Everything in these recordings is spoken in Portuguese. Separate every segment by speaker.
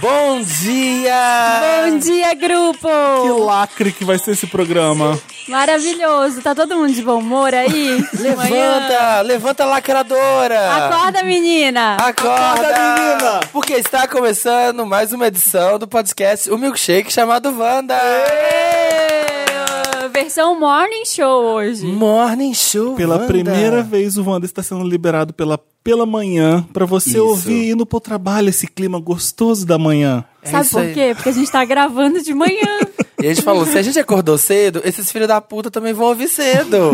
Speaker 1: Bom dia!
Speaker 2: Bom dia, grupo!
Speaker 3: Que lacre que vai ser esse programa.
Speaker 2: Maravilhoso. Tá todo mundo de bom humor aí? De manhã?
Speaker 1: Levanta, levanta lacradora!
Speaker 2: Acorda, menina!
Speaker 1: Acorda,
Speaker 3: Acorda, menina!
Speaker 1: Porque está começando mais uma edição do podcast O Milkshake chamado Wanda!
Speaker 2: Ê, Ah, Versão morning show hoje.
Speaker 1: Morning Show
Speaker 3: Pela
Speaker 1: Wanda.
Speaker 3: primeira vez, o Wanda está sendo liberado pela, pela manhã pra você
Speaker 1: Isso.
Speaker 3: ouvir indo pro trabalho esse clima gostoso da manhã.
Speaker 2: Sabe
Speaker 1: É isso
Speaker 2: por
Speaker 1: aí.
Speaker 2: quê? Porque a gente tá gravando de manhã.
Speaker 1: E a gente falou, se a gente acordou cedo, esses filhos da puta também vão ouvir cedo.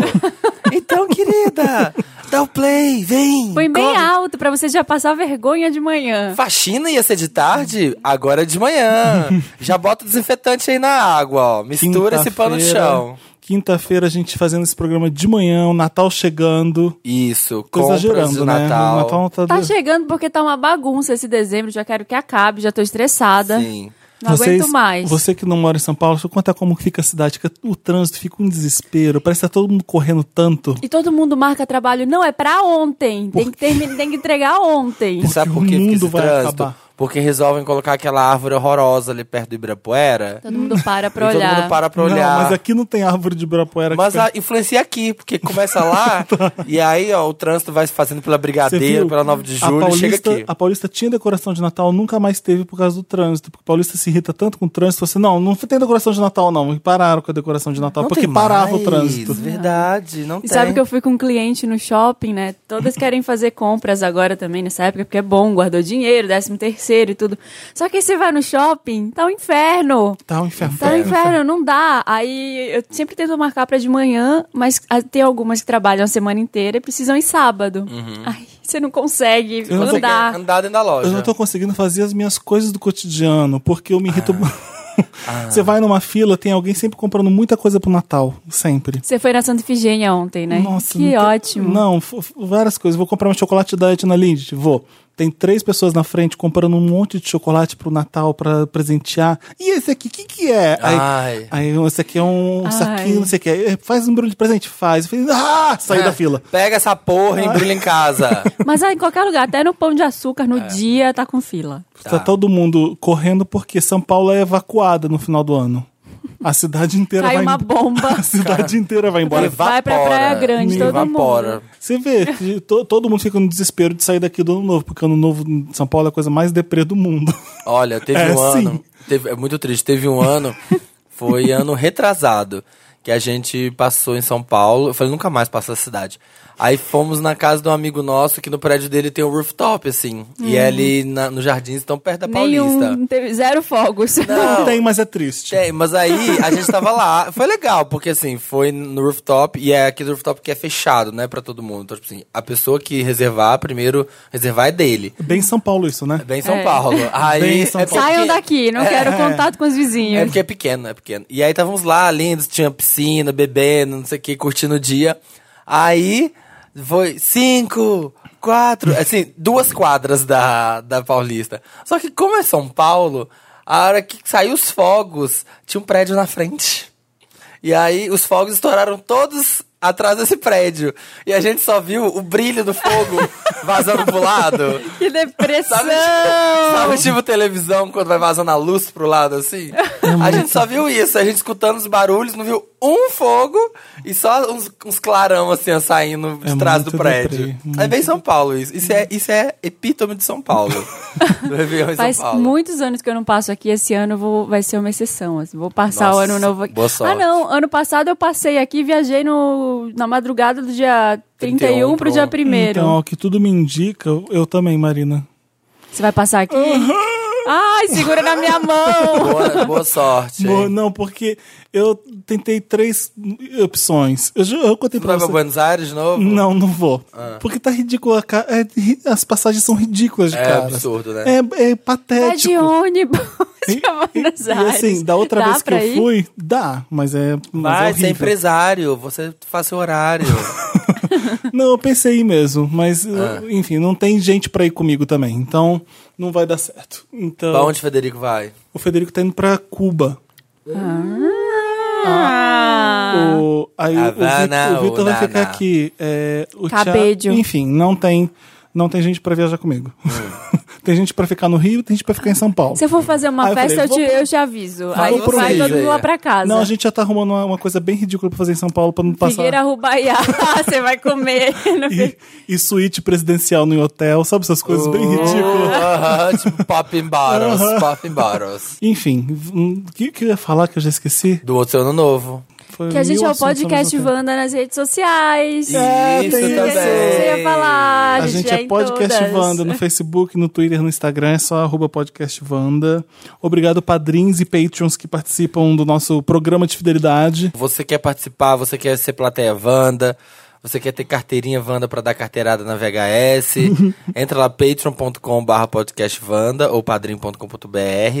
Speaker 1: então, querida, dá o play, vem.
Speaker 2: Põe bem
Speaker 1: corre.
Speaker 2: alto pra você já passar vergonha de manhã.
Speaker 1: Faxina ia ser de tarde, agora é de manhã. Já bota o desinfetante aí na água, ó. Mistura esse pano no
Speaker 3: Quinta-feira-
Speaker 1: chão.
Speaker 3: Quinta-feira a gente fazendo esse programa de manhã, o Natal chegando.
Speaker 1: Isso,
Speaker 3: Tô
Speaker 1: compras
Speaker 3: exagerando,
Speaker 1: do
Speaker 3: né?
Speaker 1: Natal.
Speaker 3: O Natal não tá,
Speaker 2: Tá chegando porque tá uma bagunça esse dezembro. Já quero que acabe, já tô
Speaker 3: um-
Speaker 2: estressada.
Speaker 3: Né?
Speaker 1: Sim.
Speaker 2: Não
Speaker 3: Vocês-
Speaker 2: aguento mais.
Speaker 3: Você que não mora em São Paulo, deixa eu contar como que fica a cidade. fica- O trânsito fica um desespero. Parece que tá todo mundo correndo tanto.
Speaker 2: E todo mundo marca trabalho. Não, é pra ontem. Tem que, termi- tem que entregar ontem.
Speaker 3: Porque
Speaker 1: Sabe
Speaker 3: o
Speaker 1: por que fica
Speaker 3: mundo
Speaker 1: esse
Speaker 3: vai
Speaker 1: trânsito?
Speaker 3: acabar.
Speaker 1: Porque resolvem colocar aquela árvore horrorosa ali perto do Ibirapuera.
Speaker 2: Todo mundo para pra
Speaker 1: e todo
Speaker 2: olhar.
Speaker 1: mundo para pra
Speaker 3: Não,
Speaker 1: olhar.
Speaker 3: mas é aqui não tem árvore de Ibirapuera.
Speaker 1: Mas
Speaker 3: aqui
Speaker 1: a, influencia aqui, porque começa lá, e aí, ó, o trânsito vai se fazendo pela
Speaker 3: Tá. Você
Speaker 1: Brigadeiro,
Speaker 3: viu?
Speaker 1: pela 9 de julho,
Speaker 3: a Paulista,
Speaker 1: e chega aqui.
Speaker 3: A Paulista tinha decoração de Natal, nunca mais teve por causa do trânsito. Porque a Paulista se irrita tanto com o trânsito, assim, não, não tem decoração de Natal, não. E pararam com a decoração de Natal,
Speaker 1: Não
Speaker 3: porque
Speaker 1: tem
Speaker 3: parava
Speaker 1: mais,
Speaker 3: o trânsito.
Speaker 1: Verdade, não
Speaker 2: E
Speaker 1: tem.
Speaker 2: sabe que eu fui com um cliente no shopping, né? Todas querem fazer compras agora também nessa época, porque é bom, guardou dinheiro, décimo terceiro e tudo. Só que aí você vai no shopping, tá um inferno.
Speaker 3: Tá um inferno.
Speaker 2: Tá um inferno, não dá. Aí eu sempre tento marcar pra de manhã, mas ah, tem algumas que trabalham a semana inteira e precisam ir sábado. Aí você não consegue
Speaker 3: Uhum. não
Speaker 1: Você
Speaker 2: andar.
Speaker 1: quer andar dentro da loja.
Speaker 3: Eu não tô conseguindo fazer as minhas coisas do cotidiano, porque eu me irrito.
Speaker 1: Ah.
Speaker 3: Você vai numa fila, tem alguém sempre comprando muita coisa pro Natal. Sempre.
Speaker 2: Você foi na Santa Ifigênia ontem, né?
Speaker 3: é. Nossa,
Speaker 2: que
Speaker 3: não tem-
Speaker 2: ótimo.
Speaker 3: Não, f- f- várias coisas. Vou comprar um chocolate da Etna Lindt. Vou. Tem três pessoas na frente comprando um monte de chocolate pro Natal pra presentear. E esse aqui, o que que é?
Speaker 1: Ai.
Speaker 3: Aí, aí esse aqui é um
Speaker 2: Ai.
Speaker 3: saquinho, não sei o que. é. Faz um embrulho de presente? Faz. Eu falei, ah, saí
Speaker 1: É,
Speaker 3: da fila.
Speaker 1: Pega essa porra e embrulha em casa.
Speaker 2: Mas aí, em qualquer lugar, até no pão de açúcar,
Speaker 3: É.
Speaker 2: no dia, tá com fila.
Speaker 3: Tá. todo mundo correndo porque São Paulo é evacuada no final do ano. A cidade inteira
Speaker 2: Cai
Speaker 3: vai
Speaker 2: uma
Speaker 3: em-
Speaker 2: bomba.
Speaker 3: A cidade inteira vai embora.
Speaker 2: Vai pra Praia Grande, todo
Speaker 1: evapora.
Speaker 2: mundo.
Speaker 3: Você vê que to- todo mundo fica no desespero de sair daqui do ano novo, porque ano novo em São Paulo é a coisa mais deprê do mundo.
Speaker 1: Olha, teve
Speaker 3: É,
Speaker 1: um ano.
Speaker 3: sim.
Speaker 1: Teve, é muito triste. Teve um ano, foi ano retrasado, que a gente passou em São Paulo. Eu falei, nunca mais passo a cidade. Aí fomos na casa de um amigo nosso, que no prédio dele tem um rooftop, assim. E é ali na, no jardim, estão perto da Paulista.
Speaker 2: Hum. Nenhum, teve zero fogos.
Speaker 1: Não.
Speaker 3: Tem, mas é triste.
Speaker 1: Tem, mas aí a gente tava lá. Foi legal, porque assim, foi no rooftop e é aquele rooftop que é fechado, né, pra todo mundo. Então, tipo assim, a pessoa que reservar, primeiro, reservar é dele.
Speaker 3: Bem São Paulo isso, né?
Speaker 1: É Bem em São
Speaker 2: É.
Speaker 1: Paulo. Aí,
Speaker 3: Bem em São
Speaker 1: é
Speaker 3: Paulo.
Speaker 2: Saiam
Speaker 1: porque-
Speaker 2: daqui, não quero contato com os vizinhos.
Speaker 1: É porque é pequeno, é pequeno. E aí estávamos lá, lindos, tinha piscina, bebendo, não sei o que, curtindo o dia. Aí foi cinco, quatro, assim, duas quadras da, da Paulista. Só que como é São Paulo, a hora que saiu os fogos, tinha um prédio na frente. E aí os fogos estouraram todos atrás desse prédio. E a gente só viu o brilho do fogo vazando pro lado.
Speaker 2: Que depressão!
Speaker 1: É Sabe, tipo- sabe tipo televisão quando vai vazando a luz pro lado assim?
Speaker 3: É
Speaker 1: a gente só viu isso, a gente escutando os barulhos, não viu um fogo e só uns, uns clarão assim ó, saindo de
Speaker 3: É
Speaker 1: trás do
Speaker 3: muito
Speaker 1: prédio.
Speaker 3: deprê, muito
Speaker 1: é bem São Paulo isso. Isso é, isso é epítome de São Paulo. do Réveillon em São
Speaker 2: Faz
Speaker 1: Paulo.
Speaker 2: muitos anos que eu não passo aqui. Esse ano eu vou, vai ser uma exceção. assim, Vou passar o
Speaker 1: Nossa,
Speaker 2: ano novo aqui.
Speaker 1: boa sorte.
Speaker 2: Ah, não. Ano passado eu passei aqui e viajei no, na madrugada do dia 31,
Speaker 1: 31
Speaker 2: pro dia
Speaker 1: pro-
Speaker 2: 1
Speaker 3: Então, o que tudo me indica, eu também, Marina.
Speaker 2: Você vai passar aqui? Ai, segura na minha mão!
Speaker 1: Boa, boa sorte. hein?
Speaker 3: Bom, não, porque eu tentei três opções. Eu, já- eu contei
Speaker 1: Não vai
Speaker 3: pra
Speaker 1: pra Ah.
Speaker 3: você.
Speaker 1: Buenos Aires de novo?
Speaker 3: Não, não vou. Porque tá ridículo. a ca- é ri- as passagens são ridículas de
Speaker 1: É
Speaker 3: cara.
Speaker 1: absurdo, né?
Speaker 3: É, é
Speaker 2: Vai de
Speaker 3: patético.
Speaker 2: ônibus
Speaker 3: E,
Speaker 2: pra Buenos
Speaker 3: e- e
Speaker 2: Aires.
Speaker 3: assim, da outra
Speaker 2: Dá
Speaker 3: vez que
Speaker 2: pra
Speaker 3: eu
Speaker 2: ir?
Speaker 3: fui, dá, mas é, mas
Speaker 1: Vai,
Speaker 3: é
Speaker 1: você é
Speaker 3: horrível.
Speaker 1: empresário, você faz seu horário.
Speaker 3: Não, eu pensei mesmo, mas
Speaker 1: Ah.
Speaker 3: eu- enfim, não tem gente pra ir comigo também, então não vai dar certo. Então,
Speaker 1: pra onde Federico vai?
Speaker 3: o Federico tá indo pra Cuba.
Speaker 2: Ah.
Speaker 3: O, aí o Vitor-
Speaker 1: Havana,
Speaker 3: o Vitor vai
Speaker 1: Havana.
Speaker 3: ficar aqui. É, o Thiago-
Speaker 2: Cabedio.
Speaker 3: enfim, não tem, não tem gente pra viajar comigo. Tem gente pra ficar no Rio, tem gente pra ficar em São Paulo.
Speaker 2: Se eu for fazer uma
Speaker 3: Aí eu
Speaker 2: festa,
Speaker 3: falei,
Speaker 2: eu, te,
Speaker 3: vou pro-
Speaker 2: eu te aviso.
Speaker 1: Vai
Speaker 2: Aí
Speaker 1: pro
Speaker 2: vai
Speaker 1: Rio,
Speaker 2: todo mundo lá
Speaker 1: Zéia.
Speaker 2: pra casa.
Speaker 3: Não, a gente já tá arrumando uma, uma coisa bem ridícula pra fazer em São Paulo pra não passar.
Speaker 2: Figueira é Rubaiá, ah, você vai comer. no
Speaker 3: E, e suíte presidencial no hotel, sabe essas coisas bem
Speaker 1: Oh.
Speaker 3: ridículas.
Speaker 1: Aham, tipo, popping bottles, popping bottles.
Speaker 3: Enfim, hum, o que, que eu ia falar que eu já esqueci?
Speaker 1: Do outro ano novo.
Speaker 3: Foi
Speaker 2: Que a gente
Speaker 3: mil
Speaker 2: é o
Speaker 3: assuntos ao mesmo
Speaker 2: podcast
Speaker 3: tempo.
Speaker 2: Wanda nas redes sociais.
Speaker 3: É,
Speaker 1: Isso
Speaker 3: tem
Speaker 1: também.
Speaker 3: isso.
Speaker 2: Você ia falar,
Speaker 3: A gente é
Speaker 2: em
Speaker 3: Podcast né?
Speaker 2: todas.
Speaker 3: Vanda no Facebook, no Twitter, no Instagram, é só arroba Podcast Vanda. Obrigado, padrinhos e patrons que participam do nosso programa de fidelidade.
Speaker 1: Você quer participar, você quer ser plateia Wanda, você quer ter carteirinha Wanda pra dar carteirada na VHS, entra lá patreon.com.br podcastvanda ou padrim.com.br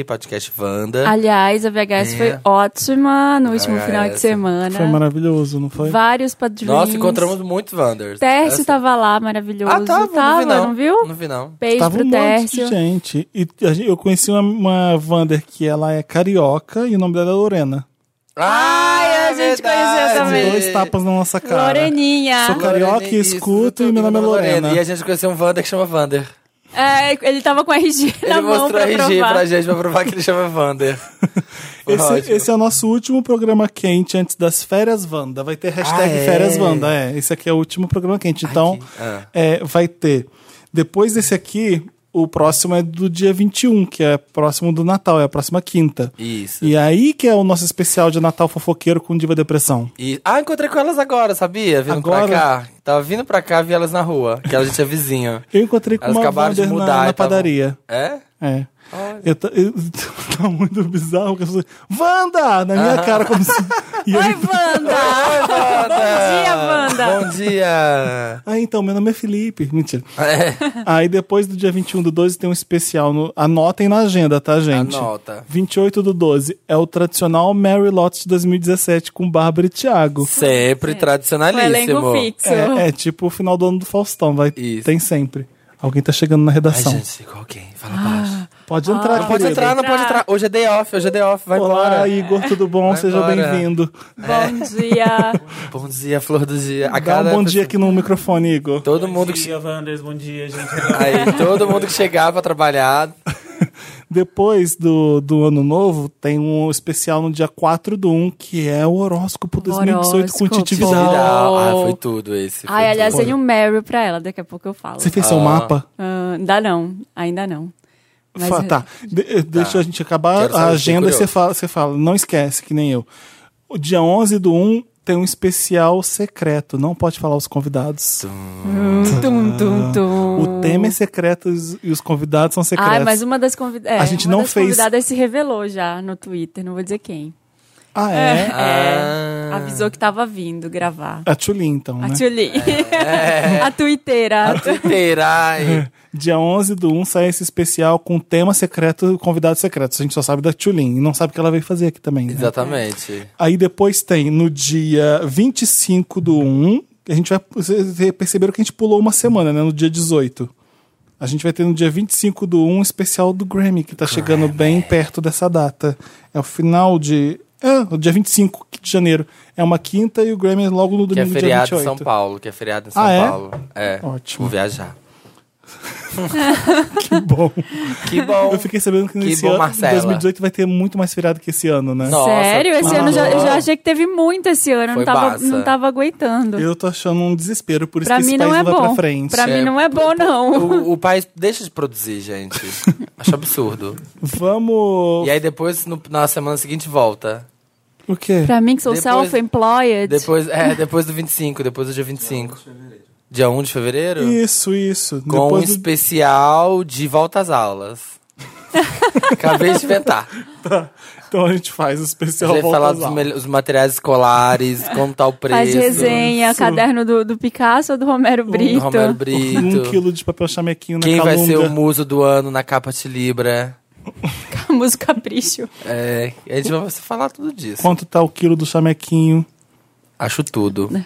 Speaker 1: podcastvanda.
Speaker 2: Aliás, a VHS
Speaker 1: É.
Speaker 2: foi ótima no último
Speaker 1: VHS.
Speaker 2: final de semana.
Speaker 3: Foi maravilhoso, não foi?
Speaker 2: Né? Vários padrinhos.
Speaker 1: Nossa, encontramos muitos Wanders.
Speaker 2: Tércio
Speaker 1: Assim.
Speaker 2: tava lá, maravilhoso.
Speaker 1: Ah, tava, não, vi, não.
Speaker 2: viu?
Speaker 1: Não vi, não.
Speaker 2: Beijo
Speaker 3: Tava
Speaker 2: pro
Speaker 3: um monte
Speaker 2: Tércio.
Speaker 3: de gente. E a gente- eu conheci uma, uma Wander que ela é carioca e o nome dela é Lorena.
Speaker 2: Ai, a gente
Speaker 1: Ah, é verdade.
Speaker 2: conheceu também.
Speaker 3: Dois tapas na nossa cara.
Speaker 2: Loreninha.
Speaker 3: Sou ca- Carioca,
Speaker 1: Lorena, isso,
Speaker 3: escuto, e meu nome é Lorena.
Speaker 1: E a gente conheceu um Wander que chama Wander.
Speaker 2: É, ele tava com RG na
Speaker 1: ele
Speaker 2: mão
Speaker 1: mostrou
Speaker 2: pra
Speaker 1: a RG
Speaker 2: provar.
Speaker 1: pra gente pra provar que ele chama Wander. Foi
Speaker 3: Esse,
Speaker 1: ótimo.
Speaker 3: esse é o nosso último programa quente antes das férias Wanda. Vai ter hashtag
Speaker 1: Ah, é?
Speaker 3: férias Wanda, é. Esse aqui é o último programa quente. Então,
Speaker 1: que- ah.
Speaker 3: é, vai ter. Depois desse aqui, o próximo é do dia 21, que é próximo do Natal, é a próxima quinta.
Speaker 1: Isso.
Speaker 3: E aí que é o nosso especial de Natal fofoqueiro com Diva Depressão.
Speaker 1: E- Ah, encontrei com elas agora, sabia? Vindo
Speaker 3: Agora?
Speaker 1: pra cá. Tava vindo pra cá, vi elas na rua. Que a gente é vizinho.
Speaker 3: Eu encontrei com
Speaker 1: Elas
Speaker 3: uma
Speaker 1: acabaram de
Speaker 3: Wander na-
Speaker 1: mudar tá
Speaker 3: na,
Speaker 1: e tavam-
Speaker 3: padaria.
Speaker 1: É?
Speaker 3: É. Eu tá, eu- tá muito bizarro. que as pessoas- Wanda! Na minha cara, como se. E eu-
Speaker 2: Oi, Wanda! Bom dia, Wanda!
Speaker 1: Ah, Bom dia!
Speaker 3: Ah, então, meu nome é Felipe. Mentira.
Speaker 1: É.
Speaker 3: Aí depois do dia 21 do 12 tem um especial. No... Anotem na agenda, tá, gente?
Speaker 1: Anota.
Speaker 3: 28 do 12 é o tradicional Mary Lot de 2017 com Bárbara e Thiago.
Speaker 1: Sempre
Speaker 2: Um elenco
Speaker 1: tradicionalíssimo.
Speaker 2: fixo.
Speaker 3: É, é tipo o final do ano do Faustão, vai.
Speaker 1: Isso.
Speaker 3: Tem sempre. Alguém tá chegando na
Speaker 1: Ai,
Speaker 3: redação.
Speaker 1: gente, chegou alguém. Fala
Speaker 2: Ah.
Speaker 1: baixo.
Speaker 3: Pode entrar,
Speaker 1: Ah, Não pode
Speaker 3: querido.
Speaker 1: entrar, não pode entrar. Hoje é day off, hoje é day off. Vai
Speaker 3: Olá,
Speaker 1: embora.
Speaker 3: Igor, tudo bom?
Speaker 1: Vai
Speaker 3: Seja
Speaker 1: embora.
Speaker 3: bem-vindo. É.
Speaker 2: Bom dia.
Speaker 1: Bom dia, flor do dia. A
Speaker 3: Dá um
Speaker 1: cada
Speaker 3: bom dia
Speaker 1: pessoa-
Speaker 3: aqui no microfone, Igor.
Speaker 1: Todo mundo
Speaker 4: Bom
Speaker 1: que... che-
Speaker 4: dia, Wanders. Bom dia, gente.
Speaker 1: Aí, todo mundo que chegava pra trabalhar.
Speaker 3: Depois do, do ano novo, tem um especial no dia 4 do 1, que é o horóscopo 2018 com
Speaker 2: Horóscopo.
Speaker 3: Titi
Speaker 2: Bom.
Speaker 3: Vidal.
Speaker 1: Viral. Ah, foi tudo esse. foi
Speaker 2: Ai, aliás,
Speaker 1: tudo.
Speaker 2: tem um Meryl pra ela, daqui a pouco eu falo.
Speaker 3: Você fez seu
Speaker 1: Ah.
Speaker 3: mapa?
Speaker 2: Ah, ainda não, ainda não. Mas-
Speaker 3: Fa- tá. De- eh, Deixa a gente acabar
Speaker 1: Quero
Speaker 3: a
Speaker 1: saber,
Speaker 3: agenda
Speaker 1: fiquei
Speaker 3: e
Speaker 1: curioso.
Speaker 3: você fala, você fala. Não esquece, que nem eu. O dia 11 do 1 tem um especial secreto. Não pode falar os convidados.
Speaker 2: Hum, tum, tum, tum.
Speaker 3: O tema é secreto e os- e os convidados são secretos.
Speaker 2: Ai, mas uma das, convid... é,
Speaker 3: A gente
Speaker 2: uma
Speaker 3: não
Speaker 2: das
Speaker 3: fez.
Speaker 2: convidadas se revelou já no Twitter, não vou dizer quem.
Speaker 3: Ah, é?
Speaker 1: Ah.
Speaker 2: Avisou que tava vindo gravar.
Speaker 3: A Tchuli, então,
Speaker 2: A
Speaker 3: né?
Speaker 2: Tchuli.
Speaker 1: É.
Speaker 2: a Twitteira.
Speaker 1: Twitter, ai.
Speaker 3: Dia 11 do 1 sai esse especial com tema secreto e convidados secretos. A gente só sabe da Tchulin e não sabe o que ela veio fazer aqui também. né?
Speaker 1: Exatamente.
Speaker 3: Aí depois tem no dia 25 do 1, a gente vai. Vocês perceberam que a gente pulou uma semana, né? No dia 18. A gente vai ter no dia 25 do 1 um especial do Grammy, que tá chegando bem perto dessa data. É o final de. Ah, o dia 25 de janeiro. É uma quinta e o Grammy é logo no
Speaker 1: Que é
Speaker 3: domingo, dia
Speaker 1: feriado
Speaker 3: 28.
Speaker 1: em São Paulo, que é feriado em São
Speaker 3: Ah, é?
Speaker 1: Paulo. É.
Speaker 3: Ótimo.
Speaker 1: Vou viajar.
Speaker 3: Que bom.
Speaker 1: Que bom.
Speaker 3: Eu fiquei sabendo que,
Speaker 1: Que
Speaker 3: nesse
Speaker 1: bom,
Speaker 3: ano,
Speaker 1: Marcela.
Speaker 3: 2018, vai ter muito mais feriado que esse ano, né?
Speaker 1: Nossa,
Speaker 2: Sério? Esse
Speaker 1: que
Speaker 2: ano eu já, eu
Speaker 1: bom.
Speaker 2: já achei que teve muito esse ano, eu não
Speaker 1: Foi
Speaker 2: tava,
Speaker 1: massa.
Speaker 2: não tava aguentando.
Speaker 3: Eu tô achando um desespero, por isso
Speaker 2: Pra
Speaker 3: que esse
Speaker 2: mim
Speaker 3: país
Speaker 2: não é
Speaker 3: vai pra
Speaker 2: bom.
Speaker 3: frente.
Speaker 2: Pra mim
Speaker 1: É,
Speaker 2: não é bom, não.
Speaker 1: O, o país deixa de produzir, gente. Acho absurdo.
Speaker 3: Vamos.
Speaker 1: E aí depois, no- na semana seguinte, volta.
Speaker 3: O quê?
Speaker 2: Pra mim que sou
Speaker 1: Depois-
Speaker 2: self-employed.
Speaker 1: Depois, é, depois do 25, depois do dia 25. Dia 1 de fevereiro?
Speaker 3: Isso, isso.
Speaker 1: Com um
Speaker 3: Depois do-
Speaker 1: especial de volta às aulas. Acabei de inventar.
Speaker 3: Tá. Então a gente faz o
Speaker 1: A
Speaker 3: especial
Speaker 1: gente vai
Speaker 3: volta
Speaker 1: falar
Speaker 3: às
Speaker 1: dos
Speaker 3: aulas.
Speaker 1: mele- os materiais escolares, como tá o preço.
Speaker 2: Faz resenha, caderno do, do Picasso ou do Romero Brito?
Speaker 1: Do Hum, Romero
Speaker 3: Um
Speaker 1: Brito.
Speaker 3: quilo de papel chamequinho na
Speaker 1: Quem vai
Speaker 3: calunga.
Speaker 1: ser o muso do ano na capa de Libra?
Speaker 2: Famoso capricho.
Speaker 1: É, a gente vai falar tudo disso.
Speaker 3: Quanto tá o quilo do chamequinho?
Speaker 1: Acho tudo.
Speaker 2: Né?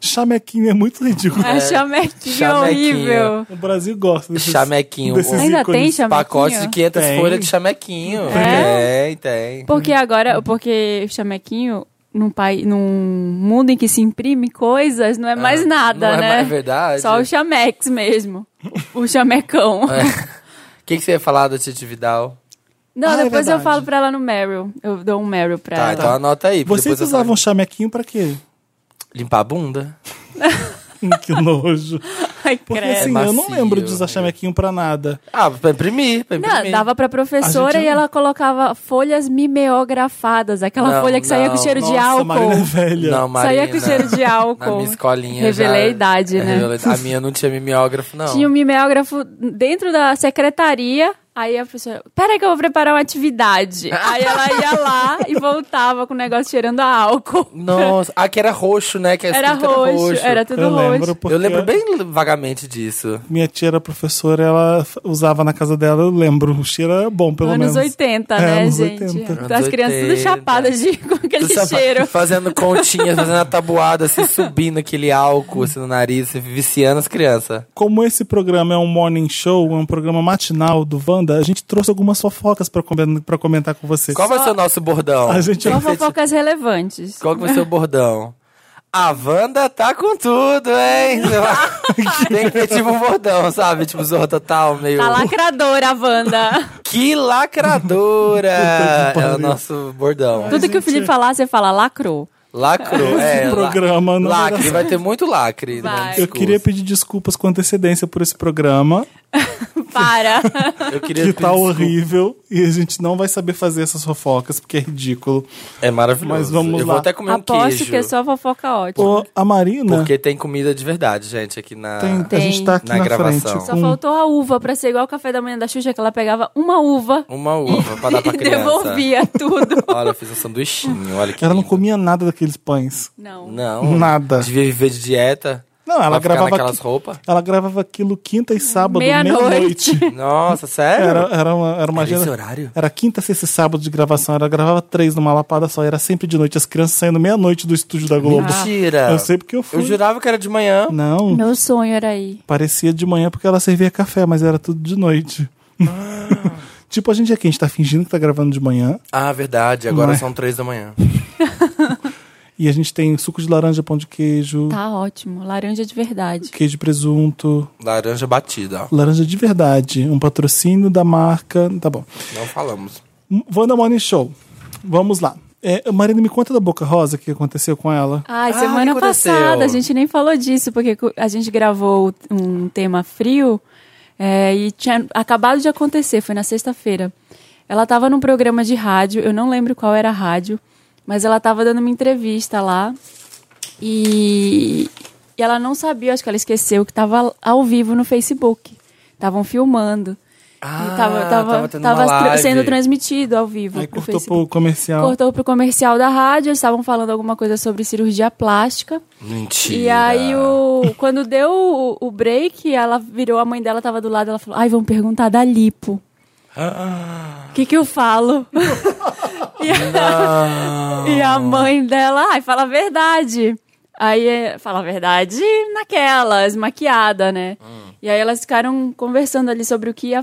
Speaker 3: Chamequinho é muito ridículo.
Speaker 2: É, chamequinho,
Speaker 1: chamequinho.
Speaker 2: horrível.
Speaker 3: O Brasil gosta desse
Speaker 1: Chamequinho.
Speaker 3: desses
Speaker 1: Os
Speaker 2: Ainda tem
Speaker 3: ícones.
Speaker 2: chamequinho?
Speaker 1: Pacote de 500
Speaker 3: Tem.
Speaker 1: folhas de chamequinho.
Speaker 2: É?
Speaker 1: Tem, tem.
Speaker 2: Porque agora, porque chamequinho, num, pai, num mundo em que se imprime coisas, não é mais nada,
Speaker 1: Ah, Não
Speaker 2: né?
Speaker 1: É mais verdade.
Speaker 2: Só o chamex mesmo. O chamecão.
Speaker 1: É. que, que você ia falar da Titi Vidal?
Speaker 2: Não,
Speaker 3: Ah, é
Speaker 2: depois eu
Speaker 3: verdade.
Speaker 2: falo pra ela no Meryl. Eu dou um Meryl pra
Speaker 1: Tá,
Speaker 2: ela.
Speaker 1: então anota aí. porque
Speaker 3: Vocês
Speaker 1: depois eu
Speaker 3: usavam
Speaker 1: falo.
Speaker 3: chamequinho pra quê? Hum,
Speaker 1: Limpar a bunda?
Speaker 3: que nojo.
Speaker 2: Ai,
Speaker 3: Porque
Speaker 2: credo.
Speaker 3: assim, eu não
Speaker 1: macio,
Speaker 3: lembro de usar
Speaker 1: né?
Speaker 3: chamequinho pra nada.
Speaker 1: Ah, pra imprimir, pra imprimir.
Speaker 2: Não, dava pra
Speaker 3: A
Speaker 2: professora
Speaker 3: gente
Speaker 2: e
Speaker 3: não-
Speaker 2: ela colocava folhas mimeografadas, aquela
Speaker 1: Não,
Speaker 2: folha que saía
Speaker 1: não.
Speaker 2: com cheiro de
Speaker 3: Nossa,
Speaker 2: álcool.
Speaker 3: Marina é Velha.
Speaker 1: Não, Marina.
Speaker 2: Saía com cheiro de álcool.
Speaker 1: Na minha escolinha
Speaker 2: Revelei
Speaker 1: já-
Speaker 2: a idade,
Speaker 1: é,
Speaker 2: né?
Speaker 1: revelei- A minha não tinha mimeógrafo, não.
Speaker 2: Tinha um mimeógrafo dentro da secretaria. Aí a professora, peraí que eu vou preparar uma atividade. Aí ela ia lá e voltava com o negócio cheirando a álcool.
Speaker 1: Nossa, ah, que era roxo, né? Que a
Speaker 2: Era
Speaker 1: escrita
Speaker 2: roxo, era tudo
Speaker 3: eu
Speaker 2: roxo.
Speaker 3: lembro porque
Speaker 1: Eu lembro bem vagamente disso.
Speaker 3: minha tia era professora, ela f- usava na casa dela, eu lembro. O cheiro era bom, pelo
Speaker 2: anos
Speaker 3: menos.
Speaker 2: 80,
Speaker 3: É,
Speaker 2: né,
Speaker 3: anos
Speaker 2: gente?
Speaker 3: 80.
Speaker 2: Então
Speaker 1: Anos
Speaker 2: As crianças tudo
Speaker 1: 80.
Speaker 2: chapadas de, com aquele
Speaker 1: Tu só fa-
Speaker 2: cheiro.
Speaker 1: Fazendo continhas, fazendo a tabuada, assim, subindo aquele álcool assim, no nariz, assim, viciando as crianças.
Speaker 3: Como esse programa é um morning show, é um programa matinal do Wanda, a gente trouxe algumas fofocas pra, comen- pra comentar com vocês.
Speaker 1: Qual vai ser o nosso bordão?
Speaker 3: A gente
Speaker 2: Só fofocas relevantes.
Speaker 1: Qual que vai ser o bordão? A Wanda tá com tudo, hein? Sei lá. Tem que ter tipo um bordão, sabe? Tipo Zorro Total, meio...
Speaker 2: Tá lacradora, a Wanda.
Speaker 1: Que lacradora!
Speaker 3: Puta que
Speaker 1: é o
Speaker 3: pariu.
Speaker 1: nosso bordão.
Speaker 2: tudo que o Felipe falar, você fala lacrou.
Speaker 1: Lacrou,
Speaker 3: Esse
Speaker 1: é. la-
Speaker 3: programa não
Speaker 1: lacre,
Speaker 3: era-
Speaker 1: vai ter muito lacre. né? no
Speaker 2: Vai.
Speaker 1: discurso.
Speaker 3: Eu queria pedir desculpas com antecedência por esse programa,
Speaker 2: Para.
Speaker 1: Eu queria pedir
Speaker 3: que tá
Speaker 1: desculpa.
Speaker 3: horrível, e a gente não vai saber fazer essas fofocas, porque é ridículo.
Speaker 1: É maravilhoso.
Speaker 3: Mas vamos
Speaker 1: Eu
Speaker 3: lá.
Speaker 1: vou até comer um
Speaker 2: Aposto
Speaker 1: queijo.
Speaker 2: que é só fofoca ótima.
Speaker 3: Ô, a Marina,
Speaker 1: Porque tem comida de verdade, gente, aqui na...
Speaker 3: tem- a
Speaker 2: Tem.
Speaker 3: gente tá aqui
Speaker 1: Na
Speaker 3: na,
Speaker 1: gravação.
Speaker 3: frente.
Speaker 2: Só
Speaker 3: com-
Speaker 2: faltou a uva pra ser igual o café da manhã da Xuxa, que ela pegava uma uva
Speaker 1: Uma uva pra dar pra
Speaker 2: e
Speaker 1: criança.
Speaker 2: devolvia tudo.
Speaker 1: Olha, eu fiz um sanduichinho, olha que
Speaker 3: Ela não
Speaker 1: lindo.
Speaker 3: comia nada daqueles pães.
Speaker 2: Não.
Speaker 1: Não.
Speaker 3: Nada.
Speaker 1: Devia viver de dieta.
Speaker 3: Não, ela
Speaker 1: pra ficar
Speaker 3: gravava
Speaker 1: naquelas
Speaker 3: aqui-
Speaker 1: roupas.
Speaker 3: Ela gravava aquilo quinta e sábado,
Speaker 2: Meia-noite.
Speaker 3: meia-noite.
Speaker 1: Nossa, sério?
Speaker 3: Era, era uma, era uma
Speaker 1: É, Era esse
Speaker 3: agenda-
Speaker 1: horário?
Speaker 3: Era quinta, sexta e sábado de gravação. Ela gravava três numa lapada só. Era sempre de noite. As crianças saindo meia-noite do estúdio da Globo.
Speaker 1: Mentira.
Speaker 3: Eu sei porque eu fui.
Speaker 1: Eu jurava que era de manhã.
Speaker 3: Não,
Speaker 2: Meu sonho era ir.
Speaker 3: parecia de manhã porque ela servia café, mas era tudo de noite. tipo, a gente aqui, a gente tá fingindo que tá gravando de manhã.
Speaker 1: Ah, verdade. Agora
Speaker 3: Não é.
Speaker 1: são três da manhã.
Speaker 3: E a gente tem suco de laranja, pão de queijo,
Speaker 2: Tá ótimo. Laranja de verdade.
Speaker 3: queijo de presunto,
Speaker 1: Laranja batida, ó.
Speaker 3: laranja de verdade. Um patrocínio da marca. Tá bom.
Speaker 1: Não falamos.
Speaker 3: Wanda Morning Show. Vamos lá. É, Marina, me conta da Boca Rosa o que aconteceu com ela.
Speaker 2: Ai,
Speaker 1: Ah,
Speaker 2: semana
Speaker 1: que aconteceu?
Speaker 2: passada a gente nem falou disso, porque co- a gente gravou um tema frio é, e tinha acabado de acontecer, foi na sexta-feira. Ela estava num programa de rádio, eu não lembro qual era a rádio, mas ela estava dando uma entrevista lá e, e ela não sabia, acho que ela esqueceu que estava ao vivo no Facebook. Estavam filmando.
Speaker 1: Ah,
Speaker 2: e tava, tava,
Speaker 1: tava tendo
Speaker 2: tava
Speaker 1: uma
Speaker 2: tra-
Speaker 1: live.
Speaker 2: sendo transmitido ao vivo.
Speaker 3: Aí
Speaker 2: pro
Speaker 3: cortou
Speaker 2: Facebook.
Speaker 3: pro comercial.
Speaker 2: Cortou pro comercial da rádio, eles estavam falando alguma coisa sobre cirurgia plástica.
Speaker 1: Mentira.
Speaker 2: E aí, o, quando deu o, o break, ela virou, a mãe dela tava do lado, ela falou, ai, vão perguntar da lipo.
Speaker 1: Ah,
Speaker 2: O que que eu falo? e, a, e a mãe dela, ai, fala a verdade. Aí, é, fala a verdade naquela, esmaquiada, né? E aí elas ficaram conversando ali sobre o que ia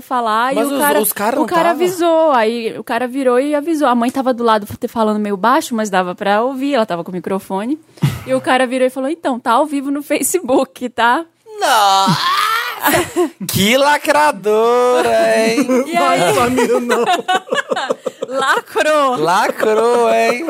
Speaker 1: Hum.
Speaker 2: falar
Speaker 1: Mas
Speaker 2: e o
Speaker 1: os-
Speaker 2: cara,
Speaker 1: os cara
Speaker 2: o
Speaker 1: não
Speaker 2: cara
Speaker 1: tava?
Speaker 2: avisou, aí o cara virou e avisou. A mãe tava do lado falando meio baixo, mas dava pra ouvir, ela tava com o microfone. e o cara virou e falou: "Então, tá ao vivo no Facebook, tá?"
Speaker 1: Que lacradora, hein?
Speaker 2: E aí lacrou.
Speaker 1: Lacrou, hein?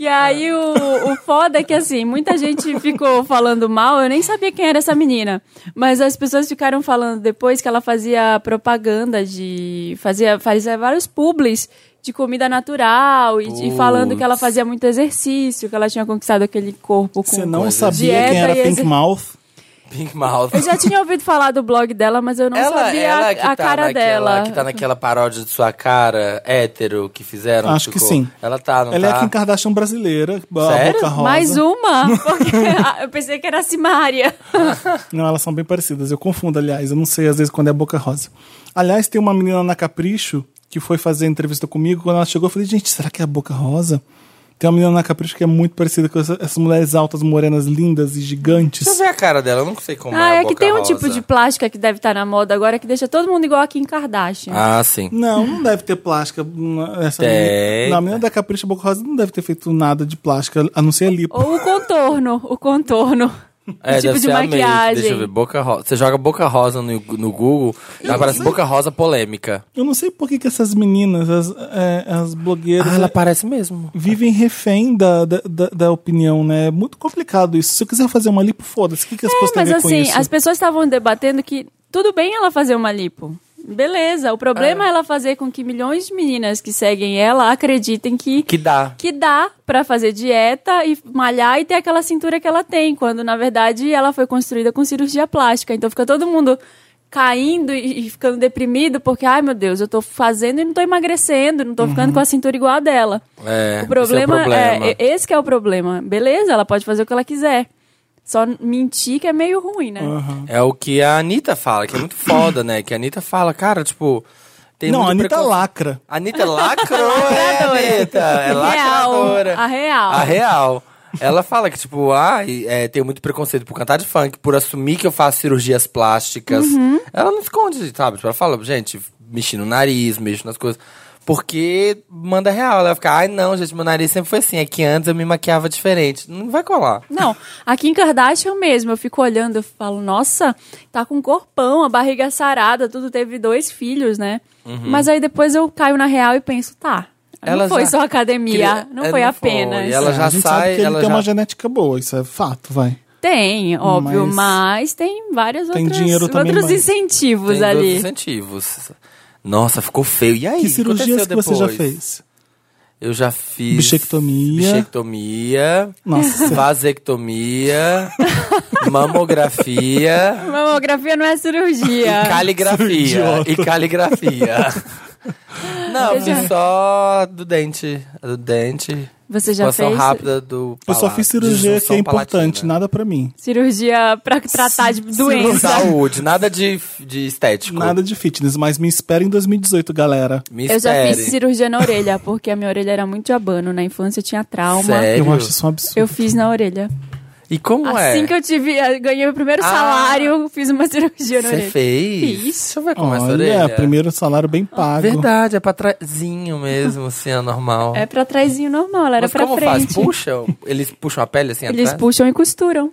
Speaker 2: E aí o, o foda é que assim, muita gente ficou falando mal, eu nem sabia quem era essa menina. Mas as pessoas ficaram falando depois que ela fazia propaganda de. fazia, fazia vários publis de comida natural e, de- e falando que ela
Speaker 1: Putz.
Speaker 2: fazia muito exercício, que ela tinha conquistado aquele corpo com.
Speaker 3: Você não
Speaker 1: coisa.
Speaker 3: sabia
Speaker 2: Dieta
Speaker 3: quem era
Speaker 2: e
Speaker 3: Pink
Speaker 2: exer-
Speaker 3: Mouth?
Speaker 1: Pink Mouth.
Speaker 2: Eu já tinha ouvido falar do blog dela, mas eu não sabia a,
Speaker 1: que
Speaker 2: a
Speaker 1: tá
Speaker 2: cara
Speaker 1: naquela,
Speaker 2: dela.
Speaker 1: Que tá naquela paródia de sua cara hétero que fizeram.
Speaker 3: Acho que
Speaker 1: ficou-
Speaker 3: sim.
Speaker 1: Ela tá, não
Speaker 3: ela é
Speaker 1: tá?
Speaker 3: a Kim Kardashian brasileira, a
Speaker 1: Sério?
Speaker 3: Boca Rosa.
Speaker 2: Mais
Speaker 1: um.
Speaker 2: uma? Porque ah, eu pensei que era a Simária.
Speaker 3: Não, elas são bem parecidas. Eu confundo, aliás. Eu não sei, às vezes, quando é Boca Rosa. Aliás, tem uma menina na Capricho que foi fazer entrevista comigo. Quando ela chegou, eu falei, gente, será que é a Boca Rosa? Tem uma menina na Capricho que é muito parecida com essa- essas mulheres altas, morenas, lindas e gigantes.
Speaker 1: Deixa eu ver a cara dela, eu não sei como
Speaker 2: Ah,
Speaker 1: é a
Speaker 2: é que
Speaker 1: Boca
Speaker 2: tem um
Speaker 1: Rosa.
Speaker 2: tipo de plástica que deve estar na moda agora que deixa todo mundo igual a Kim Kardashian.
Speaker 1: Ah, sim.
Speaker 2: um
Speaker 3: Não, não deve ter plástica. na- Essa
Speaker 1: Tem.
Speaker 3: menina, na menina da Capricha Boca Rosa não deve ter feito nada de plástica, a não ser a lipo.
Speaker 2: Ou o contorno, o contorno.
Speaker 1: É,
Speaker 2: tipo
Speaker 1: deve
Speaker 2: de
Speaker 1: ser a May.
Speaker 2: maquiagem.
Speaker 1: Deixa eu ver, boca rosa. Você joga boca rosa no, no Google, aparece boca rosa polêmica.
Speaker 3: Eu não sei por que, que essas meninas, as, é, as blogueiras,
Speaker 1: Ah, ela
Speaker 3: é,
Speaker 1: aparece mesmo.
Speaker 3: vivem refém da, da, da- da opinião, né? É muito complicado isso. Se eu quiser fazer uma lipo, foda-se. O que, que as pessoas têm a
Speaker 2: mas
Speaker 1: um
Speaker 3: ver com
Speaker 2: assim,
Speaker 3: isso?
Speaker 2: as pessoas estavam debatendo que tudo bem ela fazer uma lipo. Beleza, o problema é. ela fazer com que milhões de meninas que seguem ela acreditem que
Speaker 1: Que dá.
Speaker 2: que dá pra fazer dieta e malhar e ter aquela cintura que ela tem, quando na verdade ela foi construída com cirurgia plástica. Então fica todo mundo caindo e, e ficando deprimido porque ai meu Deus, eu tô fazendo e não tô emagrecendo, não tô ficando com a cintura igual a dela.
Speaker 1: Uhum. É, esse é
Speaker 2: o problema é,
Speaker 1: problema.
Speaker 2: é- esse que é o problema. Beleza, ela pode fazer o que ela quiser. Só mentir que é meio ruim, né?
Speaker 3: Aham.
Speaker 1: É o que a Anitta fala, que é muito foda, né? Que a Anitta fala, cara, tipo. Tem
Speaker 3: Não,
Speaker 1: muito
Speaker 3: a Anitta
Speaker 1: preconce-
Speaker 3: lacra.
Speaker 1: A Anitta lacrou, é, Anitta. É lacradora.
Speaker 2: Real, a real.
Speaker 1: A real. Ela fala que, tipo, ah, é, tenho muito preconceito por cantar de funk, por assumir que eu faço cirurgias plásticas.
Speaker 2: Uhum.
Speaker 1: Ela não esconde, sabe? Tipo, ela fala, gente, mexi no nariz, mexo nas coisas. Porque manda real. Ela fica, ai não, gente, meu nariz sempre foi assim. É que antes eu me maquiava diferente. Não vai colar.
Speaker 2: Não, a Kim Kardashian é mesmo, eu fico olhando, eu falo, nossa, tá com corpão, a barriga sarada, tudo, teve dois filhos, né?
Speaker 1: Uhum.
Speaker 2: Mas aí depois eu caio na real e penso, tá,
Speaker 1: Ela
Speaker 2: não foi
Speaker 1: já
Speaker 2: só academia,
Speaker 1: queria-
Speaker 2: não
Speaker 1: é,
Speaker 2: foi
Speaker 1: não foi,
Speaker 2: apenas.
Speaker 1: e ela
Speaker 3: É,
Speaker 1: já
Speaker 3: a gente
Speaker 1: sai,
Speaker 3: sabe que ele
Speaker 1: ela
Speaker 3: tem
Speaker 1: já-
Speaker 3: uma genética boa, isso é fato, vai.
Speaker 2: Tem, óbvio,
Speaker 3: Mas-
Speaker 2: mas, tem várias
Speaker 3: Tem
Speaker 2: outras,
Speaker 3: dinheiro também,
Speaker 2: outros
Speaker 3: mas-
Speaker 2: incentivos
Speaker 1: Tem
Speaker 2: ali.
Speaker 1: dois incentivos. Nossa, ficou feio. E aí?
Speaker 3: Que
Speaker 1: o
Speaker 3: cirurgias que
Speaker 1: aconteceu
Speaker 3: você já
Speaker 1: depois?
Speaker 3: fez?
Speaker 1: Eu já fiz.
Speaker 3: Bichectomia.
Speaker 1: Bichectomia.
Speaker 3: Nossa.
Speaker 1: Vasectomia. mamografia.
Speaker 2: Mamografia não é cirurgia.
Speaker 1: Caligrafia.
Speaker 3: Idiota.
Speaker 1: E caligrafia. Não, eu
Speaker 2: Você
Speaker 1: fiz
Speaker 2: já-
Speaker 1: só do dente. Do dente.
Speaker 2: Você já
Speaker 1: Expansão
Speaker 2: fez
Speaker 1: rápida do
Speaker 3: Eu só
Speaker 1: palácio,
Speaker 3: fiz cirurgia que
Speaker 1: disjunção
Speaker 3: é importante,
Speaker 1: palatina.
Speaker 3: nada pra mim.
Speaker 2: cirurgia pra tratar de doença.
Speaker 1: Saúde, nada de, de estético.
Speaker 3: Nada de fitness, mas me espera em 2018, galera.
Speaker 1: Me
Speaker 2: Eu já
Speaker 1: espere.
Speaker 2: fiz cirurgia na orelha, porque a minha orelha era muito de abano. Na infância eu tinha trauma.
Speaker 1: Sério?
Speaker 3: Eu acho isso um absurdo.
Speaker 2: Eu fiz na orelha.
Speaker 1: E como é?
Speaker 2: Assim que eu tive, eu ganhei meu primeiro
Speaker 1: Ah.
Speaker 2: salário, eu fiz uma cirurgia na
Speaker 1: Você
Speaker 2: orelha.
Speaker 1: fez?
Speaker 2: Fiz.
Speaker 1: Deixa eu ver como é essa
Speaker 3: Olha,
Speaker 1: orelha. Ah,
Speaker 3: primeiro salário bem pago.
Speaker 1: Verdade, é pra trásinho mesmo, assim, é normal.
Speaker 2: É pra trásinho normal, ela era
Speaker 1: Mas
Speaker 2: pra
Speaker 1: como faz?
Speaker 2: frente.
Speaker 1: Puxam? Eles puxam a pele assim
Speaker 2: Eles
Speaker 1: atrás?
Speaker 2: puxam e costuram.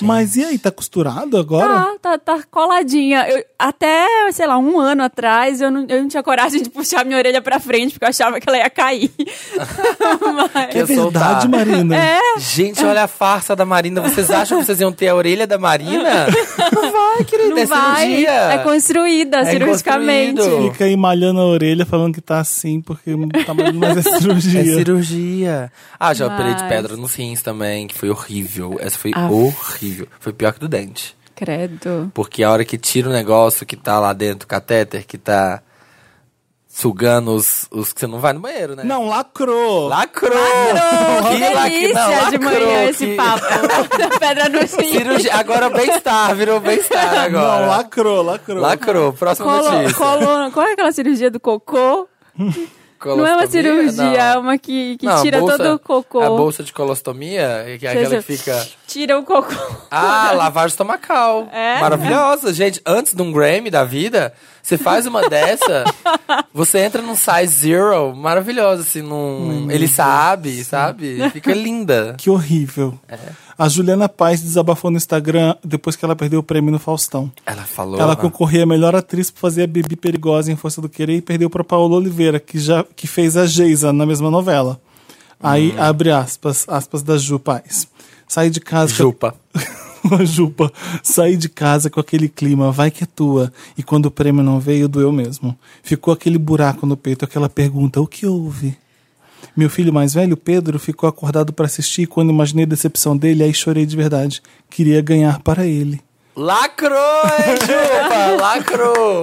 Speaker 3: Mas e aí, tá costurado agora?
Speaker 2: Tá, tá, tá coladinha. Eu- até, sei lá, um ano atrás, eu não, eu não tinha coragem de puxar minha orelha pra frente, porque eu achava que ela ia cair. Mas-
Speaker 1: Que
Speaker 3: é verdade,
Speaker 1: soltar.
Speaker 3: Marina? É.
Speaker 1: Gente, olha a farsa da Marina. Vocês acham que vocês iam ter a orelha da Marina? Não vai, querida.
Speaker 2: não
Speaker 1: é
Speaker 2: vai.
Speaker 1: cirurgia.
Speaker 2: É construída
Speaker 1: É
Speaker 2: cirurgicamente.
Speaker 1: construído.
Speaker 3: Fica aí malhando a orelha, falando que tá assim, porque tá malhando, mas é cirurgia.
Speaker 1: É cirurgia. Ah, já operei de
Speaker 2: Mas-
Speaker 1: pedra nos rins também, que foi horrível. Essa foi
Speaker 2: Ah.
Speaker 1: horrível. Foi pior que do dente.
Speaker 2: Credo.
Speaker 1: Porque a hora que tira o negócio que tá lá dentro, o catéter, que tá sugando os, os que você não vai no banheiro, né?
Speaker 3: Não, lacrou!
Speaker 1: Lacrou!
Speaker 2: Lacrou, que
Speaker 1: lac-
Speaker 2: delícia
Speaker 1: não,
Speaker 2: de
Speaker 1: Ah, lacrou,
Speaker 2: manhã esse
Speaker 1: que-
Speaker 2: papo. da pedra no rim.
Speaker 1: Cirurgia. Agora é bem-estar, virou bem-estar agora.
Speaker 3: Não, lacrou, lacrou.
Speaker 1: Lacrou, próxima
Speaker 2: Colo,
Speaker 1: notícia.
Speaker 2: colo, qual é aquela cirurgia do cocô? Não é uma
Speaker 1: Colostomia?
Speaker 2: cirurgia, é
Speaker 1: Não.
Speaker 2: uma que, que
Speaker 1: Não, a
Speaker 2: tira
Speaker 1: bolsa-
Speaker 2: todo o cocô.
Speaker 1: A bolsa de colostomia, que é aquela que fica...
Speaker 2: Tira o cocô.
Speaker 1: Ah, lavagem estomacal.
Speaker 2: É?
Speaker 1: Maravilhosa. Gente, antes de um Grammy da vida, você faz uma dessa, você entra num size zero, maravilhosa, assim, num... Ele sabe, sabe? Fica linda.
Speaker 3: Que horrível.
Speaker 1: É.
Speaker 3: A Juliana Paz desabafou no Instagram depois que ela perdeu o prêmio no Faustão.
Speaker 1: Ela falou...
Speaker 3: Ela
Speaker 1: né?
Speaker 3: concorria a melhor atriz por fazer a Bibi Perigosa em Força do Querer e perdeu para Paola Oliveira, que já que fez a Geisa na mesma novela. Aí
Speaker 1: Hum.
Speaker 3: abre aspas, aspas da Ju Paz. Saí de casa.
Speaker 1: Jupa.
Speaker 3: Jupa, saí de casa com aquele clima, vai que é tua. E quando o prêmio não veio, doeu mesmo. Ficou aquele buraco no peito, aquela pergunta: o que houve? Meu filho mais velho, Pedro, ficou acordado para assistir e quando imaginei a decepção dele, aí chorei de verdade. Queria ganhar para ele.
Speaker 1: Lacrou, hein, Juba? Lacrou.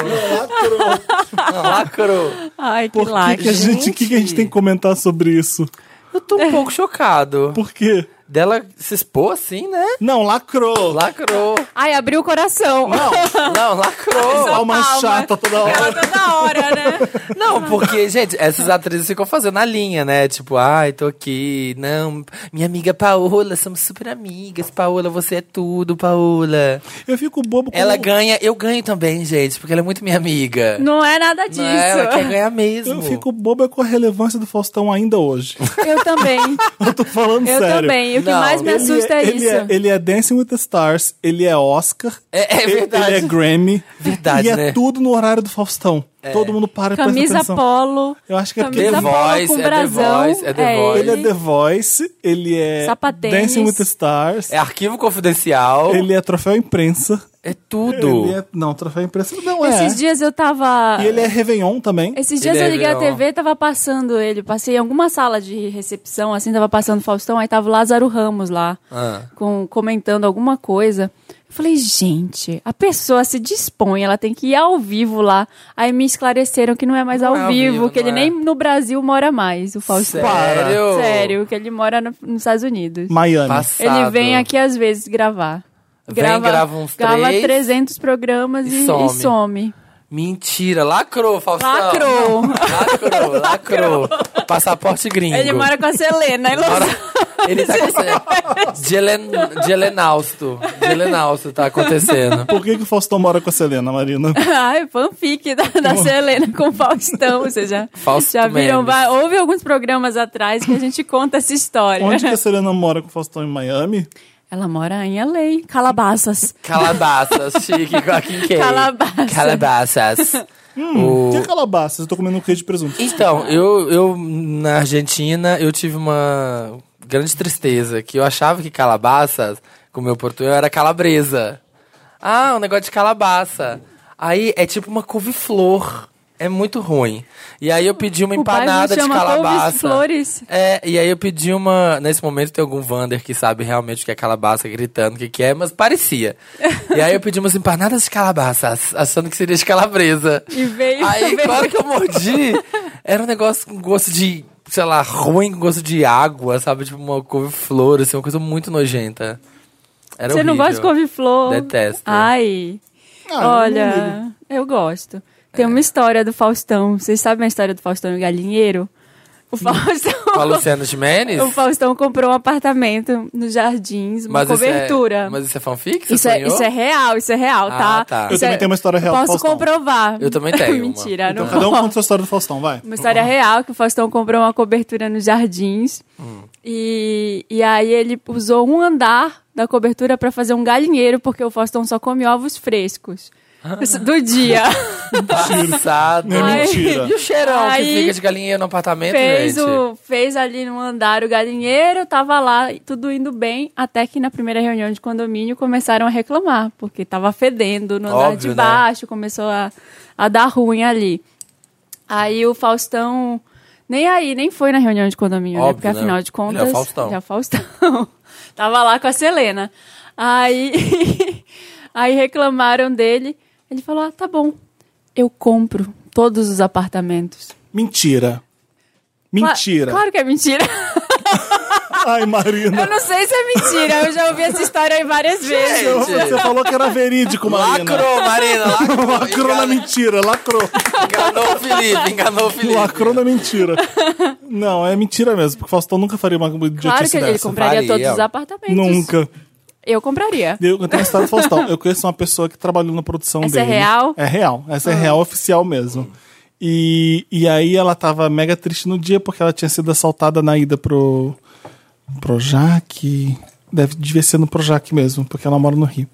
Speaker 1: Não, lacrou.
Speaker 2: Ai, que
Speaker 3: Por que, que a
Speaker 2: lacre.
Speaker 3: gente,
Speaker 1: Gente.
Speaker 3: que, que a gente tem que comentar sobre isso?
Speaker 1: Eu tô um pouco chocado.
Speaker 3: Por quê?
Speaker 1: Dela se expor assim, né?
Speaker 3: Não, lacrou!
Speaker 1: Lacrou.
Speaker 2: Ai, abriu o coração.
Speaker 1: Não, lacrou.
Speaker 3: Palma
Speaker 2: palma.
Speaker 3: é chata toda hora.
Speaker 2: Ela toda hora, né?
Speaker 1: Não, porque, gente, essas atrizes ficam fazendo a linha, né? Tipo, ai, tô aqui. Não, minha amiga Paola, somos super amigas. Paola, você é tudo, Paola.
Speaker 3: Eu fico bobo como...
Speaker 1: Ela ganha, eu ganho também, gente, porque ela é muito minha amiga.
Speaker 2: Não é nada disso.
Speaker 1: Não é, ela quer ganhar mesmo.
Speaker 3: Eu fico bobo é com a relevância do Faustão ainda hoje.
Speaker 2: Eu também.
Speaker 3: Eu tô falando
Speaker 2: Eu
Speaker 3: sério.
Speaker 2: também. Eu que mais me assusta é
Speaker 3: ele
Speaker 2: isso.
Speaker 3: É, ele é Dancing with the Stars, ele é Oscar,
Speaker 1: É- é
Speaker 3: ele-
Speaker 1: verdade.
Speaker 3: ele é Grammy.
Speaker 1: Verdade,
Speaker 3: e é
Speaker 1: né? É.
Speaker 3: tudo no horário do Faustão. Todo mundo para e presta
Speaker 2: Camisa
Speaker 3: atenção.
Speaker 2: polo.
Speaker 3: Eu acho que é porque
Speaker 2: camisa
Speaker 1: The
Speaker 2: polo
Speaker 1: Voice,
Speaker 2: com
Speaker 1: é The
Speaker 2: brasão.
Speaker 1: Voice, é The Voice.
Speaker 3: ele é The Voice, ele é
Speaker 2: Sapatênis.
Speaker 3: Dancing with the Stars,
Speaker 1: É arquivo confidencial.
Speaker 3: ele é Troféu Imprensa.
Speaker 1: É tudo.
Speaker 3: Ele é, não, Troféu Imprensa não é.
Speaker 2: Esses dias eu tava.
Speaker 3: E ele é Réveillon também.
Speaker 2: Esses dias
Speaker 1: Ele
Speaker 2: eu
Speaker 1: é
Speaker 2: liguei a
Speaker 1: vilão.
Speaker 2: TV, tava passando ele. Passei em alguma sala de recepção, assim, tava passando Faustão, aí tava o Lázaro Ramos lá,
Speaker 1: Ah.
Speaker 2: com, comentando alguma coisa. Eu falei, gente, a pessoa se dispõe, ela tem que ir ao vivo lá. Aí me esclareceram que não é mais
Speaker 1: Não
Speaker 2: ao,
Speaker 1: é ao
Speaker 2: vivo,
Speaker 1: vivo,
Speaker 2: que ele
Speaker 1: não é.
Speaker 2: nem no Brasil mora mais, o Faustão.
Speaker 1: Sério?
Speaker 2: Sério, que ele mora no- nos Estados Unidos.
Speaker 3: Miami.
Speaker 1: Passado.
Speaker 2: Ele vem aqui às vezes gravar.
Speaker 1: Vem, grava uns
Speaker 2: grava
Speaker 1: três.
Speaker 2: 300 programas
Speaker 1: E
Speaker 2: e, e some.
Speaker 1: some. Mentira, lacrou, Faustão.
Speaker 2: Lacrou.
Speaker 1: Lacrou, lacrou. Passaporte gringo.
Speaker 2: Ele mora com a Selena em Los
Speaker 1: Mora- Ele tá acontecendo. De Helen- de Helenausto. De Helenausto tá acontecendo.
Speaker 3: Por que, que o Faustão mora com a Selena, Marina?
Speaker 2: Ai, fanfic da, da Selena com o Faustão. Vocês já,
Speaker 1: Fausto
Speaker 2: já viram?
Speaker 1: memes.
Speaker 2: vai- Houve alguns programas atrás que a gente conta essa história.
Speaker 3: Onde que a Selena mora com o Faustão em Miami?
Speaker 2: Ela mora em LA, Calabasas.
Speaker 1: Calabaças, chique, com a Kim K.
Speaker 2: Calabaça.
Speaker 1: Calabaças. O-
Speaker 3: O que é calabaça? Eu tô comendo um queijo de presunto.
Speaker 1: Então, eu, eu na Argentina, eu tive uma grande tristeza, que eu achava que calabaça, com o meu português, era calabresa. Ah, um negócio de calabaça. Aí é tipo uma couve-flor. É muito ruim. E aí eu pedi uma
Speaker 2: O bairro
Speaker 1: empanada de
Speaker 2: chama
Speaker 1: calabaça.
Speaker 2: couves-flores.
Speaker 1: É, e aí eu pedi uma. Nesse momento tem algum Vander que sabe realmente o que é calabaça, gritando o que, que é, mas parecia. e aí eu pedi umas empanadas de calabaça, achando que seria de calabresa.
Speaker 2: E veio.
Speaker 1: Aí,
Speaker 2: veio-
Speaker 1: na hora que eu mordi, era um negócio com gosto de, sei lá, ruim, com gosto de água, sabe? Tipo uma couve-flor, assim, uma coisa muito nojenta. Era
Speaker 2: Você não
Speaker 1: horrível.
Speaker 2: gosta de couve-flor?
Speaker 1: Detesto.
Speaker 2: Ai.
Speaker 3: Ah, eu não ligo.
Speaker 2: Olha, eu gosto.
Speaker 1: É.
Speaker 2: Tem uma história do Faustão. Vocês sabem a história do Faustão no galinheiro?
Speaker 1: Hum.
Speaker 2: O
Speaker 1: Com a
Speaker 2: Faustão.
Speaker 1: Luciana Gimenez?
Speaker 2: O Faustão comprou um apartamento nos jardins, uma
Speaker 1: isso
Speaker 2: cobertura.
Speaker 1: É, mas isso é fanfic? Você
Speaker 2: Isso é,
Speaker 1: sonhou?
Speaker 2: isso é real, isso é real,
Speaker 1: Ah,
Speaker 2: tá?
Speaker 1: tá.
Speaker 3: Eu
Speaker 2: Isso
Speaker 3: também
Speaker 2: é-
Speaker 3: tenho uma história real do
Speaker 2: Posso
Speaker 3: Faustão.
Speaker 2: comprovar.
Speaker 1: Eu também tenho uma.
Speaker 2: Mentira,
Speaker 3: Então,
Speaker 2: não
Speaker 3: cada um
Speaker 2: vou.
Speaker 3: conta a sua história do Faustão, vai.
Speaker 2: Uma história real que o Faustão comprou uma cobertura nos jardins.
Speaker 1: Hum.
Speaker 2: E, e aí ele usou um andar da cobertura pra fazer um galinheiro, porque o Faustão só come ovos frescos.
Speaker 1: Ah.
Speaker 2: Isso Do dia.
Speaker 1: Passado.
Speaker 3: Não é
Speaker 2: Ai.
Speaker 3: mentira.
Speaker 1: E o cheirão que
Speaker 2: Aí-
Speaker 1: fica de galinheiro no apartamento,
Speaker 2: fez,
Speaker 1: gente?
Speaker 2: o, fez ali no andar o galinheiro, tava lá, tudo indo bem, até que na primeira reunião de condomínio começaram a reclamar, porque tava fedendo no andar
Speaker 1: Óbvio,
Speaker 2: de
Speaker 1: né?
Speaker 2: baixo, começou a, a dar ruim ali. Aí o Faustão, nem aí, nem foi na reunião de condomínio, né?
Speaker 1: Óbvio,
Speaker 2: Porque
Speaker 1: né?
Speaker 2: afinal de contas.
Speaker 1: Ele é o Faustão.
Speaker 2: ele é o Faustão. tava lá com a Selena. Aí, aí reclamaram dele. Ele falou: ah, tá bom, eu compro todos os apartamentos.
Speaker 3: Mentira.
Speaker 2: Cla-
Speaker 3: Mentira.
Speaker 2: Claro que é mentira.
Speaker 3: Ai, Marina.
Speaker 2: Eu não sei se é mentira. Eu já ouvi essa história aí várias vezes.
Speaker 1: Gente,
Speaker 3: Você falou que era verídico, Marina.
Speaker 1: Lacrou, Marina, lacrou.
Speaker 3: Lacrou na mentira, lacrou.
Speaker 1: Enganou o Felipe, enganou o Felipe.
Speaker 3: Lacrou na mentira. Não, é mentira mesmo, porque o Faustão nunca faria uma idiotice
Speaker 2: Claro que ele
Speaker 3: dessa.
Speaker 2: compraria
Speaker 1: faria,
Speaker 2: todos os
Speaker 1: ó.
Speaker 2: apartamentos.
Speaker 3: Nunca.
Speaker 2: Eu compraria.
Speaker 3: Eu tenho uma história do Faustão. Eu conheço uma pessoa que trabalhou na produção
Speaker 2: É? Essa é
Speaker 3: dele.
Speaker 2: real? Ah.
Speaker 3: É real. Essa é real oficial mesmo. E, e aí ela tava mega triste no dia porque ela tinha sido assaltada na ida pro Projac. Deve, devia ser no Projac mesmo, porque ela mora no Rio.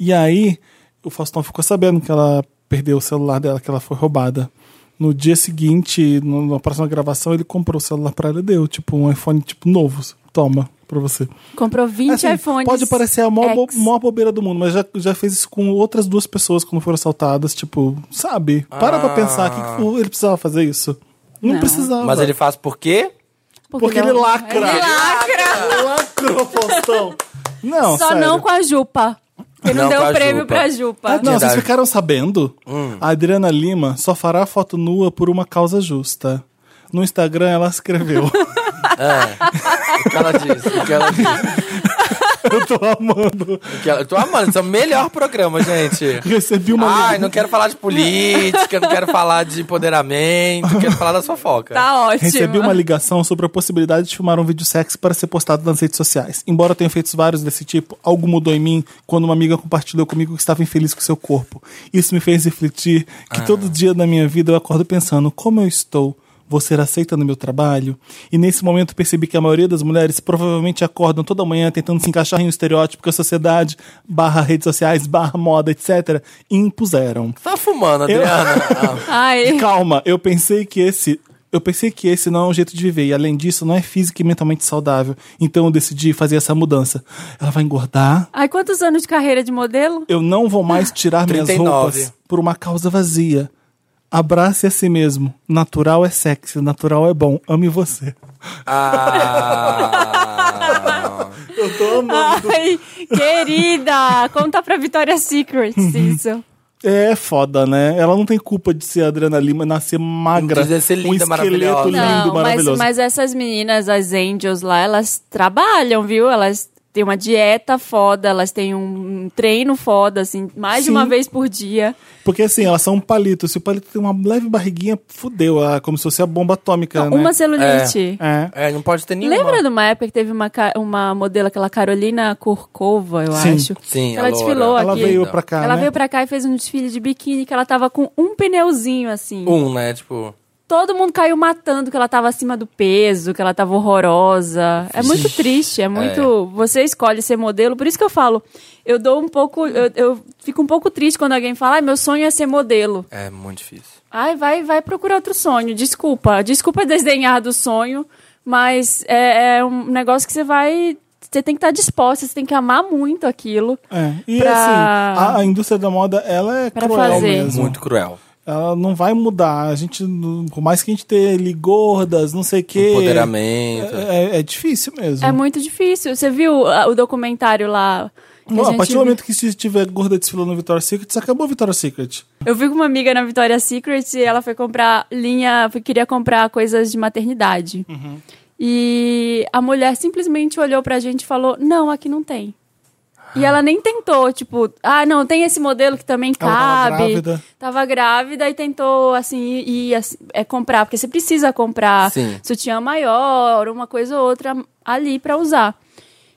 Speaker 3: E aí o Faustão ficou sabendo que ela perdeu o celular dela, que ela foi roubada. No dia seguinte, no- na próxima gravação, ele comprou o celular pra ela e deu, tipo, um iPhone tipo novo. Toma, pra você.
Speaker 2: Comprou 20
Speaker 3: Assim,
Speaker 2: iPhones.
Speaker 3: Pode parecer a maior, bo-
Speaker 2: X.
Speaker 3: maior bobeira do mundo, mas já, já fez isso com outras duas pessoas quando foram assaltadas. Tipo, sabe? Para pra pensar que o- ele precisava fazer isso. Não,
Speaker 2: Não.
Speaker 3: precisava.
Speaker 1: Ah. Mas ele faz por quê?
Speaker 3: Porque ele
Speaker 2: não-
Speaker 3: lacra.
Speaker 2: Ele é um lacra.
Speaker 3: Lacrou, Faustão. Não,
Speaker 2: Só
Speaker 3: sério.
Speaker 2: não com a Jupa. Porque não,
Speaker 1: Não
Speaker 2: deu
Speaker 1: com a
Speaker 2: o prêmio
Speaker 1: Jupa.
Speaker 2: pra Jupa.
Speaker 3: Ah, não, vocês
Speaker 1: Verdade. Hum.
Speaker 3: ficaram sabendo? A Adriana Lima só fará foto nua por uma causa justa. No Instagram ela escreveu.
Speaker 1: O que ela disse, o que ela disse.
Speaker 3: Eu tô amando.
Speaker 1: O que ela... Tô amando, esse é o melhor programa, gente.
Speaker 3: Recebi uma.
Speaker 1: Ai, não quero falar de política, não quero falar de empoderamento, quero falar da fofoca.
Speaker 2: Tá ótimo.
Speaker 3: Recebi uma ligação sobre a possibilidade de filmar um vídeo sexy para ser postado nas redes sociais. Embora eu tenha feito vários desse tipo, algo mudou em mim quando uma amiga compartilhou comigo que estava infeliz com seu corpo. Isso me fez refletir que todo dia da minha vida eu acordo pensando como eu estou, Você aceita no meu trabalho? E nesse momento percebi que a maioria das mulheres provavelmente acordam toda manhã tentando se encaixar em um estereótipo que a sociedade, barra redes sociais, barra moda, etc., impuseram.
Speaker 1: Tá fumando, Adriana.
Speaker 2: Ai.
Speaker 3: Calma, eu pensei que esse. Eu pensei que esse não é um jeito de viver, e além disso, não é física e mentalmente saudável. Então eu decidi fazer essa mudança. Ela vai engordar.
Speaker 2: Ai, quantos anos de carreira de modelo?
Speaker 3: Eu não vou mais tirar minhas
Speaker 1: 39.
Speaker 3: roupas por uma causa vazia. Abrace a si mesmo. Natural é sexy, natural é bom. Ame você.
Speaker 1: Ah.
Speaker 3: Eu tô
Speaker 2: Ai, querida, conta pra Vitória Secrets isso.
Speaker 3: É foda, né? Ela não tem culpa de ser a Adriana Lima, nascer magra.
Speaker 1: Não precisa ser linda,
Speaker 3: um esqueleto
Speaker 1: maravilhosa.
Speaker 3: lindo,
Speaker 2: Não, mas,
Speaker 3: maravilhoso.
Speaker 2: mas essas meninas, as angels lá, elas trabalham, viu? Elas têm uma dieta foda, elas têm um treino foda, assim, mais de
Speaker 3: Sim.
Speaker 2: uma vez por dia.
Speaker 3: Porque assim, elas são um palito. Se o palito tem uma leve barriguinha, fudeu. Ela é como se fosse a bomba atômica, né?
Speaker 2: Uma celulite.
Speaker 3: É.
Speaker 1: É, não pode ter nenhuma.
Speaker 2: Lembra de uma época que teve uma, ca- uma modelo, aquela Carolina Kurkova, eu
Speaker 3: Sim.
Speaker 2: acho?
Speaker 1: Sim,
Speaker 2: Ela
Speaker 1: a loura.
Speaker 2: desfilou
Speaker 3: Ela
Speaker 2: aqui.
Speaker 3: veio pra cá,
Speaker 2: ela
Speaker 3: né?
Speaker 2: veio pra cá e fez um desfile de biquíni que ela tava com um pneuzinho, assim.
Speaker 1: Um, né? Tipo.
Speaker 2: Todo mundo caiu matando que ela tava acima do peso, que ela tava horrorosa. É muito triste, é muito. Você escolhe ser modelo, por isso que eu falo, eu dou um pouco. Eu, eu fico um pouco triste quando alguém fala, ai, meu sonho é ser modelo.
Speaker 1: É muito difícil.
Speaker 2: Ai, vai, vai procurar outro sonho. Desculpa. Desculpa é desdenhar do sonho, mas é, é um negócio que você vai. Você tem que estar disposta, você tem que amar muito aquilo.
Speaker 3: É. E
Speaker 2: Pra-
Speaker 3: assim, a, a indústria da moda, ela é
Speaker 2: Pra
Speaker 3: cruel
Speaker 2: fazer.
Speaker 3: mesmo.
Speaker 1: Muito cruel.
Speaker 3: Ela não vai mudar. A gente, não- por mais que a gente tenha ele gordas, não sei o quê.
Speaker 1: Empoderamento.
Speaker 3: É, é difícil mesmo.
Speaker 2: É muito difícil. Você viu ah, o documentário lá? que
Speaker 3: Não,
Speaker 2: a
Speaker 3: a,
Speaker 2: gente
Speaker 3: partir do
Speaker 2: viu?
Speaker 3: momento que se tiver gorda desfilando no Victoria's Secret, acabou o Victoria's Secret.
Speaker 2: Eu vi com uma amiga na Victoria's Secret e ela foi comprar linha, foi- queria comprar coisas de maternidade.
Speaker 3: Uhum.
Speaker 2: E a mulher simplesmente olhou pra gente e falou: Não, aqui não tem. E ela nem tentou, tipo, ah, não, tem esse modelo que também
Speaker 3: Ela tava
Speaker 2: cabe.
Speaker 3: grávida.
Speaker 2: Tava grávida e tentou, assim, ir, ir, assim, é, comprar, porque você precisa comprar
Speaker 1: Sim.
Speaker 2: sutiã maior, uma coisa ou outra ali pra usar.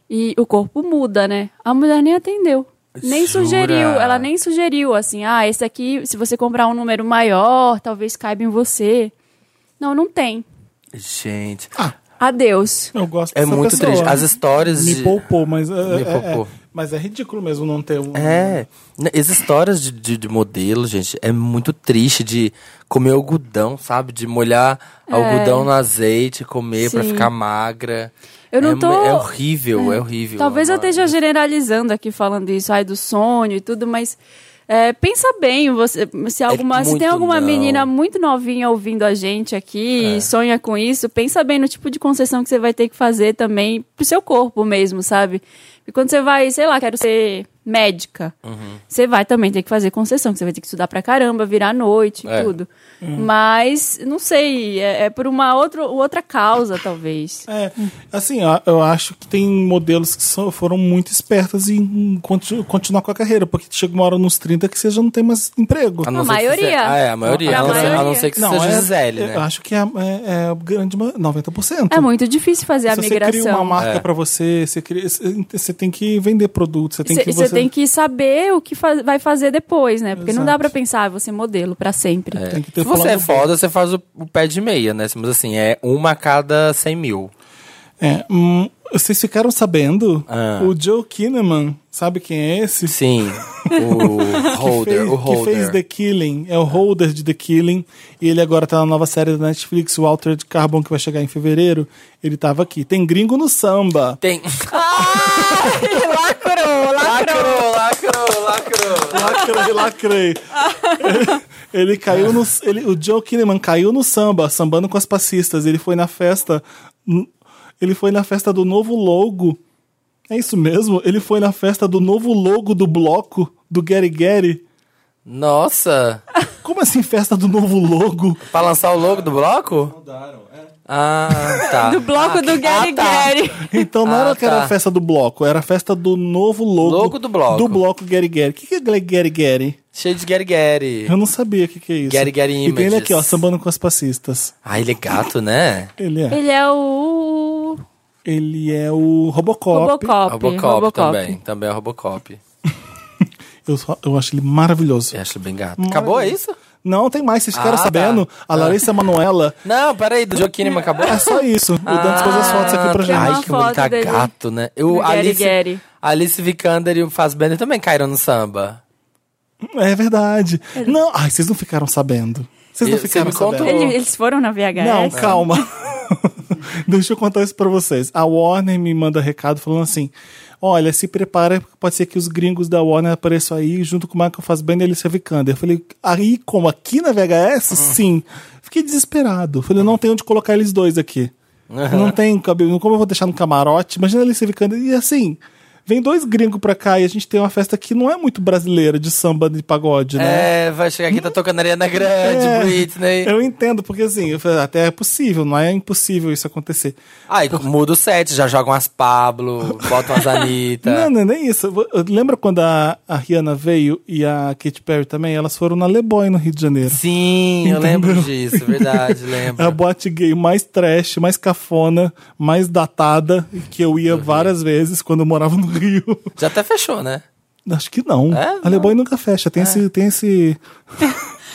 Speaker 2: E o corpo muda, né? A mulher nem atendeu. Nem
Speaker 1: Jura?
Speaker 2: sugeriu, ela nem sugeriu, assim, ah, esse aqui, se você comprar um número maior, talvez caiba em você. Não, não tem.
Speaker 1: Gente.
Speaker 2: Adeus.
Speaker 3: Eu gosto
Speaker 1: É
Speaker 3: dessa
Speaker 1: muito
Speaker 3: Ah, pessoa.
Speaker 1: triste. As histórias.
Speaker 3: Me
Speaker 1: de-
Speaker 3: poupou, mas. É,
Speaker 1: Me
Speaker 3: é-
Speaker 1: poupou.
Speaker 3: é- mas é ridículo mesmo não ter um.
Speaker 1: É. né, As histórias de, de, de modelo, gente, é muito triste de comer algodão, sabe? De molhar algodão no azeite, comer pra
Speaker 2: É. Sim.
Speaker 1: ficar magra.
Speaker 2: Eu não
Speaker 1: é,
Speaker 2: tô-
Speaker 1: mu- é horrível, é, horrível.
Speaker 2: Talvez eu
Speaker 1: Agora.
Speaker 2: esteja generalizando aqui falando isso, ai, do sonho e tudo, mas é, pensa bem, você, se, alguma, se tem
Speaker 1: É muito
Speaker 2: alguma
Speaker 1: não. É.
Speaker 2: menina muito novinha ouvindo a gente aqui e sonha com isso, pensa bem no tipo de concessão que você vai ter que fazer também pro seu corpo mesmo, sabe? E quando você vai, sei lá, quero ser médica,
Speaker 1: Uhum.
Speaker 2: você vai também ter que fazer concessão, que você vai ter que estudar pra caramba, virar à noite e
Speaker 1: É.
Speaker 2: tudo.
Speaker 3: Hum.
Speaker 2: Mas, não sei, é, é por uma outra, outra causa, talvez.
Speaker 3: É, assim, ó, eu acho que tem modelos que são- foram muito espertas em conti- continuar com a carreira, porque chega uma hora nos 30 que você já não tem mais emprego.
Speaker 1: A, não
Speaker 2: A
Speaker 1: ser que
Speaker 2: maioria.
Speaker 1: você- Ah, é, a maioria.
Speaker 2: Pra
Speaker 1: a, não ser, a não
Speaker 2: maioria.
Speaker 1: ser que seja
Speaker 3: é-
Speaker 1: Gisele,
Speaker 3: Eu
Speaker 1: né?
Speaker 3: acho que é, é, é grande ma- 90%.
Speaker 2: É muito difícil fazer
Speaker 3: Se
Speaker 2: a
Speaker 3: você
Speaker 2: migração.
Speaker 3: cria uma marca
Speaker 1: É.
Speaker 3: pra você, você, cria, você tem que vender produto, você tem
Speaker 2: Cê-
Speaker 3: que...
Speaker 2: Você tem que saber o que fa- vai fazer depois, né? Porque não dá
Speaker 3: Exato.
Speaker 2: pra pensar, ah, você modelo pra sempre.
Speaker 3: tem que ter
Speaker 1: Se você
Speaker 3: plano
Speaker 1: é
Speaker 3: B.
Speaker 1: foda, você faz o, o pé de meia, né? Mas assim, é uma a cada 100 mil.
Speaker 3: É, hum, vocês ficaram sabendo?
Speaker 1: Ah.
Speaker 3: O Joe Kinnaman, sabe quem é esse?
Speaker 1: Sim. O holder.
Speaker 3: fez,
Speaker 1: o
Speaker 3: que fez
Speaker 1: holder.
Speaker 3: The Killing, é o holder de The Killing, e ele agora tá na nova série da Netflix, o Altered Carbon, que vai chegar em fevereiro. Ele tava aqui. Tem gringo no samba.
Speaker 1: Tem.
Speaker 2: Lacrou,
Speaker 1: Lacrou, lacrou, lacrou.
Speaker 3: Lacrei, lacrei. ele caiu no. Ele, o Joe Kinnaman caiu no samba, sambando com as passistas. Ele foi na festa. Ele foi na festa do novo logo. É isso mesmo? Ele foi na festa do novo logo do bloco do Gary Gary.
Speaker 1: Nossa.
Speaker 3: Como assim, festa do novo logo?
Speaker 1: Pra lançar o logo do bloco? Mudaram, é. Ah, tá.
Speaker 2: Do bloco
Speaker 1: Ah,
Speaker 2: do Gary
Speaker 1: ah, tá.
Speaker 2: Gary.
Speaker 3: Então não
Speaker 1: Ah,
Speaker 3: era que era
Speaker 1: tá.
Speaker 3: a festa do bloco, era a festa do novo logo.
Speaker 1: Logo do bloco.
Speaker 3: Do bloco Gary Gary. O que, que é Gary Gary Gary?
Speaker 1: Cheio de Gary Gary.
Speaker 3: Eu não sabia o que, que é isso.
Speaker 1: Gary Gary
Speaker 3: E tem ele
Speaker 1: Images.
Speaker 3: aqui, ó, sambando com as passistas.
Speaker 1: Ah, ele é gato, né?
Speaker 3: Ele é.
Speaker 2: Ele é o
Speaker 3: Ele é o Robocop.
Speaker 2: Robocop.
Speaker 1: Robocop, também. Também é Robocop.
Speaker 3: Eu, só- eu acho ele maravilhoso.
Speaker 1: Eu acho bem gato. Acabou é isso?
Speaker 3: Não, tem mais, vocês ficaram
Speaker 1: É. Ah, tá.
Speaker 3: sabendo? A Larissa Manoela.
Speaker 1: Não, peraí, do Joaquim acabou?
Speaker 3: É só isso. O Dantas pôs as fotos aqui pra gente.
Speaker 2: tem
Speaker 1: Ai,
Speaker 2: uma
Speaker 1: Ah, que bonito, tá
Speaker 2: foto dele.
Speaker 1: gato, né? Eu,
Speaker 2: Do Gary
Speaker 1: Alice,
Speaker 2: Gary.
Speaker 1: Alice Vikander e o Fassbender também caíram no samba.
Speaker 3: É verdade. Não, ai, vocês não ficaram sabendo. Vocês não
Speaker 1: Eu-
Speaker 3: ficaram
Speaker 1: você me contou.
Speaker 3: sabendo.
Speaker 2: Ele- eles foram na VHS?
Speaker 3: Não, calma. Deixa eu contar isso pra vocês. A Warner me manda recado falando assim: olha, se prepara, porque pode ser que os gringos da Warner apareçam aí junto com o Michael Fassbender e Alicia Vikander. Eu falei, aí como? Aqui na VHS? Sim. Fiquei desesperado. Falei, não tem onde colocar eles dois aqui. Não tem cabelo. Como eu vou deixar no camarote? Imagina a Alicia Vikander. E assim, vem dois gringos pra cá e a gente tem uma festa que não é muito brasileira de samba de pagode, né?
Speaker 1: É, vai chegar aqui, tá tocando Ariana Grande,
Speaker 3: É,
Speaker 1: Britney.
Speaker 3: Eu entendo, porque assim, eu falei, até é possível, não é impossível isso acontecer.
Speaker 1: Ai, muda o set, já jogam as Pablo, botam as Anitta.
Speaker 3: Não, não é nem isso. Eu- Lembra quando a, a Rihanna veio e a Katy Perry também? Elas foram na Leboy, no Rio de Janeiro.
Speaker 1: Sim, eu lembro disso, verdade, lembro.
Speaker 3: É a boate gay mais trash, mais cafona, mais datada, que eu ia várias vezes quando eu morava no Rio.
Speaker 1: Já até fechou, né?
Speaker 3: Acho que não.
Speaker 1: É?
Speaker 3: a Leboy nunca fecha, tem esse. Tem esse...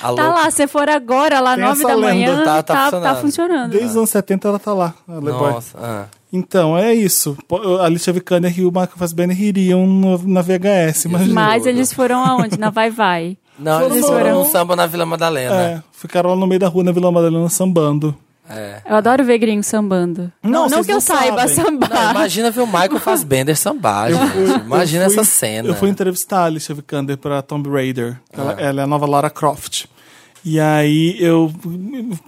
Speaker 1: Alô?
Speaker 2: Tá lá, se for agora, lá
Speaker 3: Tem
Speaker 2: 9
Speaker 3: essa
Speaker 2: da
Speaker 3: lenda.
Speaker 2: manhã,
Speaker 1: Tá- tá
Speaker 2: tá,
Speaker 1: funcionando.
Speaker 2: tá funcionando.
Speaker 3: Desde os anos 70 ela tá lá, a Leboy.
Speaker 1: Nossa, ah.
Speaker 3: Então, é isso. Po- A Alicia Vikander e o Michael Fassbender iriam no- na VHS, imagina.
Speaker 2: Mas eles foram aonde? Na Vai Vai.
Speaker 1: Não,
Speaker 3: Foram
Speaker 1: eles
Speaker 3: no-
Speaker 1: foram num samba na Vila Madalena.
Speaker 3: É, ficaram lá no meio da rua, na Vila Madalena, sambando.
Speaker 1: É.
Speaker 2: Eu adoro ver gringo sambando. Não,
Speaker 3: Não,
Speaker 2: não,
Speaker 3: vocês
Speaker 2: que eu
Speaker 3: não
Speaker 2: saiba
Speaker 3: sabem.
Speaker 2: sambar.
Speaker 1: Não, imagina ver o Michael Fassbender sambar, gente. Imagina
Speaker 3: Eu fui-
Speaker 1: essa cena. Ah.
Speaker 3: Eu fui entrevistar a Alicia Vikander pra Tomb Raider. Ela, ela é a nova Lara Croft. E aí eu.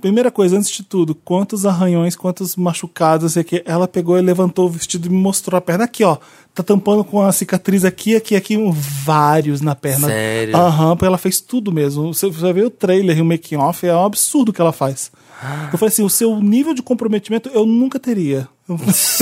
Speaker 3: Primeira coisa, antes de tudo, quantos arranhões, quantos machucados, não sei o que. Ela pegou e levantou o vestido e me mostrou a perna aqui, ó. Tá tampando com a cicatriz aqui, aqui, aqui, um- vários na perna.
Speaker 1: Sério?
Speaker 3: Aham, porque ela fez tudo mesmo. Você, você vê o trailer e o making off, é um absurdo o que ela faz.
Speaker 1: Ah.
Speaker 3: Eu falei assim: o seu nível de comprometimento eu nunca teria.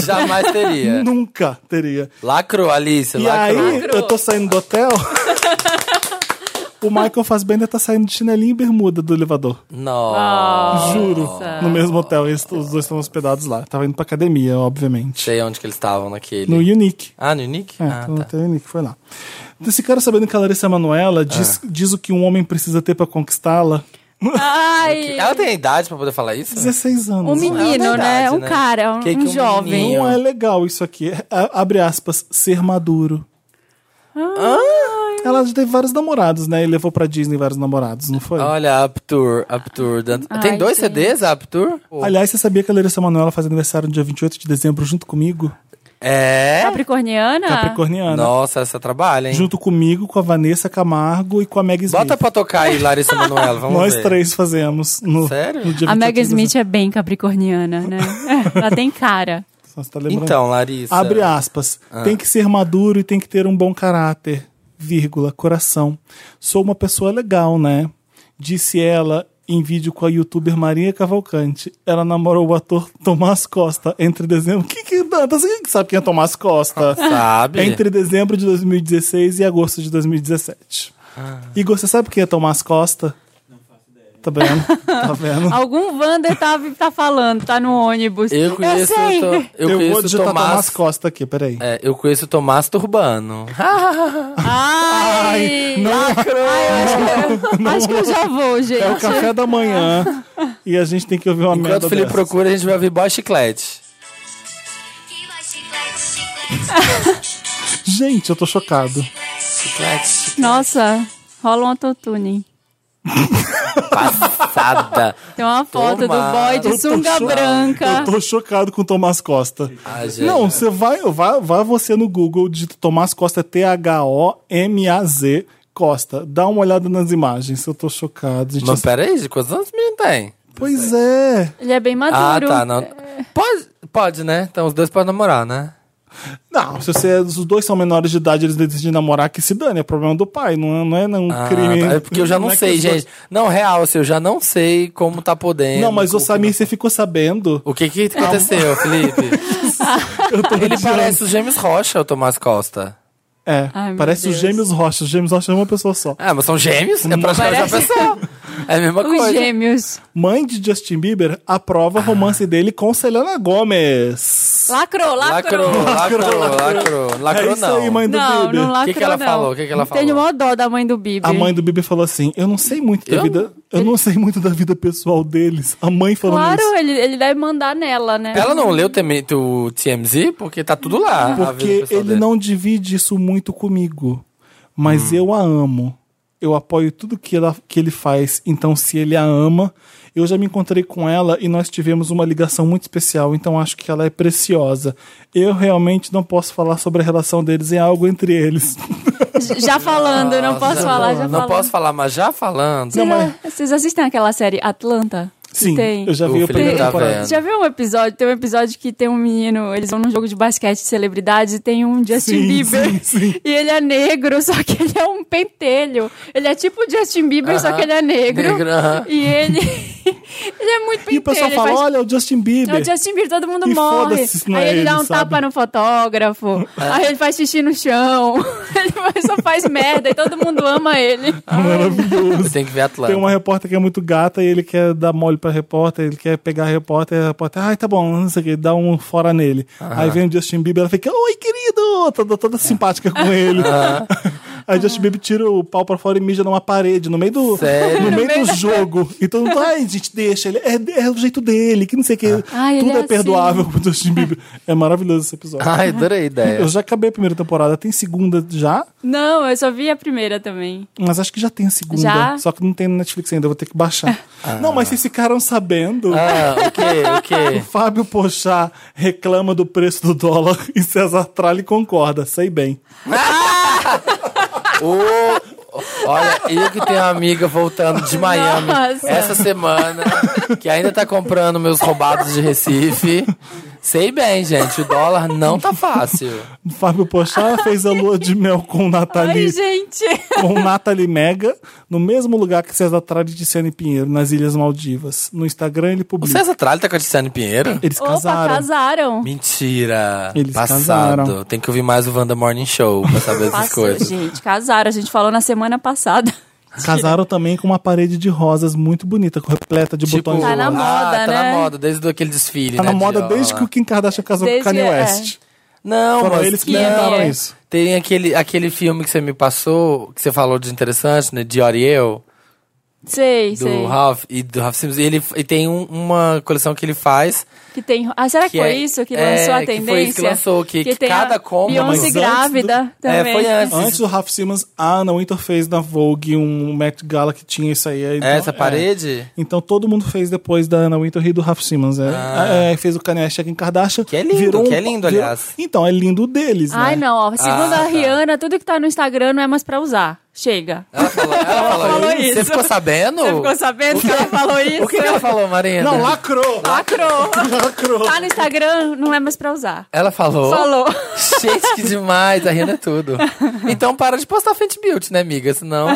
Speaker 1: Jamais teria.
Speaker 3: nunca teria.
Speaker 1: Lacrou, Alice,
Speaker 3: E
Speaker 1: lacrou.
Speaker 3: aí, eu tô saindo do hotel. o Michael Fassbender tá saindo de chinelinho e bermuda do elevador.
Speaker 1: Nossa.
Speaker 3: Juro. No mesmo hotel. Eles, os dois estão hospedados lá. Tava indo pra academia, obviamente.
Speaker 1: Sei onde que eles estavam naquele.
Speaker 3: No Unique.
Speaker 1: Ah, no Nick?
Speaker 3: É,
Speaker 1: ah,
Speaker 3: então
Speaker 1: tá.
Speaker 3: tem o Unique, foi lá. Então, esse cara sabendo que a Larissa Manoela diz, diz o que um homem precisa ter pra conquistá-la.
Speaker 2: Ai,
Speaker 1: Ela tem idade pra poder falar isso?
Speaker 3: 16 anos.
Speaker 2: um
Speaker 1: é
Speaker 2: menino,
Speaker 1: uma
Speaker 2: né?
Speaker 1: idade,
Speaker 2: Um
Speaker 1: né?
Speaker 2: cara, um,
Speaker 1: Que que
Speaker 2: um
Speaker 1: um
Speaker 2: jovem.
Speaker 1: menino?
Speaker 3: Não é legal isso aqui. É, A- abre aspas, ser maduro. Ah. Ela já teve vários namorados, né? E levou pra Disney vários namorados, não foi?
Speaker 1: Olha, a Uptour, Uptour. Dan-
Speaker 2: Ai,
Speaker 1: Tem dois
Speaker 2: gente.
Speaker 1: CDs, a Uptour?
Speaker 3: Aliás, você sabia que a Larissa Manoela faz aniversário no dia 28 de dezembro junto comigo?
Speaker 1: É?
Speaker 2: Capricorniana?
Speaker 3: Capricorniana.
Speaker 1: Nossa, essa trabalha, hein?
Speaker 3: Junto comigo, com a Vanessa Camargo e com a Meg Smith.
Speaker 1: Bota pra tocar aí, Larissa Manoela, vamos
Speaker 3: Nós
Speaker 1: ver.
Speaker 3: três fazemos no,
Speaker 1: Sério?
Speaker 3: no dia 28
Speaker 2: A Meg
Speaker 3: de
Speaker 2: Smith é bem capricorniana, né? Ela tem cara.
Speaker 3: dezembro. Você tá lembrando?
Speaker 1: Então, Ah. Larissa.
Speaker 3: Abre aspas. Tem que ser maduro e tem que ter um bom caráter, vírgula, coração. Sou uma pessoa legal, né? Disse ela em vídeo com a youtuber Maria Cavalcante. Ela namorou o ator Tomás Costa entre dezembro. Que que Dantas? Quem que sabe quem é Tomás Costa?
Speaker 1: Sabe?
Speaker 3: Entre dezembro de 2016 e agosto de 2017.
Speaker 1: Ah.
Speaker 3: Igor, você sabe quem é Tomás Costa? Não faço ideia. Tá vendo? Tá vendo?
Speaker 2: Algum Wander tá, tá falando, tá no ônibus.
Speaker 1: Eu conheço, o
Speaker 2: sei.
Speaker 1: To- eu
Speaker 3: vou
Speaker 1: conheço o
Speaker 3: digitar Tomás...
Speaker 1: Tomás.
Speaker 3: Costa aqui, peraí.
Speaker 1: É, eu conheço o Tomás Turbano.
Speaker 2: Ah, Ai, acho que eu já vou, gente.
Speaker 3: É o café da manhã e a gente tem que ouvir uma
Speaker 1: Enquanto
Speaker 3: merda
Speaker 1: o Felipe
Speaker 3: dessa.
Speaker 1: procura, a gente vai ouvir Boy Chiclete.
Speaker 3: Gente, eu tô chocado.
Speaker 1: Chiclete.
Speaker 2: Nossa, rola um autotune.
Speaker 1: Passada.
Speaker 2: Tem uma foto
Speaker 1: Tomara.
Speaker 2: do boy de
Speaker 3: Eu tô
Speaker 2: sunga
Speaker 3: chocado.
Speaker 2: branca.
Speaker 3: Eu tô chocado com Tomás Costa.
Speaker 1: Ah, gente.
Speaker 3: Não, você vai, vai, vai você no Google, digita Tomás Costa, T-H-O-M-A-Z Costa. Dá uma olhada nas imagens. Eu tô chocado. Gente,
Speaker 1: Mas peraí, de quantos anos o menino tem?
Speaker 3: Pois é.
Speaker 2: Ele é bem
Speaker 1: Ah,
Speaker 2: maduro.
Speaker 1: tá. Não. Pode, pode, né? Então os dois podem namorar, né?
Speaker 3: Não, se você, os dois são menores de idade, eles decidem namorar, que se dane. É problema do pai, não é, não é um
Speaker 1: Ah,
Speaker 3: crime.
Speaker 1: tá. É porque eu já não,
Speaker 3: é que
Speaker 1: sei,
Speaker 3: os dois-
Speaker 1: gente. Não, real, assim, eu já não sei como tá podendo.
Speaker 3: Não, mas o
Speaker 1: o
Speaker 3: Samir, você ficou sabendo.
Speaker 1: O que que aconteceu, Felipe? Ele parece o James Rocha, o Tomás Costa.
Speaker 3: É,
Speaker 2: Ai, meu
Speaker 3: parece os
Speaker 2: Deus.
Speaker 3: Gêmeos Rocha. Os Gêmeos Rocha é uma pessoa só.
Speaker 1: Ah, mas são gêmeos? É praticamente a
Speaker 2: Parece-
Speaker 1: pessoa. É a mesma
Speaker 2: Os
Speaker 1: coisa.
Speaker 2: gêmeos.
Speaker 1: Ah.
Speaker 3: Mãe de Justin Bieber aprova romance dele com Selena Gomes. Deus.
Speaker 2: Lacrou, lacrou.
Speaker 1: Lacrou, lacrou, lacrou.
Speaker 3: é
Speaker 1: Lacrou
Speaker 3: isso aí,
Speaker 1: não.
Speaker 3: mãe do
Speaker 2: Não,
Speaker 3: Bibi.
Speaker 2: não lacrou,
Speaker 1: Que que ela
Speaker 2: não.
Speaker 1: falou? Que que ela
Speaker 2: Tenho
Speaker 1: falou?
Speaker 2: maior dó da mãe do Bibi.
Speaker 3: A mãe do Bibi falou assim: Eu não sei muito da
Speaker 1: Eu?
Speaker 3: vida. Eu não sei muito da vida pessoal deles. A mãe falando
Speaker 2: Claro,
Speaker 3: isso.
Speaker 2: ele, ele deve mandar nela, né?
Speaker 1: Ela não leu também o TMZ porque tá tudo lá. a vida
Speaker 3: Porque
Speaker 1: pessoal
Speaker 3: ele
Speaker 1: dele. Hum.
Speaker 3: não divide isso muito comigo. Mas eu a amo. Eu apoio tudo que, ela, que ele faz. Então, se ele a ama, eu já me encontrei com ela e nós tivemos uma ligação muito especial. Então, acho que ela é preciosa. Eu realmente não posso falar sobre a relação deles em algo entre eles.
Speaker 2: Já falando, não posso
Speaker 1: Nossa,
Speaker 2: falar,
Speaker 1: não,
Speaker 2: já
Speaker 1: Não
Speaker 2: falando.
Speaker 1: posso falar, mas já falando.
Speaker 2: Vocês,
Speaker 3: Não, mas-
Speaker 2: vocês assistem aquela série Atlanta? Que
Speaker 3: Sim,
Speaker 2: tem...
Speaker 3: eu já
Speaker 1: O
Speaker 3: vi a
Speaker 1: Felipe
Speaker 3: primeira
Speaker 1: tá
Speaker 3: temporada.
Speaker 1: vendo.
Speaker 2: Já viu um episódio? Tem um episódio que tem um menino, eles vão num jogo de basquete de celebridades e tem um Justin
Speaker 3: Sim,
Speaker 2: Bieber.
Speaker 3: sim, sim.
Speaker 2: E ele é negro, só que ele é um pentelho. Ele é tipo o Justin Bieber, só
Speaker 1: Aham.
Speaker 2: que ele é negro.
Speaker 1: Negro, aham.
Speaker 2: E ele. ele é muito pentelho.
Speaker 3: E o pessoal
Speaker 2: ele
Speaker 3: fala:
Speaker 2: faz-
Speaker 3: Olha, o Justin Bieber.
Speaker 2: É o Justin Bieber, todo mundo
Speaker 3: E
Speaker 2: morre.
Speaker 3: foda-se, isso não
Speaker 2: Aí
Speaker 3: é
Speaker 2: ele, dá
Speaker 3: ele,
Speaker 2: um
Speaker 3: sabe? É.
Speaker 2: tapa no fotógrafo. Aí ele faz xixi no chão. ele faz- só faz merda e todo mundo ama ele.
Speaker 3: Maravilhoso.
Speaker 1: Tem que ver Atlanta.
Speaker 3: Tem uma repórter que é muito gata e ele quer dar mole pra repórter, ele quer pegar a repórter, e a repórter, ai, tá bom, não sei o que, dá um fora nele. Aí vem o Justin Bieber, ela fica, oi, querido, toda, toda simpática com ele. Aí o Justin Bieber tira o pau pra fora e mija numa parede, no meio do,
Speaker 1: Sério?
Speaker 3: no meio do jogo. E todo mundo, ai, gente, deixa, ele é, é o jeito dele, que não sei o que.
Speaker 2: Ai, ele
Speaker 3: Tudo
Speaker 2: é
Speaker 3: é,
Speaker 2: assim.
Speaker 3: perdoável pro Justin Bieber. É maravilhoso esse episódio.
Speaker 1: Ai, adorei a ideia.
Speaker 3: Eu já acabei a primeira temporada, tem segunda já?
Speaker 2: Não, eu só vi a primeira também.
Speaker 3: Mas acho que já tem a segunda.
Speaker 2: Já?
Speaker 3: Só que não tem no Netflix ainda, eu vou ter que baixar. Não, mas vocês ficaram sabendo.
Speaker 1: Ah, o quê? O
Speaker 3: O
Speaker 1: quê?
Speaker 3: Fábio Pochá reclama do preço do dólar e César Tralli concorda, sei bem.
Speaker 1: Ô, Olha, eu que tenho uma amiga voltando de Miami
Speaker 2: Nossa.
Speaker 1: essa semana, que ainda tá comprando meus roubados de Recife. Sei bem, gente, o dólar não tá fácil.
Speaker 3: O Fábio Pochá fez a lua de mel com
Speaker 2: Ai,
Speaker 3: Nathalie,
Speaker 2: gente.
Speaker 3: com Nathalie Mega, no mesmo lugar que César Tralli e Tiziane Pinheiro, nas Ilhas Maldivas. No Instagram ele
Speaker 1: O
Speaker 3: publica.
Speaker 1: César Tralli tá com a Tiziane Pinheiro?
Speaker 3: Eles
Speaker 2: Opa,
Speaker 3: casaram.
Speaker 2: casaram.
Speaker 1: Mentira!
Speaker 3: Eles
Speaker 1: Passado.
Speaker 3: casaram.
Speaker 1: Tem que ouvir mais o Wanda Morning Show pra saber essas
Speaker 2: Passou,
Speaker 1: coisas.
Speaker 2: Gente, casaram. A gente falou na semana passada.
Speaker 3: Casaram também com uma parede de rosas muito bonita, repleta de botões.
Speaker 2: Tá na
Speaker 1: ah,
Speaker 2: moda,
Speaker 1: tá
Speaker 2: né?
Speaker 1: na moda, desde aquele desfile.
Speaker 3: um Tá na
Speaker 1: né,
Speaker 3: moda
Speaker 1: de-
Speaker 3: desde que o Kim Kardashian casou
Speaker 2: Desde-
Speaker 3: com Kanye
Speaker 2: é.
Speaker 3: West.
Speaker 1: Não,
Speaker 3: Foram
Speaker 1: Então, mas
Speaker 3: eles que
Speaker 2: que é-
Speaker 3: inventaram isso.
Speaker 1: Tem aquele, aquele filme que você me passou, que você falou de interessante, né? De Ariel,
Speaker 2: Sei,
Speaker 1: do
Speaker 2: sei.
Speaker 1: Ralph e do Ralph Sims. E ele e tem um- uma coleção que ele faz.
Speaker 2: Que tem... Ah, será que,
Speaker 1: Que
Speaker 2: foi
Speaker 1: é-
Speaker 2: isso que
Speaker 1: é,
Speaker 2: lançou a
Speaker 1: que foi isso
Speaker 2: tendência?
Speaker 1: que lançou, que- que
Speaker 2: tem
Speaker 1: cada
Speaker 2: a
Speaker 1: combo-
Speaker 3: Mas
Speaker 2: Beyoncé
Speaker 3: antes do-
Speaker 2: grávida também.
Speaker 1: É, foi antes.
Speaker 3: Antes do Ralph Simmons, a Ana Winter fez na Vogue um Met Gala que tinha isso aí. Então,
Speaker 1: essa
Speaker 3: é.
Speaker 1: parede.
Speaker 3: Então todo mundo fez depois da Ana Winter e do Ralph Simmons. É. É, fez o Kanye West e Kim Kardashian.
Speaker 1: Ah. Que é lindo,
Speaker 3: virou um-
Speaker 1: que é lindo,
Speaker 3: virou-
Speaker 1: aliás.
Speaker 3: Então, é lindo o deles,
Speaker 2: Ai,
Speaker 3: né?
Speaker 2: não. ó, Segundo
Speaker 1: Ah,
Speaker 2: a
Speaker 1: tá.
Speaker 2: Rihanna, tudo que tá no Instagram não é mais pra usar. Chega.
Speaker 1: Ela falou, ela falou,
Speaker 2: falou
Speaker 1: isso.
Speaker 2: isso.
Speaker 1: Você ficou sabendo?
Speaker 2: Você ficou sabendo que ela falou isso?
Speaker 1: O que, que ela falou, Marina?
Speaker 3: Não, lacrou!
Speaker 2: Lacrou.
Speaker 3: Lacrou!
Speaker 2: Tá no Instagram, não é mais pra usar.
Speaker 1: Ela falou.
Speaker 2: Falou.
Speaker 1: Gente, que demais, a Rihanna é tudo. Então para de postar Fenty Beauty, né, amiga? Senão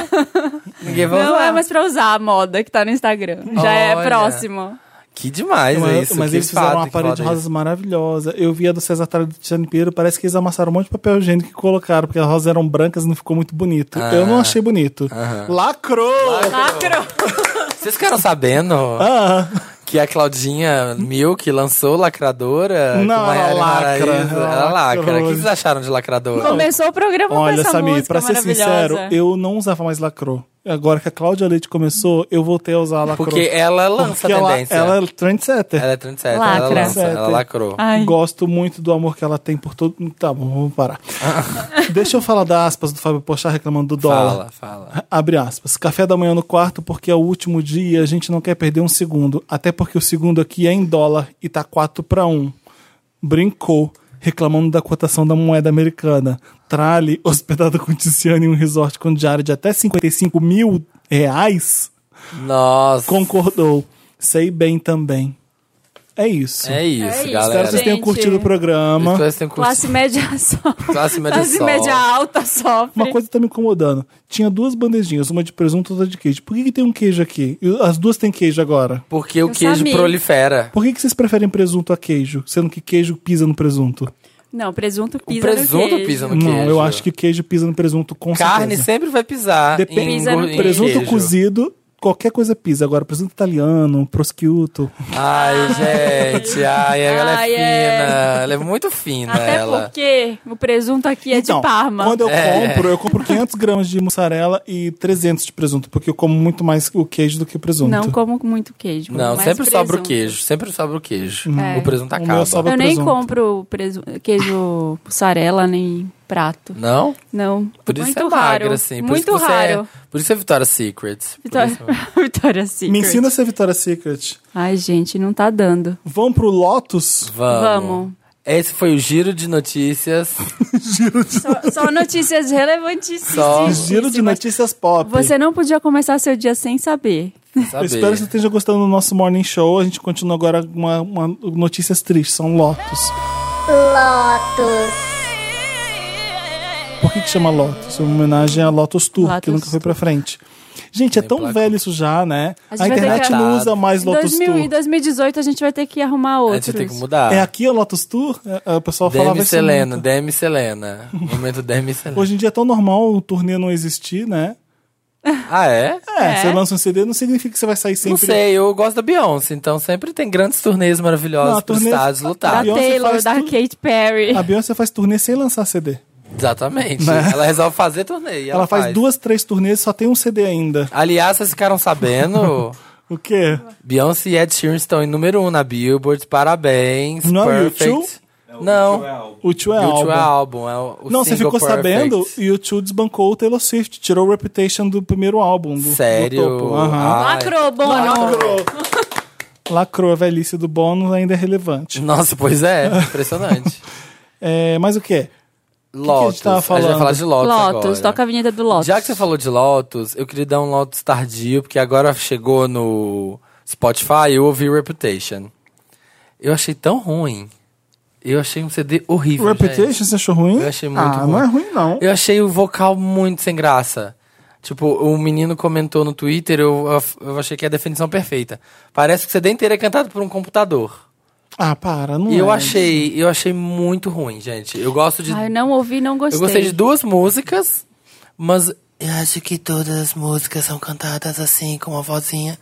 Speaker 1: ninguém vai
Speaker 2: Não
Speaker 1: usar.
Speaker 2: é mais pra usar a moda que tá no Instagram. Já é
Speaker 1: Olha.
Speaker 2: próximo.
Speaker 1: Que demais é
Speaker 3: Mas,
Speaker 1: isso.
Speaker 3: mas
Speaker 1: que
Speaker 3: eles fizeram
Speaker 1: fato,
Speaker 3: uma
Speaker 1: que
Speaker 3: parede
Speaker 1: foda
Speaker 3: de
Speaker 1: isso.
Speaker 3: rosas maravilhosa. Eu vi a do César Tara e do Tiziano Pinheiro, parece que eles amassaram um monte de papel higiênico e colocaram, porque as rosas eram brancas e não ficou muito bonito. Eu
Speaker 1: Ah.
Speaker 3: não achei bonito. Lacrou!
Speaker 2: Lacrou.
Speaker 1: Vocês ficaram sabendo
Speaker 3: Ah,
Speaker 1: que é a Claudinha Milk lançou Lacradora?
Speaker 3: Não,
Speaker 1: com Maiara
Speaker 3: ela é lacra,
Speaker 1: Maraíza?
Speaker 3: ela é
Speaker 1: Ela é lacra.
Speaker 3: lacrou.
Speaker 1: O que vocês acharam de Lacradora?
Speaker 2: Começou o programa com
Speaker 3: olha,
Speaker 2: essa
Speaker 3: Samir,
Speaker 2: música
Speaker 3: pra ser
Speaker 2: maravilhosa.
Speaker 3: sincero, eu não usava mais lacrou. Agora que a Cláudia Leite começou, eu voltei a usar a lacrou.
Speaker 1: Porque ela lança
Speaker 3: Porque ela,
Speaker 1: tendência.
Speaker 3: ela é trendsetter.
Speaker 1: Ela é trendsetter, ela
Speaker 2: Lacra.
Speaker 1: lança, ela
Speaker 3: Trendsetter.
Speaker 1: lacrou.
Speaker 2: Ah, Ai.
Speaker 3: Gosto muito do amor que ela tem por todo. Tá bom, vamos parar. Deixa eu falar das aspas do Fábio Pochá reclamando do
Speaker 1: Fala,
Speaker 3: dólar.
Speaker 1: fala.
Speaker 3: Abre aspas. Café da manhã no quarto, porque é o último dia, a gente não quer perder um segundo. Até porque o segundo aqui é em dólar e tá 4 para 1. Brincou, reclamando da cotação da moeda americana. Trale, hospedado com Tiziane em um resort com diário de até 55 mil reais,
Speaker 1: Nossa.
Speaker 3: concordou. Sei bem também. É isso.
Speaker 1: É isso, é
Speaker 2: É isso,
Speaker 1: galera.
Speaker 3: Espero que vocês tenham
Speaker 2: Gente.
Speaker 3: curtido o programa.
Speaker 1: Espero que vocês tenham curtido.
Speaker 2: Classe média sofre.
Speaker 1: Classe média
Speaker 2: Classe
Speaker 1: só.
Speaker 2: média alta sofre.
Speaker 3: Uma coisa tá me incomodando. Tinha duas bandejinhas, uma de presunto e outra de queijo. Por que, que tem um queijo aqui? E As duas têm queijo agora.
Speaker 1: Porque o
Speaker 2: Eu
Speaker 1: queijo
Speaker 2: sabia.
Speaker 1: prolifera.
Speaker 3: Por que, que vocês preferem presunto a queijo, sendo que queijo pisa no presunto?
Speaker 2: Não, presunto
Speaker 1: O
Speaker 2: pisa no
Speaker 1: presunto
Speaker 2: queijo.
Speaker 1: pisa no queijo.
Speaker 3: Não, eu acho que queijo pisa no presunto com
Speaker 1: Carne
Speaker 3: certeza.
Speaker 1: sempre vai pisar.
Speaker 3: Depende
Speaker 1: em
Speaker 2: Pisa no
Speaker 1: gor- em
Speaker 2: queijo.
Speaker 3: Presunto
Speaker 1: queijo.
Speaker 3: cozido qualquer coisa pisa. Agora, presunto italiano, prosciutto.
Speaker 1: Ai, gente, ai, ela
Speaker 2: Ai,
Speaker 1: é
Speaker 2: é.
Speaker 1: fina. Ela é muito fina,
Speaker 2: Até
Speaker 1: ela.
Speaker 2: porque o presunto aqui é
Speaker 3: Então,
Speaker 2: de Parma.
Speaker 3: Quando eu
Speaker 1: É.
Speaker 3: compro, eu compro 500 gramas de mussarela e 300 de presunto, porque eu como muito mais o queijo do que o presunto.
Speaker 2: Não como muito queijo. como
Speaker 1: Não,
Speaker 2: mais
Speaker 1: sempre sobra o
Speaker 2: presunto.
Speaker 1: queijo. Sempre sobra o queijo.
Speaker 2: É.
Speaker 1: O presunto
Speaker 3: Uhum.
Speaker 1: tá
Speaker 3: O meu
Speaker 1: acaba.
Speaker 3: sobra-
Speaker 2: Eu nem
Speaker 3: presunto.
Speaker 2: compro presunto, queijo mussarela nem prato.
Speaker 1: Não?
Speaker 2: Não.
Speaker 1: Por isso
Speaker 2: Muito
Speaker 1: é
Speaker 2: raro.
Speaker 1: magra, assim. Por isso
Speaker 2: Muito
Speaker 1: que você é-
Speaker 2: raro.
Speaker 1: Por isso é Vitória Secret. Por
Speaker 2: Vitória,
Speaker 1: isso- é
Speaker 2: Vitória Secret.
Speaker 3: Me ensina a ser Vitória Secret.
Speaker 2: Ai, gente, não tá dando.
Speaker 3: Vamos pro Lotus?
Speaker 1: Vamos.
Speaker 2: Vamos.
Speaker 1: Esse foi o giro de notícias.
Speaker 2: Só, só notícias relevantíssimas.
Speaker 1: Só.
Speaker 3: Giro de notícias pop.
Speaker 2: Você não podia começar seu dia sem saber.
Speaker 1: Saber.
Speaker 3: Eu espero que você esteja gostando do nosso morning show. A gente continua agora com uma, uma- notícias tristes, são Lotus.
Speaker 4: Lotus,
Speaker 3: Por que, que chama Lotus? Uma homenagem a Lotus Tour, que
Speaker 2: Lotus
Speaker 3: nunca foi pra frente. Gente, é tão
Speaker 1: placou.
Speaker 3: velho isso já, né?
Speaker 2: A gente vai
Speaker 3: A
Speaker 2: ter
Speaker 3: internet
Speaker 2: que-
Speaker 3: não usa mais
Speaker 2: Em
Speaker 3: Lotus
Speaker 2: 2000 e
Speaker 3: Tour.
Speaker 2: 2018 a gente vai ter que arrumar
Speaker 1: A
Speaker 2: outros.
Speaker 1: gente tem que mudar.
Speaker 3: É aqui a Lotus Tour? É, é, O pessoal falava
Speaker 1: Demi
Speaker 3: isso
Speaker 1: Selena,
Speaker 3: muito.
Speaker 1: Demi Selena. Momento Demi Selena.
Speaker 3: Hoje em dia é tão normal o turnê não existir, né?
Speaker 1: Ah, é?
Speaker 3: É,
Speaker 2: É.
Speaker 3: você lança um CD, não significa que você vai sair sempre...
Speaker 1: Não sei, eu gosto da Beyoncé, então sempre tem grandes turnês maravilhosas
Speaker 3: Não, a
Speaker 1: pros
Speaker 3: turnê-
Speaker 1: estados
Speaker 2: Da
Speaker 1: lutar.
Speaker 3: Beyoncé
Speaker 2: Taylor,
Speaker 3: faz
Speaker 2: da
Speaker 3: tudo. Ah,
Speaker 2: Kate Perry.
Speaker 3: A Beyoncé faz turnê sem lançar CD.
Speaker 1: Exatamente. Ela resolve fazer turnê. e
Speaker 3: Né? Ela, faz, duas, três turnês e só tem um CD ainda.
Speaker 1: Aliás, vocês ficaram sabendo?
Speaker 3: O quê?
Speaker 1: Beyoncé e Ed Sheeran estão em número um na Billboard. Parabéns.
Speaker 3: Não é o
Speaker 1: perfect.
Speaker 3: U2?
Speaker 1: Não.
Speaker 3: O Tio é
Speaker 1: O
Speaker 3: álbum.
Speaker 1: YouTube é álbum. É o, o
Speaker 3: Não, você
Speaker 1: single
Speaker 3: ficou
Speaker 1: Perfect.
Speaker 3: sabendo? E o Tio desbancou o Taylor Swift, tirou o Reputation do primeiro álbum. Do, do
Speaker 1: Sério?
Speaker 3: topo.
Speaker 2: Ah,
Speaker 3: Aham.
Speaker 1: Ai.
Speaker 2: Lacrou, Bono.
Speaker 3: Lacrou. Lacrou a velhice do Bono ainda é relevante.
Speaker 1: Nossa, pois é. Impressionante.
Speaker 3: É, mas o quê?
Speaker 1: Lotus.
Speaker 3: gente tava
Speaker 1: A gente vai
Speaker 3: falando?
Speaker 1: falar de Lotus,
Speaker 2: Lotus,
Speaker 1: agora.
Speaker 2: toca a vinheta do Lotus.
Speaker 1: Já que você falou de Lotus, eu queria dar um Lotus tardio, porque agora chegou no Spotify eu ouvi Reputation. Eu achei tão ruim. Eu achei um CD horrível.
Speaker 3: O Reputation, você achou ruim?
Speaker 1: Eu achei muito
Speaker 3: ah,
Speaker 1: ruim.
Speaker 3: não é ruim, não.
Speaker 1: gente. Eu achei o vocal muito sem graça. Tipo, um menino comentou no Twitter, eu, eu achei que é a definição perfeita. Parece que o CD inteiro é cantado por um computador.
Speaker 3: Ah, para, não
Speaker 1: E eu
Speaker 3: é.
Speaker 1: achei, eu achei muito ruim, gente. Eu gosto de
Speaker 2: Ah, eu não ouvi, não gostei.
Speaker 1: eu gostei de duas músicas, mas eu acho que todas as músicas são cantadas assim, com uma vozinha.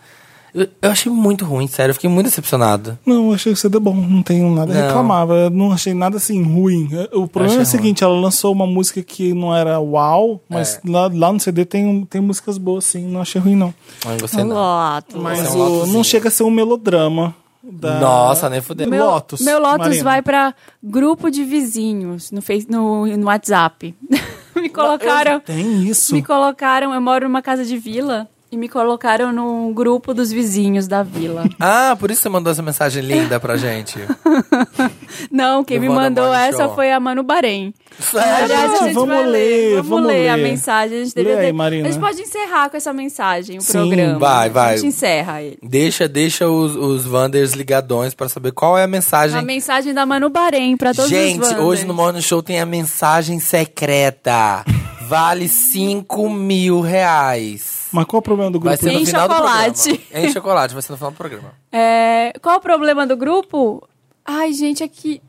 Speaker 1: Eu, eu achei muito ruim, sério. Eu fiquei muito decepcionado.
Speaker 3: Não, eu achei o CD bom, não tenho nada a
Speaker 1: Não.
Speaker 3: reclamar. Eu não achei nada assim ruim. O problema é
Speaker 1: achei
Speaker 3: o seguinte: ela lançou uma música que não era uau,
Speaker 1: É.
Speaker 3: mas lá, lá no CD tem, um, tem músicas boas, sim. Não achei ruim, não.
Speaker 1: Não gostei, não.
Speaker 2: Lotus.
Speaker 3: Mas
Speaker 1: Esse é um
Speaker 3: o-
Speaker 1: Lotusinho.
Speaker 3: não chega a ser um melodrama. Da...
Speaker 1: Nossa, nem fudeu.
Speaker 3: do
Speaker 1: Meu-
Speaker 3: Lotus.
Speaker 2: Meu Lotus
Speaker 3: Marina.
Speaker 2: vai pra grupo de vizinhos no, face, no, no WhatsApp. me colocaram.
Speaker 3: Tem isso.
Speaker 2: Me colocaram, eu moro numa casa de vila e me colocaram num grupo dos vizinhos da vila.
Speaker 1: Ah, por isso você mandou essa mensagem linda pra gente.
Speaker 2: Não, quem
Speaker 1: Do
Speaker 2: me
Speaker 1: Wanda
Speaker 2: mandou
Speaker 1: Morning
Speaker 2: essa
Speaker 1: Show.
Speaker 2: foi a Manu Bahrein.
Speaker 1: Sério?
Speaker 2: Aliás, a
Speaker 3: gente,
Speaker 2: gente
Speaker 3: vamos
Speaker 2: vai
Speaker 3: ler,
Speaker 2: vamos,
Speaker 3: vamos
Speaker 2: ler a
Speaker 3: ler.
Speaker 2: mensagem. A gente
Speaker 3: Lê
Speaker 2: deveria
Speaker 3: aí,
Speaker 2: ter-
Speaker 3: Marina.
Speaker 2: A gente pode encerrar com essa mensagem o
Speaker 3: Sim,
Speaker 2: programa.
Speaker 1: vai, vai.
Speaker 2: A gente encerra ele.
Speaker 1: Deixa, deixa os, os Wanders ligadões pra saber qual é a mensagem.
Speaker 2: A mensagem da Manu Bahrein pra todos
Speaker 1: gente,
Speaker 2: os
Speaker 1: hoje no Morning Show tem a mensagem secreta. Vale 5 mil reais.
Speaker 3: Mas qual é o problema do
Speaker 1: Vai
Speaker 3: grupo?
Speaker 1: ser no
Speaker 2: Em
Speaker 1: final do
Speaker 2: chocolate.
Speaker 1: programa. Em chocolate, vai ser no final do programa.
Speaker 2: É, qual o problema do grupo? Ai, gente, é que.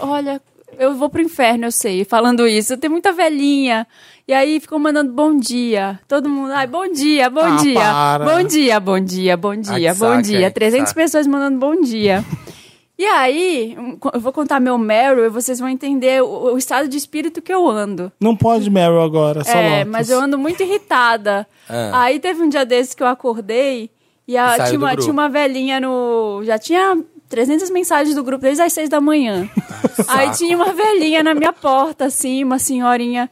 Speaker 2: Olha, eu vou pro inferno, eu sei, falando isso. Tem muita velhinha. E aí ficou mandando bom dia. Todo mundo, ai, bom dia, bom
Speaker 3: Ah,
Speaker 2: dia.
Speaker 3: para.
Speaker 2: Bom dia, bom dia, bom
Speaker 1: Ai,
Speaker 2: dia,
Speaker 1: que
Speaker 2: bom
Speaker 1: saco,
Speaker 2: dia.
Speaker 1: hein, que
Speaker 2: 300
Speaker 1: saco.
Speaker 2: pessoas mandando bom dia. E aí, um, co- eu vou contar meu Meryl e vocês vão entender o, o estado de espírito que eu ando.
Speaker 3: Não pode Meryl agora, só
Speaker 2: É,
Speaker 3: Lotus.
Speaker 2: mas eu ando muito irritada.
Speaker 1: Ah.
Speaker 2: Aí teve um dia desses que eu acordei e a-
Speaker 1: E saiu
Speaker 2: tinha,
Speaker 1: do
Speaker 2: uma,
Speaker 1: grupo.
Speaker 2: tinha uma velhinha no. Já tinha 300 mensagens do grupo desde as seis da manhã. Aí
Speaker 1: saco.
Speaker 2: tinha uma velhinha na minha porta, assim, uma senhorinha.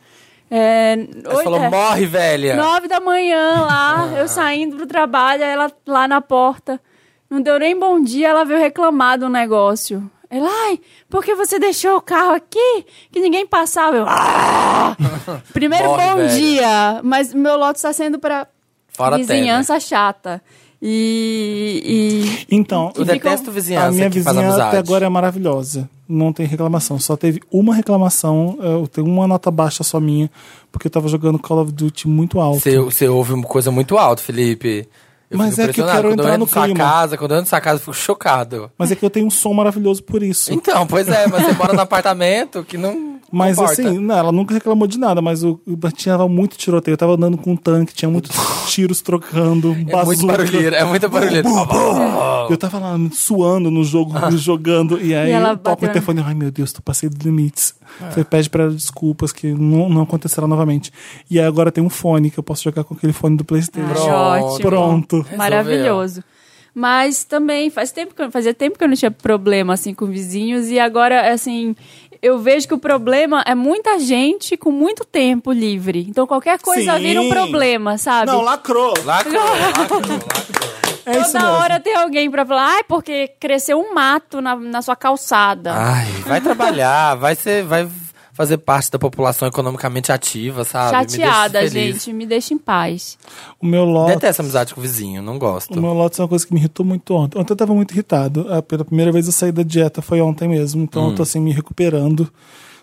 Speaker 2: É,
Speaker 1: Ela
Speaker 2: oito-
Speaker 1: falou,
Speaker 2: é,
Speaker 1: morre, velha.
Speaker 2: nove da manhã lá,
Speaker 1: Ah.
Speaker 2: eu saindo pro trabalho, aí ela lá na porta. Não deu nem bom dia, ela veio reclamar do negócio. Ela, ai, por que você deixou o carro aqui? Que ninguém passava. Eu, "Ah!" Primeiro
Speaker 1: Morre,
Speaker 2: bom
Speaker 1: velha.
Speaker 2: dia, mas meu lote está sendo pra
Speaker 1: Fora né?
Speaker 2: vizinhança chata. E, um- e-
Speaker 3: Então,
Speaker 1: Eu
Speaker 2: ficam-
Speaker 1: detesto vizinhança
Speaker 3: a minha
Speaker 1: que faz
Speaker 3: vizinha
Speaker 1: amizade.
Speaker 3: até agora é maravilhosa. Não tem reclamação. Só teve uma reclamação. é, Eu tenho uma nota baixa só minha, porque eu tava jogando Call of Duty muito alto.
Speaker 1: Você, você ouve uma coisa muito alto, Felipe. Eu
Speaker 3: Mas
Speaker 1: fico
Speaker 3: é que eu
Speaker 1: impressionado.
Speaker 3: quero
Speaker 1: quando
Speaker 3: entrar
Speaker 1: eu entro
Speaker 3: no
Speaker 1: na sua
Speaker 3: clima.
Speaker 1: casa, quando eu entro na sua casa, eu fico chocado.
Speaker 3: Mas é que eu tenho um som maravilhoso por isso.
Speaker 1: Então, pois é, mas você mora num apartamento que não.
Speaker 3: Mas
Speaker 1: comporta.
Speaker 3: assim, não, ela nunca reclamou de nada, mas o, o tinha lá muito tiroteio. Eu tava andando com um tanque, tinha muitos tiros trocando,
Speaker 1: É muito
Speaker 3: bazuca.
Speaker 1: barulheiro, é muito barulheiro.
Speaker 3: Eu tava lá suando no jogo, jogando, e aí
Speaker 2: Ah. ela
Speaker 3: toca o
Speaker 2: bateu. É.
Speaker 3: telefone. Ai meu Deus, tô passei dos limites. Você pede pra ela desculpas, que não, não acontecerá novamente. E aí agora tem um fone que eu posso jogar com aquele fone do Playstation.
Speaker 2: Ai,
Speaker 1: Pronto.
Speaker 2: ótimo.
Speaker 3: Pronto.
Speaker 2: Maravilhoso. Mas também faz tempo que eu, fazia tempo que eu não tinha problema assim com vizinhos e agora assim eu vejo que o problema é muita gente com muito tempo livre. Então qualquer coisa
Speaker 3: Sim.
Speaker 2: vira um problema, sabe?
Speaker 3: Não, lacrou.
Speaker 1: Lacrou, lacrou, lacrou.
Speaker 3: É
Speaker 2: Toda
Speaker 3: isso mesmo.
Speaker 2: hora tem alguém pra falar, ai, porque cresceu um mato na, na sua calçada.
Speaker 1: Ai, vai trabalhar, vai ser. Vai fazer parte da população economicamente ativa, sabe? Me deixa
Speaker 2: Chateada,
Speaker 1: feliz.
Speaker 2: gente, me deixa em paz.
Speaker 3: O meu lote.
Speaker 1: Detesto amizade com o vizinho, não
Speaker 3: O
Speaker 1: gosto.
Speaker 3: meu lote é uma coisa que me irritou muito ontem. Ontem eu tava muito irritado. Ah, Pela primeira vez eu saí da dieta, foi ontem mesmo. Então
Speaker 2: Hum.
Speaker 3: eu tô assim me recuperando.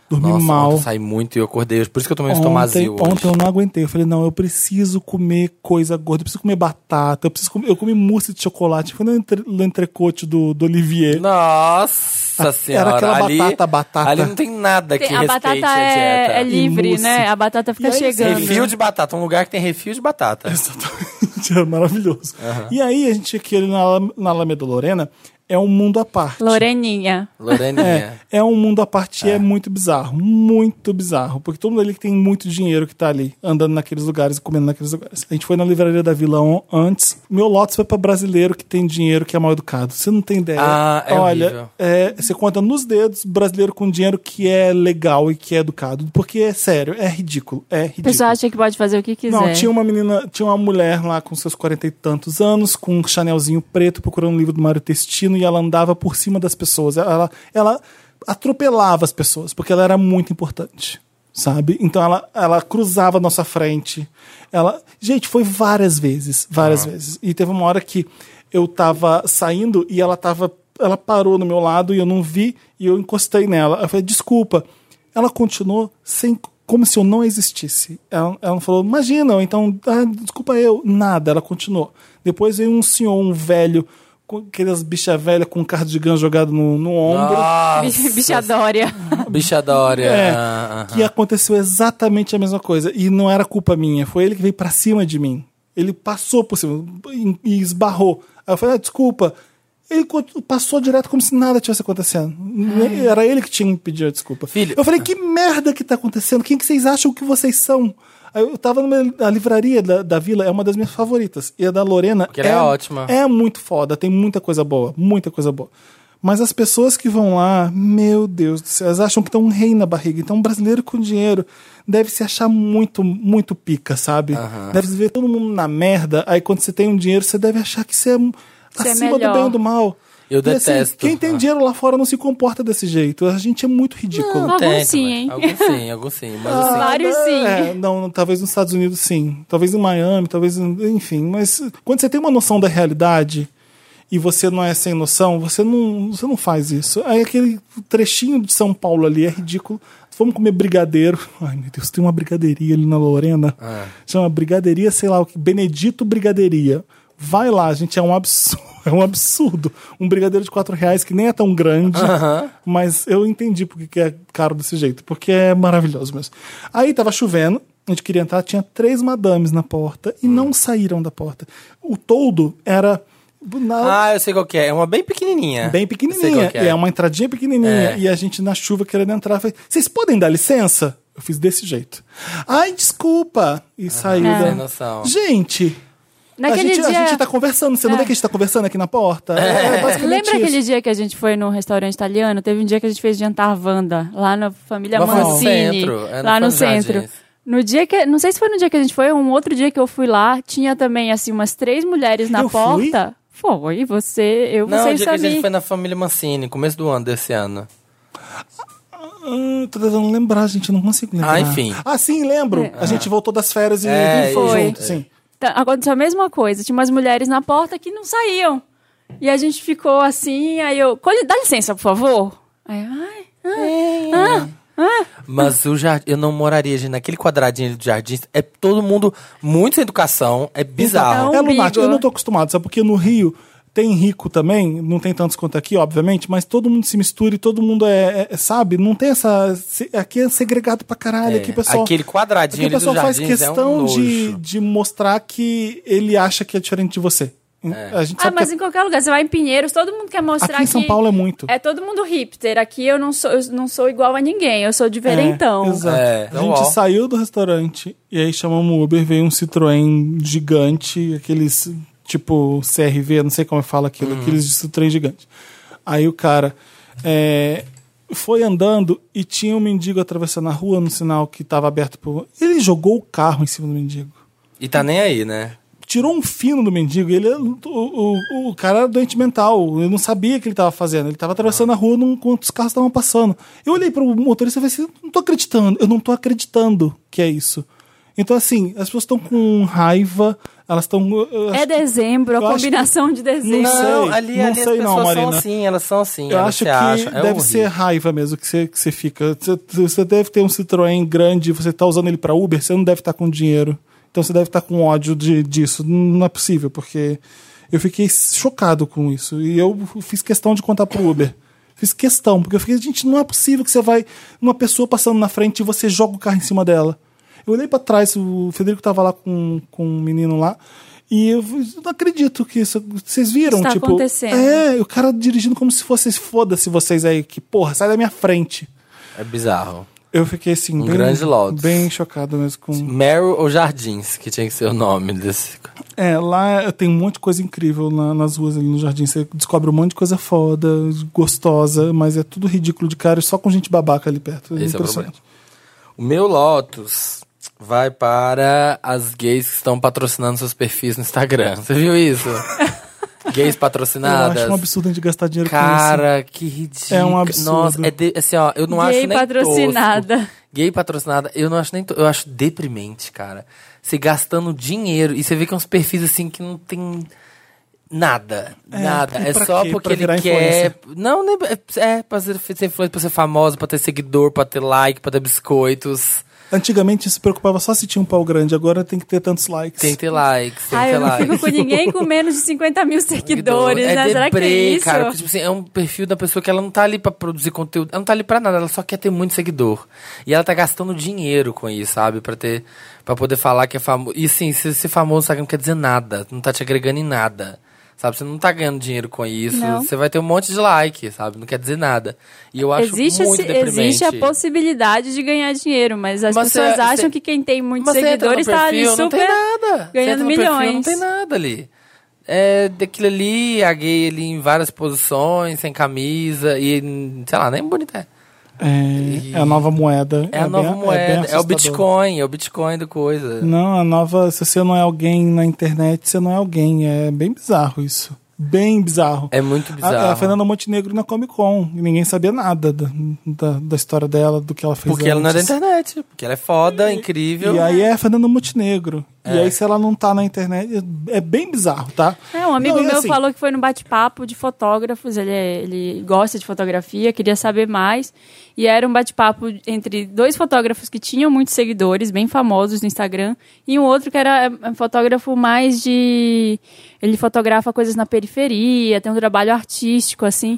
Speaker 3: Dormi
Speaker 1: Nossa,
Speaker 3: mal.
Speaker 1: ontem eu saí muito e eu acordei hoje. Por isso que eu também estou
Speaker 3: Ontem,
Speaker 1: vazio hoje.
Speaker 3: ontem eu não aguentei. Eu falei, não, eu preciso comer coisa gorda, eu preciso comer batata, eu preciso comer. Eu comi mousse de chocolate. Foi no, entre, no entrecote do, do Olivier.
Speaker 1: Nossa senhora.
Speaker 3: aquela
Speaker 1: ali,
Speaker 3: batata, batata.
Speaker 1: Ali não tem nada que
Speaker 2: Tem- a
Speaker 1: respeite
Speaker 2: batata
Speaker 1: a dieta.
Speaker 2: é, é livre,
Speaker 3: mousse.
Speaker 2: né? A batata fica
Speaker 3: E aí,
Speaker 2: chegando.
Speaker 1: Refil de batata, um lugar que tem refil de batata.
Speaker 3: Exatamente, é maravilhoso. E aí a gente aqui na, Alam- na Alameda Lorena é um mundo à parte.
Speaker 2: Loreninha.
Speaker 1: Loreninha.
Speaker 3: É, é um mundo à parte e é muito bizarro. Muito bizarro. Porque todo mundo ali que tem muito dinheiro que tá ali, andando naqueles lugares e comendo naqueles lugares. A gente foi na livraria da Vila on- antes. Meu Lotus foi pra brasileiro que tem dinheiro que é mal educado. Você não tem ideia.
Speaker 1: Ah, é horrível.
Speaker 3: Olha, é, você conta nos dedos brasileiro com dinheiro que é legal e que é educado. Porque é sério, é ridículo. É
Speaker 2: O
Speaker 3: ridículo.
Speaker 2: pessoal acha que pode fazer o que quiser.
Speaker 3: Não, tinha uma menina, tinha uma mulher lá com seus quarenta e tantos anos, com um chanelzinho preto, procurando um livro do Mário Testino, e ela andava por cima das pessoas. Ela, ela atropelava as pessoas, porque ela era muito importante. Sabe? Então ela, ela cruzava a nossa frente. Ela. Gente, foi várias vezes. Várias vezes. E teve uma hora que eu tava saindo e ela tava. Ela parou no meu lado e eu não vi e eu encostei nela. Eu falei, desculpa ela continuou sem como se eu não existisse. Ela, ela não falou, imagina, ou então, ah, desculpa eu, nada, ela continuou. Depois veio um senhor, um velho, com aquelas bicha velha com um cardigan jogado no, no É. ombro.
Speaker 1: Ah, Nossa,
Speaker 2: Bichadória.
Speaker 1: bichadória.
Speaker 3: É,
Speaker 1: Ah, ah,
Speaker 3: que aconteceu exatamente a mesma coisa. E não era culpa minha, foi ele que veio pra cima de mim. Ele passou por cima e- e esbarrou. Aí eu falei, ah, desculpa. Ele cont- passou direto como se nada tivesse acontecendo. Era ele que tinha que pedir a desculpa.
Speaker 1: Filho- ah.
Speaker 3: Eu falei, que merda que tá acontecendo? Quem que vocês acham que vocês são? Aí eu tava numa a livraria da, da vila, é uma das minhas favoritas. E a da Lorena
Speaker 1: Porque ela é ótima.
Speaker 3: é muito foda, tem muita coisa boa, muita coisa boa. Mas as pessoas que vão lá, meu Deus do céu, elas acham que estão um rei na barriga. Então, um brasileiro com dinheiro deve se achar muito, muito pica, sabe? Deve ver todo mundo na merda. Aí, quando você tem um dinheiro, você deve achar que você é
Speaker 2: Você é
Speaker 3: acima do
Speaker 2: melhor.
Speaker 3: bem e do mal.
Speaker 1: Eu
Speaker 3: E, assim,
Speaker 1: detesto.
Speaker 3: quem tem
Speaker 1: Ah.
Speaker 3: dinheiro lá fora não se comporta desse jeito. A gente é muito ridículo.
Speaker 1: ah.
Speaker 2: Alguns
Speaker 1: Tem
Speaker 2: sim,
Speaker 1: também.
Speaker 2: hein?
Speaker 1: Alguns sim, alguns sim. Mas assim,
Speaker 2: Vários sim.
Speaker 3: É, não, talvez nos Estados Unidos sim. Talvez em Miami, talvez. em- Enfim, mas quando você tem uma noção da realidade e você não é sem noção, você não, você não faz isso. Aí aquele trechinho de São Paulo ali é ridículo. Vamos comer brigadeiro. Ai, meu Deus, tem uma brigadeiria ali na Lorena. Chama Brigadeiria, sei lá o que. Benedito Brigadeiria. Vai lá, gente, é um absurdo. É um absurdo. Um brigadeiro de quatro reais que nem é tão grande. Mas eu entendi porque que é caro desse jeito. Porque é maravilhoso mesmo. Aí tava chovendo, a gente queria entrar, tinha três madames na porta
Speaker 1: Hum.
Speaker 3: e não saíram da porta. O toldo era. na-
Speaker 1: Ah, eu sei qual que é. É uma bem pequenininha.
Speaker 3: Bem
Speaker 1: Eu sei
Speaker 3: pequenininha.
Speaker 1: qual que
Speaker 3: E é uma entradinha pequenininha.
Speaker 1: É.
Speaker 3: E a gente na chuva querendo entrar. Falei, vocês podem dar licença? Eu fiz desse jeito. Ai, desculpa! E saiu
Speaker 1: É. Sem
Speaker 3: da.
Speaker 1: noção.
Speaker 3: Gente,
Speaker 2: Naquele
Speaker 3: a, gente,
Speaker 2: dia.
Speaker 3: a gente tá conversando. Você não
Speaker 2: É.
Speaker 3: vê que a gente tá conversando aqui na porta? É, é basicamente
Speaker 2: Lembra
Speaker 3: isso.
Speaker 2: aquele dia que a gente foi num restaurante italiano? Teve um dia que a gente fez jantar Wanda, lá na família
Speaker 1: Lá foi no
Speaker 2: Mancini.
Speaker 1: centro, é,
Speaker 2: lá
Speaker 1: no
Speaker 2: no
Speaker 1: Jardins.
Speaker 2: centro. No dia que. Não sei se foi no dia que a gente foi, ou um outro dia que eu fui lá, tinha também, assim, umas três mulheres na
Speaker 3: Eu fui?
Speaker 2: porta. Foi, você, eu,
Speaker 1: Não,
Speaker 2: você
Speaker 1: o
Speaker 2: e
Speaker 1: dia que a gente
Speaker 2: Samir.
Speaker 1: foi na família Mancini, começo do ano desse ano.
Speaker 3: Hum, tô tentando lembrar, gente, eu não consigo lembrar.
Speaker 1: Ah, enfim.
Speaker 3: Ah, sim, lembro.
Speaker 2: É.
Speaker 3: A gente voltou das férias e,
Speaker 1: É,
Speaker 3: e
Speaker 2: foi.
Speaker 3: junto, sim.
Speaker 2: Tá, Aconteceu a mesma coisa. Tinha umas mulheres na porta que não saíam. E a gente ficou assim, aí eu. "Colhe- Dá licença, por favor. Aí, ai, ai, ah,
Speaker 1: Mas o jardim, eu não moraria, gente, naquele quadradinho do jardim. É todo mundo muito sem educação, é bizarro.
Speaker 2: Então-
Speaker 3: É
Speaker 2: umbigo.
Speaker 3: lunático, eu não tô acostumado, sabe? Porque no Rio tem rico também, não tem tantos quanto aqui, obviamente, mas todo mundo se mistura e todo mundo é, é- é, sabe? Não tem essa. se- Aqui é segregado pra caralho,
Speaker 1: É,
Speaker 3: aqui o pessoal.
Speaker 1: aquele quadradinho
Speaker 3: aqui o
Speaker 1: ali do
Speaker 3: pessoal faz
Speaker 1: jardim é um
Speaker 3: questão de,
Speaker 1: nojo.
Speaker 3: de mostrar que ele acha que é diferente de você.
Speaker 1: É.
Speaker 3: A gente
Speaker 2: Ah,
Speaker 3: sabe
Speaker 2: mas
Speaker 3: que
Speaker 2: em qualquer lugar, você vai em Pinheiros, todo mundo quer mostrar
Speaker 3: aqui em São
Speaker 2: que
Speaker 3: Paulo é muito.
Speaker 2: é todo mundo hipster. Aqui eu não sou, eu não sou igual a ninguém, eu sou diferentão.
Speaker 3: É, exato.
Speaker 1: É,
Speaker 3: a
Speaker 1: então,
Speaker 3: gente
Speaker 1: ó.
Speaker 3: saiu do restaurante e aí chamamos o Uber, veio um Citroën gigante, aqueles tipo CRV, não sei como fala aquilo,
Speaker 1: Hum.
Speaker 3: aqueles de Citroën gigante. Aí o cara é, foi andando e tinha um mendigo atravessando a rua no sinal que estava aberto pro. Ele jogou o carro em cima do mendigo.
Speaker 1: E tá nem aí, né?
Speaker 3: Tirou um fino do mendigo. Ele, é- o, o, o cara era doente mental. Eu não sabia o que ele estava fazendo. Ele estava atravessando a rua num- enquanto os carros estavam passando. Eu olhei para o motorista e falei assim: não tô acreditando, eu não tô acreditando que é isso. Então, assim, as pessoas estão com raiva, elas eh, estão. eu
Speaker 2: É
Speaker 3: acho-
Speaker 2: dezembro,
Speaker 3: eu
Speaker 2: a
Speaker 3: acho
Speaker 2: combinação de dezembro.
Speaker 3: Não é sei,
Speaker 1: ali, ali
Speaker 3: não
Speaker 1: as
Speaker 3: sei não,
Speaker 1: pessoas são
Speaker 3: Marina.
Speaker 1: assim, elas são assim.
Speaker 3: Eu
Speaker 1: elas
Speaker 3: acho
Speaker 1: se
Speaker 3: que
Speaker 1: acham, é
Speaker 3: deve
Speaker 1: horrível.
Speaker 3: ser raiva mesmo que você, que você fica. Você, você deve ter um Citroën grande, você tá usando ele para Uber, você não deve estar com dinheiro. Então você deve estar com ódio de, disso. Não é possível, porque eu fiquei chocado com isso. E eu fiz questão de contar pro Uber. Fiz questão, porque eu fiquei, gente, não é possível que você vai. Uma pessoa passando na frente e você joga o carro em cima dela. Eu olhei para trás, o Federico tava lá com, com um menino lá. E eu não acredito que isso. Vocês viram?
Speaker 2: Está
Speaker 3: tipo,
Speaker 2: acontecendo.
Speaker 3: É, é, o cara dirigindo como se fosse foda-se vocês aí, que porra, sai da minha frente.
Speaker 1: É bizarro.
Speaker 3: Eu fiquei assim, bem,
Speaker 1: Um grande Lotus.
Speaker 3: bem chocado mesmo com.
Speaker 1: Meryl ou Jardins, que tinha que ser o nome desse.
Speaker 3: É, lá tem um monte de coisa incrível na- nas ruas ali no jardim. Você descobre um monte de coisa foda, gostosa, mas é tudo ridículo de cara e só com gente babaca ali perto.
Speaker 1: Esse é o
Speaker 3: impressionante.
Speaker 1: O meu Lotus vai para as gays que estão patrocinando seus perfis no Instagram. Você viu isso? gays
Speaker 3: É. eu
Speaker 1: patrocinadas.
Speaker 3: acho um absurdo a gente gastar dinheiro com isso.
Speaker 1: Cara, que ridículo.
Speaker 3: É um absurdo.
Speaker 1: Nossa, é de- assim, ó, eu não acho
Speaker 2: Gay
Speaker 1: nem
Speaker 2: patrocinada.
Speaker 1: tosco. Gay patrocinada, eu não acho nem to- eu acho deprimente, cara. Você gastando dinheiro e você vê que é uns perfis assim que não tem nada, nada.
Speaker 3: e
Speaker 1: É
Speaker 3: pra
Speaker 1: só
Speaker 3: quê?
Speaker 1: porque
Speaker 3: Pra
Speaker 1: ele
Speaker 3: virar
Speaker 1: quer. Não, nem é, é pra ser, ser influente, pra ser famoso, pra ter seguidor, pra ter like, pra ter biscoitos.
Speaker 3: Antigamente isso preocupava só se tinha um pau grande, agora tem que ter tantos likes.
Speaker 1: Tem que ter likes, tem que
Speaker 2: Ai,
Speaker 1: ter
Speaker 2: eu não
Speaker 1: likes.
Speaker 2: fico com ninguém com menos de 50 mil seguidores,
Speaker 1: É
Speaker 2: né? Será que é
Speaker 1: deprê,
Speaker 2: isso?
Speaker 1: cara. Porque, tipo assim, é um perfil da pessoa que ela não tá ali pra produzir conteúdo, ela não tá ali pra nada, ela só quer ter muito seguidor. E ela tá gastando dinheiro com isso, sabe? Pra ter. para poder falar que é famoso. E sim, ser, ser famoso no Instagram não quer dizer nada. Não tá te agregando em nada. Sabe, você não tá ganhando dinheiro com isso.
Speaker 2: Não.
Speaker 1: Você vai ter um monte de like, sabe? Não quer dizer nada. E eu acho
Speaker 2: existe,
Speaker 1: muito
Speaker 2: esse-
Speaker 1: deprimente.
Speaker 2: existe a possibilidade de ganhar dinheiro, mas as
Speaker 1: Mas
Speaker 2: pessoas
Speaker 1: você-
Speaker 2: acham
Speaker 1: você-
Speaker 2: que quem tem muitos
Speaker 1: Mas você entra no
Speaker 2: seguidores tá ali
Speaker 1: perfil,
Speaker 2: super
Speaker 1: não tem nada. Você entra
Speaker 2: ganhando
Speaker 1: no perfil,
Speaker 2: milhões.
Speaker 1: não tem nada ali. É daquilo ali, a gay ali em várias posições, sem camisa, e sei lá, nem bonita é.
Speaker 3: É, é a nova moeda.
Speaker 1: É a
Speaker 3: bem-
Speaker 1: nova
Speaker 3: bem
Speaker 1: moeda, é, o
Speaker 3: assustador.
Speaker 1: Bitcoin, é o Bitcoin do coisa.
Speaker 3: Não, a nova. Se você não é alguém na internet, você não é alguém. É bem bizarro isso. Bem bizarro.
Speaker 1: É muito
Speaker 3: A-
Speaker 1: bizarro.
Speaker 3: A, Fernanda Montenegro na Comic Con. e Ninguém sabia nada da, da, da história dela, do que ela fez.
Speaker 1: porque ela não é da
Speaker 3: antes.
Speaker 1: internet, porque ela é foda, incrível.
Speaker 3: E aí é a Fernanda Montenegro. E
Speaker 1: É.
Speaker 3: aí, se ela não tá na internet, é bem bizarro, tá?
Speaker 2: É, um amigo
Speaker 3: Não, e
Speaker 2: meu
Speaker 3: assim,
Speaker 2: falou que foi num bate-papo de fotógrafos, ele, é- ele gosta de fotografia, queria saber mais. E era um bate-papo entre dois fotógrafos que tinham muitos seguidores, bem famosos no Instagram, e um outro que era é, um fotógrafo mais de. Ele fotografa coisas na periferia, tem um trabalho artístico, assim.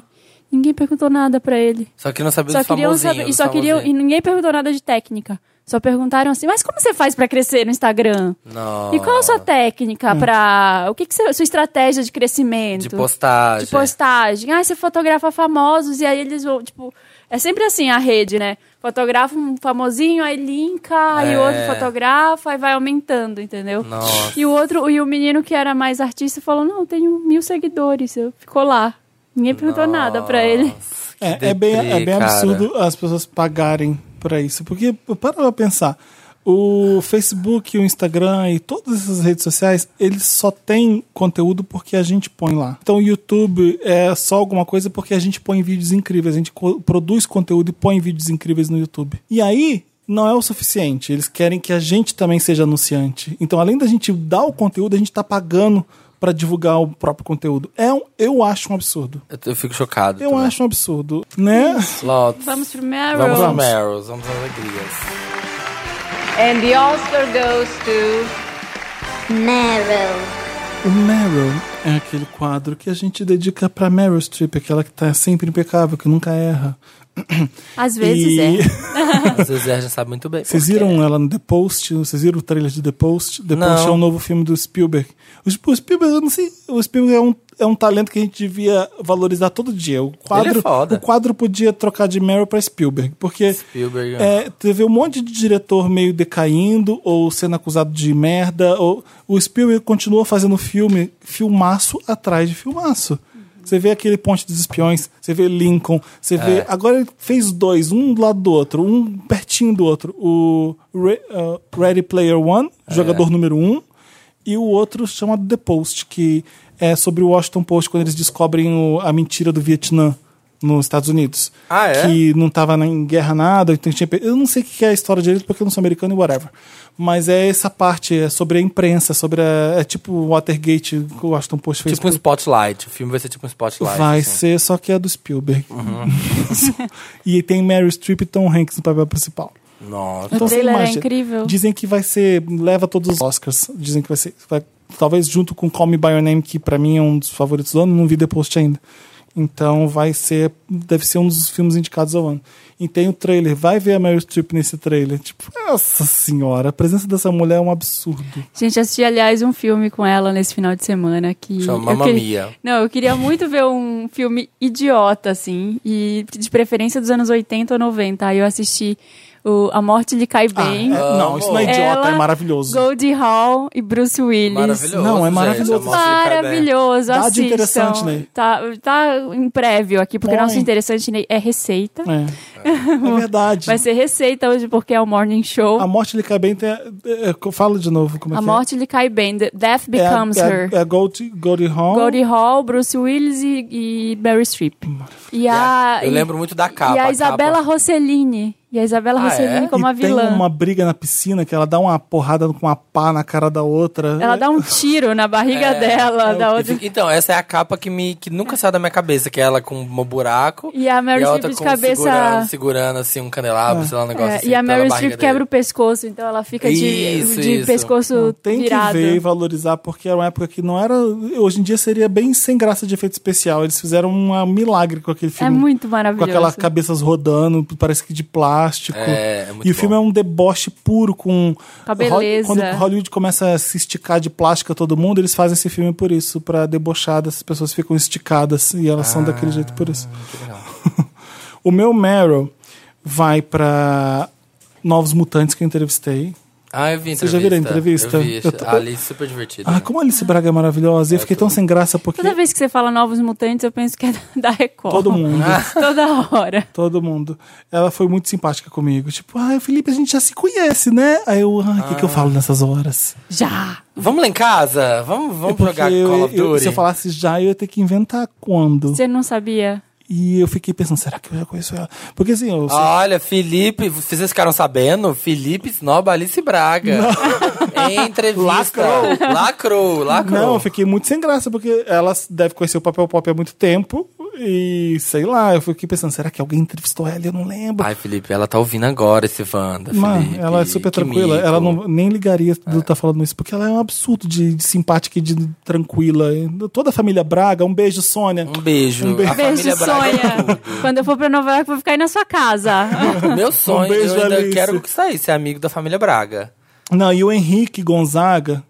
Speaker 2: Ninguém perguntou nada pra ele.
Speaker 1: Só que não sabia
Speaker 2: Só
Speaker 1: dos
Speaker 2: queriam
Speaker 1: famosinhos.
Speaker 2: saber. E,
Speaker 1: dos
Speaker 2: só um queriam, e
Speaker 1: famosinhos.
Speaker 2: ninguém perguntou nada de técnica. Só perguntaram assim, mas como você faz pra crescer no Instagram?
Speaker 1: Não.
Speaker 2: E qual é a sua técnica pra. O que, que você- sua estratégia de crescimento?
Speaker 1: Hum. De postagem.
Speaker 2: De postagem. Ah, você fotografa famosos e aí eles vão, tipo. É sempre assim a rede, né? Fotografa um famosinho, aí linka, aí
Speaker 1: É.
Speaker 2: o outro fotografa, aí vai aumentando, entendeu?
Speaker 1: Nossa.
Speaker 2: E o outro, e o menino que era mais artista falou: não, eu tenho mil seguidores. Eu, ficou lá. Ninguém perguntou nada pra ele.
Speaker 1: Nossa, que
Speaker 3: É, é bem, é
Speaker 1: deprê,
Speaker 3: bem
Speaker 1: cara.
Speaker 3: absurdo as pessoas pagarem pra isso. Porque, para pra pensar, o Facebook, o Instagram e todas essas redes sociais, eles só têm conteúdo porque a gente põe lá. Então, o YouTube é só alguma coisa porque a gente põe vídeos incríveis. A gente co- produz conteúdo e põe vídeos incríveis no YouTube. E aí. Não é o suficiente. Eles querem que a gente também seja anunciante. Então, além da gente dar o conteúdo, a gente tá pagando pra divulgar o próprio conteúdo. É um, eu acho um absurdo.
Speaker 1: Eu, eu fico chocado.
Speaker 3: Eu
Speaker 1: também.
Speaker 3: acho um absurdo, né?
Speaker 1: Lotus.
Speaker 2: Vamos pro Meryl.
Speaker 1: Vamos ao
Speaker 3: Vamos.
Speaker 1: Meryls, vamos às alegrias.
Speaker 4: And the Oscar goes to
Speaker 5: Meryl.
Speaker 3: O Meryl é aquele quadro que a gente dedica pra Meryl Streep, aquela que tá sempre impecável, que nunca erra.
Speaker 2: Às vezes
Speaker 3: E-
Speaker 2: é.
Speaker 1: Às vezes a gente sabe muito bem.
Speaker 3: Vocês
Speaker 1: por quê.
Speaker 3: viram ela no The Post? Vocês viram o trailer de The Post? The
Speaker 1: Não.
Speaker 3: Post é um novo filme do Spielberg. O Sp- o Spielberg, eu não sei. O Spielberg é um, é um talento que a gente devia valorizar todo dia. O quadro,
Speaker 1: Ele é foda.
Speaker 3: O quadro podia trocar de Meryl pra Spielberg. Porque
Speaker 1: Spielberg, né?
Speaker 3: é, teve um monte de diretor meio decaindo ou sendo acusado de merda. Ou, o Spielberg continua fazendo filme, filmaço atrás de filmaço. Você vê aquele Ponte dos Espiões, você vê Lincoln, você
Speaker 1: É.
Speaker 3: vê. Agora ele fez dois, um do lado do outro, um pertinho do outro. O Re- ah, Ready Player One,
Speaker 1: É.
Speaker 3: jogador número um, e o outro chamado The Post, que é sobre o Washington Post quando eles descobrem o- a mentira do Vietnã nos Estados Unidos
Speaker 1: Ah, é?
Speaker 3: que não tava na- em guerra nada, então tinha pe- eu não sei o que que é a história direito porque eu não sou americano e whatever. Mas é essa parte, é sobre a imprensa, sobre a, é tipo o Watergate que o Washington Post fez.
Speaker 1: Tipo um spotlight. O filme vai ser tipo um spotlight.
Speaker 3: Vai
Speaker 1: assim. Uhum.
Speaker 3: ser, só que é do Spielberg. e tem Mary Streep e Tom Hanks no papel principal.
Speaker 1: Nossa.
Speaker 3: Então,
Speaker 2: O
Speaker 3: você
Speaker 2: trailer é
Speaker 3: imagina.
Speaker 2: incrível.
Speaker 3: Dizem que vai ser. Leva todos os Oscars. Dizem que vai ser. vai- talvez junto com Call Me By Your Name, que pra mim é um dos favoritos do ano, não vi The Post ainda. Então vai ser. Deve ser um dos filmes indicados ao ano. E tem o trailer. Vai ver a Meryl Streep nesse trailer. Tipo, nossa senhora, a presença dessa mulher é um absurdo.
Speaker 2: Gente, assisti, aliás, um filme com ela nesse final de semana que.
Speaker 1: Chama
Speaker 2: eu
Speaker 1: Mamma
Speaker 2: queria-
Speaker 1: Mia.
Speaker 2: Não, eu queria muito ver um filme idiota, assim. E de preferência dos anos 80 ou 90. Aí eu assisti o A Morte lhe cai
Speaker 3: Ah, é-
Speaker 2: bem.
Speaker 3: não, isso não é idiota,
Speaker 2: Ela,
Speaker 3: é maravilhoso.
Speaker 2: Goldie Hawn e Bruce Willis.
Speaker 1: Maravilhoso.
Speaker 3: Não, é
Speaker 1: gente,
Speaker 3: maravilhoso.
Speaker 1: a mostra de cada-
Speaker 2: Maravilhoso,
Speaker 3: Dá de
Speaker 2: assistam.
Speaker 3: interessante, Ney.
Speaker 2: Tá, tá em prévio aqui, porque
Speaker 3: Põe.
Speaker 2: nosso interessante Ney, é receita.
Speaker 3: É, é verdade.
Speaker 2: Vai ser receita hoje porque é o morning show.
Speaker 3: A
Speaker 2: A,
Speaker 3: morte lhe cai bem. Tem, a- é, fala de novo como é que é.
Speaker 2: morte lhe cai bem. The Death
Speaker 3: é a-
Speaker 2: becomes
Speaker 3: é a-
Speaker 2: her.
Speaker 3: É a Goldie, Goldie Hawn.
Speaker 2: Goldie Hall, Bruce Willis e, e Mary Streep. E a,
Speaker 1: Eu
Speaker 2: e-
Speaker 1: lembro muito da capa.
Speaker 2: E a
Speaker 1: capa.
Speaker 2: Isabela Rossellini. E a Isabela
Speaker 1: Ah,
Speaker 2: Rossellini
Speaker 1: é?
Speaker 2: como a
Speaker 3: e tem
Speaker 2: vilã.
Speaker 3: uma briga na piscina que ela dá uma porrada com uma pá na cara da outra.
Speaker 2: Ela dá um tiro na barriga
Speaker 1: É,
Speaker 2: dela, da
Speaker 1: E
Speaker 2: outra.
Speaker 1: fica- Então, essa é a capa que, me, que nunca sai da minha cabeça, que é ela com um buraco.
Speaker 2: E a Meryl
Speaker 1: outra
Speaker 2: Streep de
Speaker 1: com um
Speaker 2: cabeça-
Speaker 1: Segurando, segurando, assim um candelabro, sei lá, um negócio
Speaker 2: É,
Speaker 1: assim.
Speaker 2: e a Mary
Speaker 1: Streep
Speaker 2: Streep quebra o pescoço, então ela fica de,
Speaker 1: Isso,
Speaker 2: de
Speaker 1: isso.
Speaker 2: pescoço
Speaker 3: Tem
Speaker 2: um virado.
Speaker 3: que ver e valorizar, porque era uma época que não era. Hoje em dia seria bem sem graça de efeito especial. Eles fizeram um milagre com aquele
Speaker 2: é
Speaker 3: filme.
Speaker 2: muito
Speaker 3: Com
Speaker 2: maravilhoso.
Speaker 3: aquelas cabeças rodando, parece que de plástico.
Speaker 1: É, é muito
Speaker 3: e o filme é
Speaker 1: bom.
Speaker 3: um deboche puro com.
Speaker 2: Com a beleza.
Speaker 3: Quando Hollywood começa a se esticar de plástico a todo mundo, eles fazem esse filme por isso, pra debochar dessas pessoas que ficam esticadas e elas
Speaker 1: Ah.
Speaker 3: são daquele jeito por isso. o meu Meryl vai pra Novos Mutantes que eu entrevistei.
Speaker 1: Ah, eu vi a entrevista.
Speaker 3: Vocês já viram a entrevista?
Speaker 1: Eu vi.
Speaker 3: Eu tô-
Speaker 1: A Alice super divertida.
Speaker 3: Ah,
Speaker 1: né?
Speaker 3: como a Alice Braga é maravilhosa. E eu fiquei tão sem graça porque
Speaker 2: Toda vez que você fala Novos Mutantes, eu penso que é da da Record.
Speaker 3: todo mundo.
Speaker 2: Ah. Toda hora.
Speaker 3: Todo mundo. Ela foi muito simpática comigo. Tipo, ai, Felipe, a gente já se conhece, né? Aí eu, ai, o que, que eu falo nessas horas?
Speaker 2: Já!
Speaker 1: Vamos lá em casa? Vamos, vamos
Speaker 3: É Porque
Speaker 1: jogar
Speaker 3: eu-
Speaker 1: Call of
Speaker 3: eu-
Speaker 1: Duty?
Speaker 3: se eu falasse já, eu ia ter que inventar quando.
Speaker 2: Você não sabia?
Speaker 3: E eu fiquei pensando, será que eu já conheço ela? Porque assim, eu sou-
Speaker 1: Olha, Felipe, vocês ficaram sabendo? Felipe Snob Alice Braga. Em entrevista. Lacrou. Lacrou, lacrou.
Speaker 3: Não, eu fiquei muito sem graça, porque ela deve conhecer o papel pop há muito tempo. E sei lá, eu fiquei pensando, será que alguém entrevistou ela? e Eu não lembro.
Speaker 1: Ai, Felipe, ela tá ouvindo agora esse Wanda,
Speaker 3: Mano,
Speaker 1: Felipe.
Speaker 3: ela é super
Speaker 1: Que
Speaker 3: tranquila.
Speaker 1: mico.
Speaker 3: Ela não, nem ligaria de eu estar falando isso, porque ela é um absurdo de, de simpática e de tranquila. Toda a família Braga, um beijo, Sônia.
Speaker 1: Um beijo.
Speaker 3: Um beijo.
Speaker 1: A
Speaker 2: Beijo,
Speaker 1: família Braga é
Speaker 2: Sonha! Quando eu for pra Nova York, eu vou ficar aí na sua casa.
Speaker 1: tudo. Meu sonho,
Speaker 3: Um beijo,
Speaker 1: eu ainda
Speaker 3: Alice.
Speaker 1: quero que sair, ser amigo da família Braga.
Speaker 3: Não, e o Henrique Gonzaga,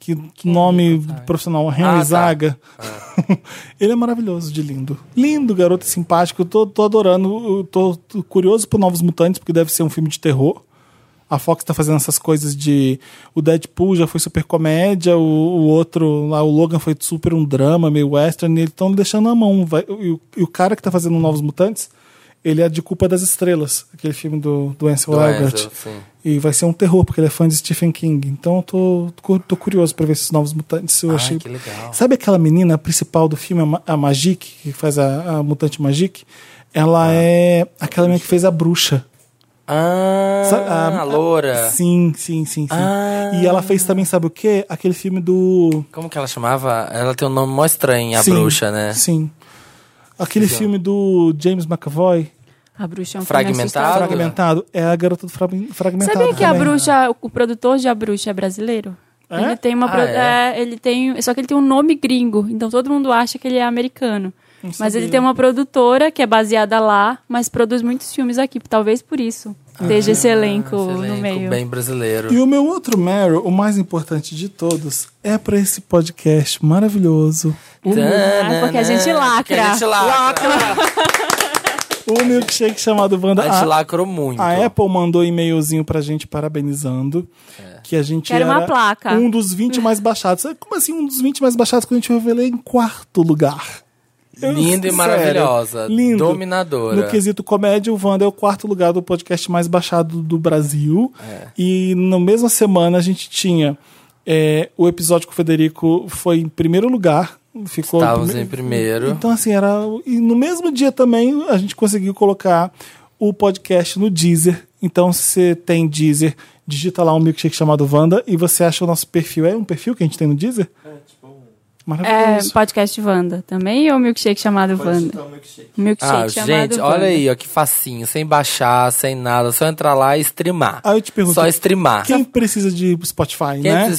Speaker 3: que nome profissional, Henry
Speaker 1: é Ah, tá.
Speaker 3: Zaga. Ele é maravilhoso de lindo. Lindo, garoto simpático. Eu Tô, tô adorando. Eu Tô, tô curioso por Novos Mutantes, porque deve ser um filme de terror. A Fox tá fazendo essas coisas de. O Deadpool já foi super comédia, o, o outro lá, o Logan foi super um drama, meio western, e eles estão deixando na mão. Vai- e, o, e o cara que tá fazendo Novos Mutantes, ele é de Culpa das Estrelas, aquele filme do, do Ansel
Speaker 1: Do
Speaker 3: Elgort.
Speaker 1: Ansel, sim.
Speaker 3: E vai ser um terror, porque ele é fã de Stephen King. Então eu tô, cu- tô curioso pra ver esses novos mutantes. Eu
Speaker 1: Ai,
Speaker 3: achei...
Speaker 1: que legal.
Speaker 3: Sabe aquela menina principal do filme, a Ma- a Magic, que faz a, a mutante Magic? Ela é aquela menina que fez a bruxa.
Speaker 1: Ah,
Speaker 3: Sabe-
Speaker 1: a loura.
Speaker 3: ah, Sim, sim, sim,
Speaker 1: É.
Speaker 3: sim.
Speaker 1: Ah.
Speaker 3: E ela fez também, sabe o quê? Aquele filme do.
Speaker 1: Como que ela chamava? Ela tem um nome mó estranho, a
Speaker 3: Sim,
Speaker 1: bruxa, né?
Speaker 3: Sim. Aquele filme do James McAvoy,
Speaker 2: A bruxa é um
Speaker 1: Fragmentado?
Speaker 2: Filme assustador.
Speaker 3: Fragmentado, é a garota do frag- Fragmentado.
Speaker 2: Sabia que a
Speaker 3: também.
Speaker 2: bruxa, o produtor de A Bruxa é brasileiro?
Speaker 3: É?
Speaker 2: Ele tem uma.
Speaker 1: Ah,
Speaker 2: pro-
Speaker 1: é?
Speaker 2: é, ele tem, só que ele tem um nome gringo, então todo mundo acha que ele é americano. Mas ele tem uma produtora que é baseada lá, mas produz muitos filmes aqui, talvez por isso. Desde esse elenco
Speaker 1: Ah, é. Esse
Speaker 2: no
Speaker 1: elenco
Speaker 2: meio.
Speaker 1: bem brasileiro.
Speaker 3: E o meu outro Meryl, o mais importante de todos, é pra esse podcast maravilhoso. O,
Speaker 2: Ah, porque a gente
Speaker 1: Porque
Speaker 2: lacra.
Speaker 1: a gente lacra.
Speaker 3: o milkshake chamado Wanda.
Speaker 1: A gente
Speaker 3: A,
Speaker 1: lacrou muito.
Speaker 3: a Apple mandou um e-mailzinho pra gente parabenizando.
Speaker 1: É.
Speaker 3: Que a gente
Speaker 2: Quero
Speaker 3: era
Speaker 2: uma placa.
Speaker 3: um dos 20 mais baixados. Como assim um dos 20 mais baixados quando a gente revelei em quarto lugar? Eu-
Speaker 1: Linda e
Speaker 3: sério,
Speaker 1: maravilhosa.
Speaker 3: Lindo.
Speaker 1: Dominadora.
Speaker 3: No quesito comédia, o Wanda é o quarto lugar do podcast mais baixado do Brasil.
Speaker 1: É.
Speaker 3: E na mesma semana a gente tinha é, o episódio com o Federico foi em primeiro lugar. Ficou
Speaker 1: Estávamos em primeiro.
Speaker 3: Então, assim, era. E no mesmo dia também a gente conseguiu colocar o podcast no Deezer. Então, se você tem Deezer, digita lá um milkshake chamado Wanda e você acha o nosso perfil. É um perfil que a gente tem no Deezer? É, tipo
Speaker 2: É,
Speaker 3: Maravilhoso.
Speaker 2: podcast Wanda também ou milkshake chamado Wanda? Milkshake
Speaker 1: Ah,
Speaker 2: chamado
Speaker 1: gente,
Speaker 2: Wanda.
Speaker 1: olha aí, ó, que facinho. Sem baixar, sem nada. Só entrar lá e streamar.
Speaker 3: Aí eu te pergunto,
Speaker 1: É. Só streamar.
Speaker 3: Quem precisa de Spotify,
Speaker 1: Quem
Speaker 3: né?
Speaker 1: precisa
Speaker 2: É,
Speaker 1: de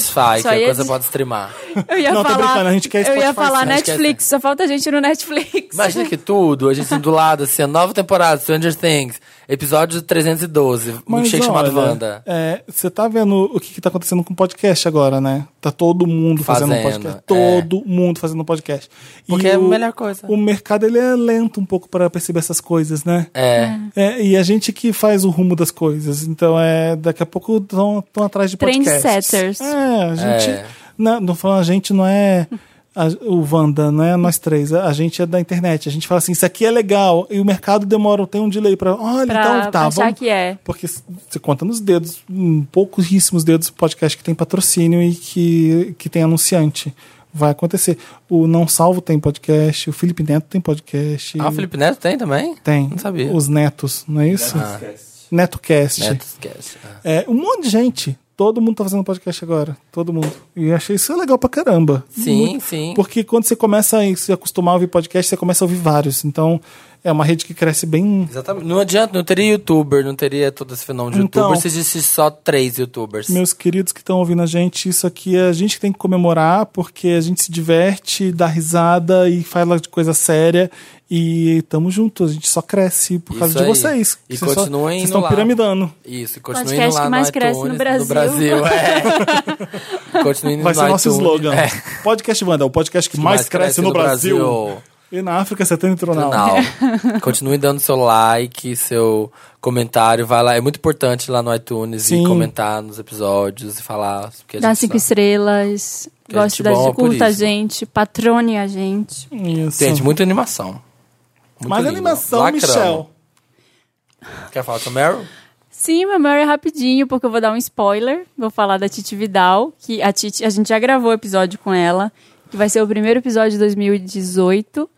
Speaker 1: Spotify, que
Speaker 2: só
Speaker 1: a
Speaker 2: ia
Speaker 1: coisa
Speaker 2: dizer-
Speaker 1: pode streamar.
Speaker 2: Eu ia
Speaker 3: Não, tô brincando,
Speaker 2: falar,
Speaker 3: a gente quer
Speaker 2: eu ia
Speaker 3: Spotify, né?
Speaker 2: falar
Speaker 3: sim.
Speaker 1: A gente quer-
Speaker 2: Netflix, só falta gente no Netflix.
Speaker 1: Imagina que tudo, a gente sendo do lado, assim, a nova temporada, Stranger Things, episódio 312,
Speaker 3: Mas,
Speaker 1: milkshake um chamado
Speaker 3: olha,
Speaker 1: Wanda.
Speaker 3: é, Você tá vendo o que, que tá acontecendo com o podcast agora, né? Tá todo mundo fazendo, um
Speaker 1: Fazendo,
Speaker 3: podcast.
Speaker 1: é.
Speaker 3: Todo mundo fazendo um podcast.
Speaker 1: Porque é a melhor coisa.
Speaker 3: O mercado, ele é lento um pouco para perceber essas coisas, né?
Speaker 1: É.
Speaker 2: Uhum.
Speaker 3: É, e a gente que faz o rumo das coisas. Então, é, daqui a pouco estão atrás de podcasts.
Speaker 2: Trendsetters.
Speaker 3: É, a gente...
Speaker 1: É.
Speaker 3: Não, não falando a gente, não é... a- o Wanda, não é nós três, a, a gente é da internet. A gente fala assim, isso aqui é legal. E o mercado demora, tem um delay pra. Olha,
Speaker 2: Pra
Speaker 3: então tá.
Speaker 2: achar
Speaker 3: vamos-
Speaker 2: que é.
Speaker 3: porque você conta nos dedos, em pouquíssimos dedos, podcast que tem patrocínio e que, que tem anunciante. Vai acontecer. O Não Salvo tem podcast, o Felipe Neto tem podcast.
Speaker 1: Ah, o Felipe Neto tem também?
Speaker 3: Tem.
Speaker 1: Não sabia.
Speaker 3: Os Netos, não é isso? Netocast.
Speaker 1: Neto esquece. Ah.
Speaker 3: É, um monte de gente. Todo mundo tá fazendo podcast agora. Todo mundo. E eu achei isso legal pra caramba.
Speaker 1: Sim, sim.
Speaker 3: Porque quando você começa a se acostumar a ouvir podcast, você começa a ouvir vários. Então, é uma rede que cresce bem
Speaker 1: Exatamente. Não adianta, não teria youtuber, não teria todo esse fenômeno de
Speaker 3: Então.
Speaker 1: youtuber se existisse só três youtubers.
Speaker 3: Meus queridos que estão ouvindo a gente, isso aqui é a gente que tem que comemorar, porque a gente se diverte, dá risada e fala de coisa séria. E tamo junto, a gente só cresce por causa
Speaker 1: Isso
Speaker 3: de
Speaker 1: aí.
Speaker 3: vocês.
Speaker 1: E
Speaker 3: vocês só-
Speaker 1: continuem
Speaker 3: Vocês
Speaker 1: indo
Speaker 3: estão
Speaker 1: lá.
Speaker 3: piramidando.
Speaker 1: Isso, e continue
Speaker 2: Podcast
Speaker 1: indo lá
Speaker 2: que mais
Speaker 1: no
Speaker 2: cresce no
Speaker 1: iTunes,
Speaker 2: Brasil.
Speaker 1: é. continue indo
Speaker 3: Vai
Speaker 1: no
Speaker 3: ser nosso
Speaker 1: iTunes.
Speaker 3: slogan.
Speaker 1: É.
Speaker 3: Podcast Wanda, o podcast que, mais, cresce, no Brasil. E na África você tem tronal.
Speaker 1: Não. Continue dando seu like, seu comentário, vai lá. É muito importante ir lá no iTunes
Speaker 3: Sim.
Speaker 1: e comentar nos episódios e falar. Porque a
Speaker 2: Dá
Speaker 1: gente
Speaker 2: cinco
Speaker 1: sabe.
Speaker 2: estrelas,
Speaker 1: a
Speaker 2: gosta
Speaker 1: gente
Speaker 2: da
Speaker 1: boa
Speaker 2: gente,
Speaker 1: por
Speaker 2: curta a
Speaker 1: isso.
Speaker 2: gente, patrone a gente.
Speaker 3: Isso.
Speaker 1: Gente, muita animação. Muito
Speaker 3: Mais
Speaker 1: lindo.
Speaker 3: animação,
Speaker 1: Lacramos.
Speaker 3: Michel.
Speaker 1: Quer falar com o Meryl?
Speaker 2: Sim, meu Mary, rapidinho, porque eu vou dar um spoiler. Vou falar da Titi Vidal, que a Titi, a gente já gravou o episódio com ela, que vai ser o primeiro episódio de 2018.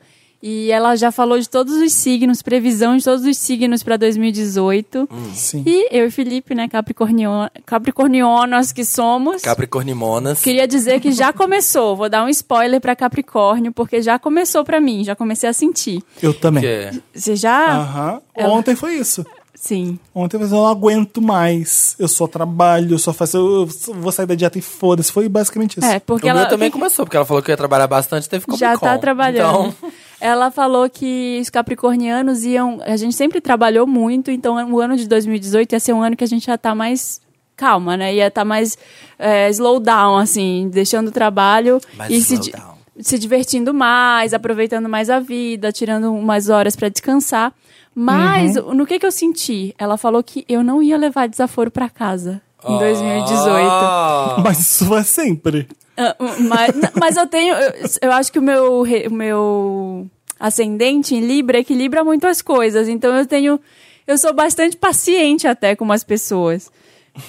Speaker 2: E ela já falou de todos os signos, previsão de todos os signos para 2018.
Speaker 3: Sim.
Speaker 2: E eu e Felipe, né, Capricornio, Capricornionas que somos.
Speaker 1: Capricornimonas.
Speaker 2: Queria dizer que já começou. Vou dar um spoiler pra Capricórnio, porque já começou pra mim, já comecei a sentir.
Speaker 3: Eu também.
Speaker 1: Que-
Speaker 2: Você
Speaker 1: Ah.
Speaker 2: já?
Speaker 3: Aham.
Speaker 2: Ela-
Speaker 3: Ontem foi isso.
Speaker 2: Sim.
Speaker 3: Ontem eu falei, eu não aguento mais. Eu só trabalho, eu só faço. Eu vou sair da dieta e foda-se. Foi basicamente isso.
Speaker 2: É, porque
Speaker 1: o
Speaker 2: ela
Speaker 1: meu também começou, porque ela falou que ia trabalhar bastante, teve Comic
Speaker 2: já
Speaker 1: Con.
Speaker 2: tá trabalhando.
Speaker 1: Então,
Speaker 2: Ela falou que os capricornianos iam, a gente sempre trabalhou muito, então o ano de 2018 ia ser um ano que a gente já tá mais calma, né? Ia tá mais é, slow down assim, deixando o trabalho
Speaker 1: Mais
Speaker 2: e se
Speaker 1: slow
Speaker 2: di-
Speaker 1: down.
Speaker 2: se divertindo mais, aproveitando mais a vida, tirando umas horas pra descansar. Mas no que que eu senti? Ela falou que eu não ia levar desaforo pra casa em 2018.
Speaker 1: Ah,
Speaker 3: Mas isso vai sempre.
Speaker 2: Ah, mas, mas eu tenho. Eu, eu acho que o meu, re- o meu ascendente em Libra equilibra muito as coisas. Então eu tenho. Eu sou bastante paciente até com as pessoas.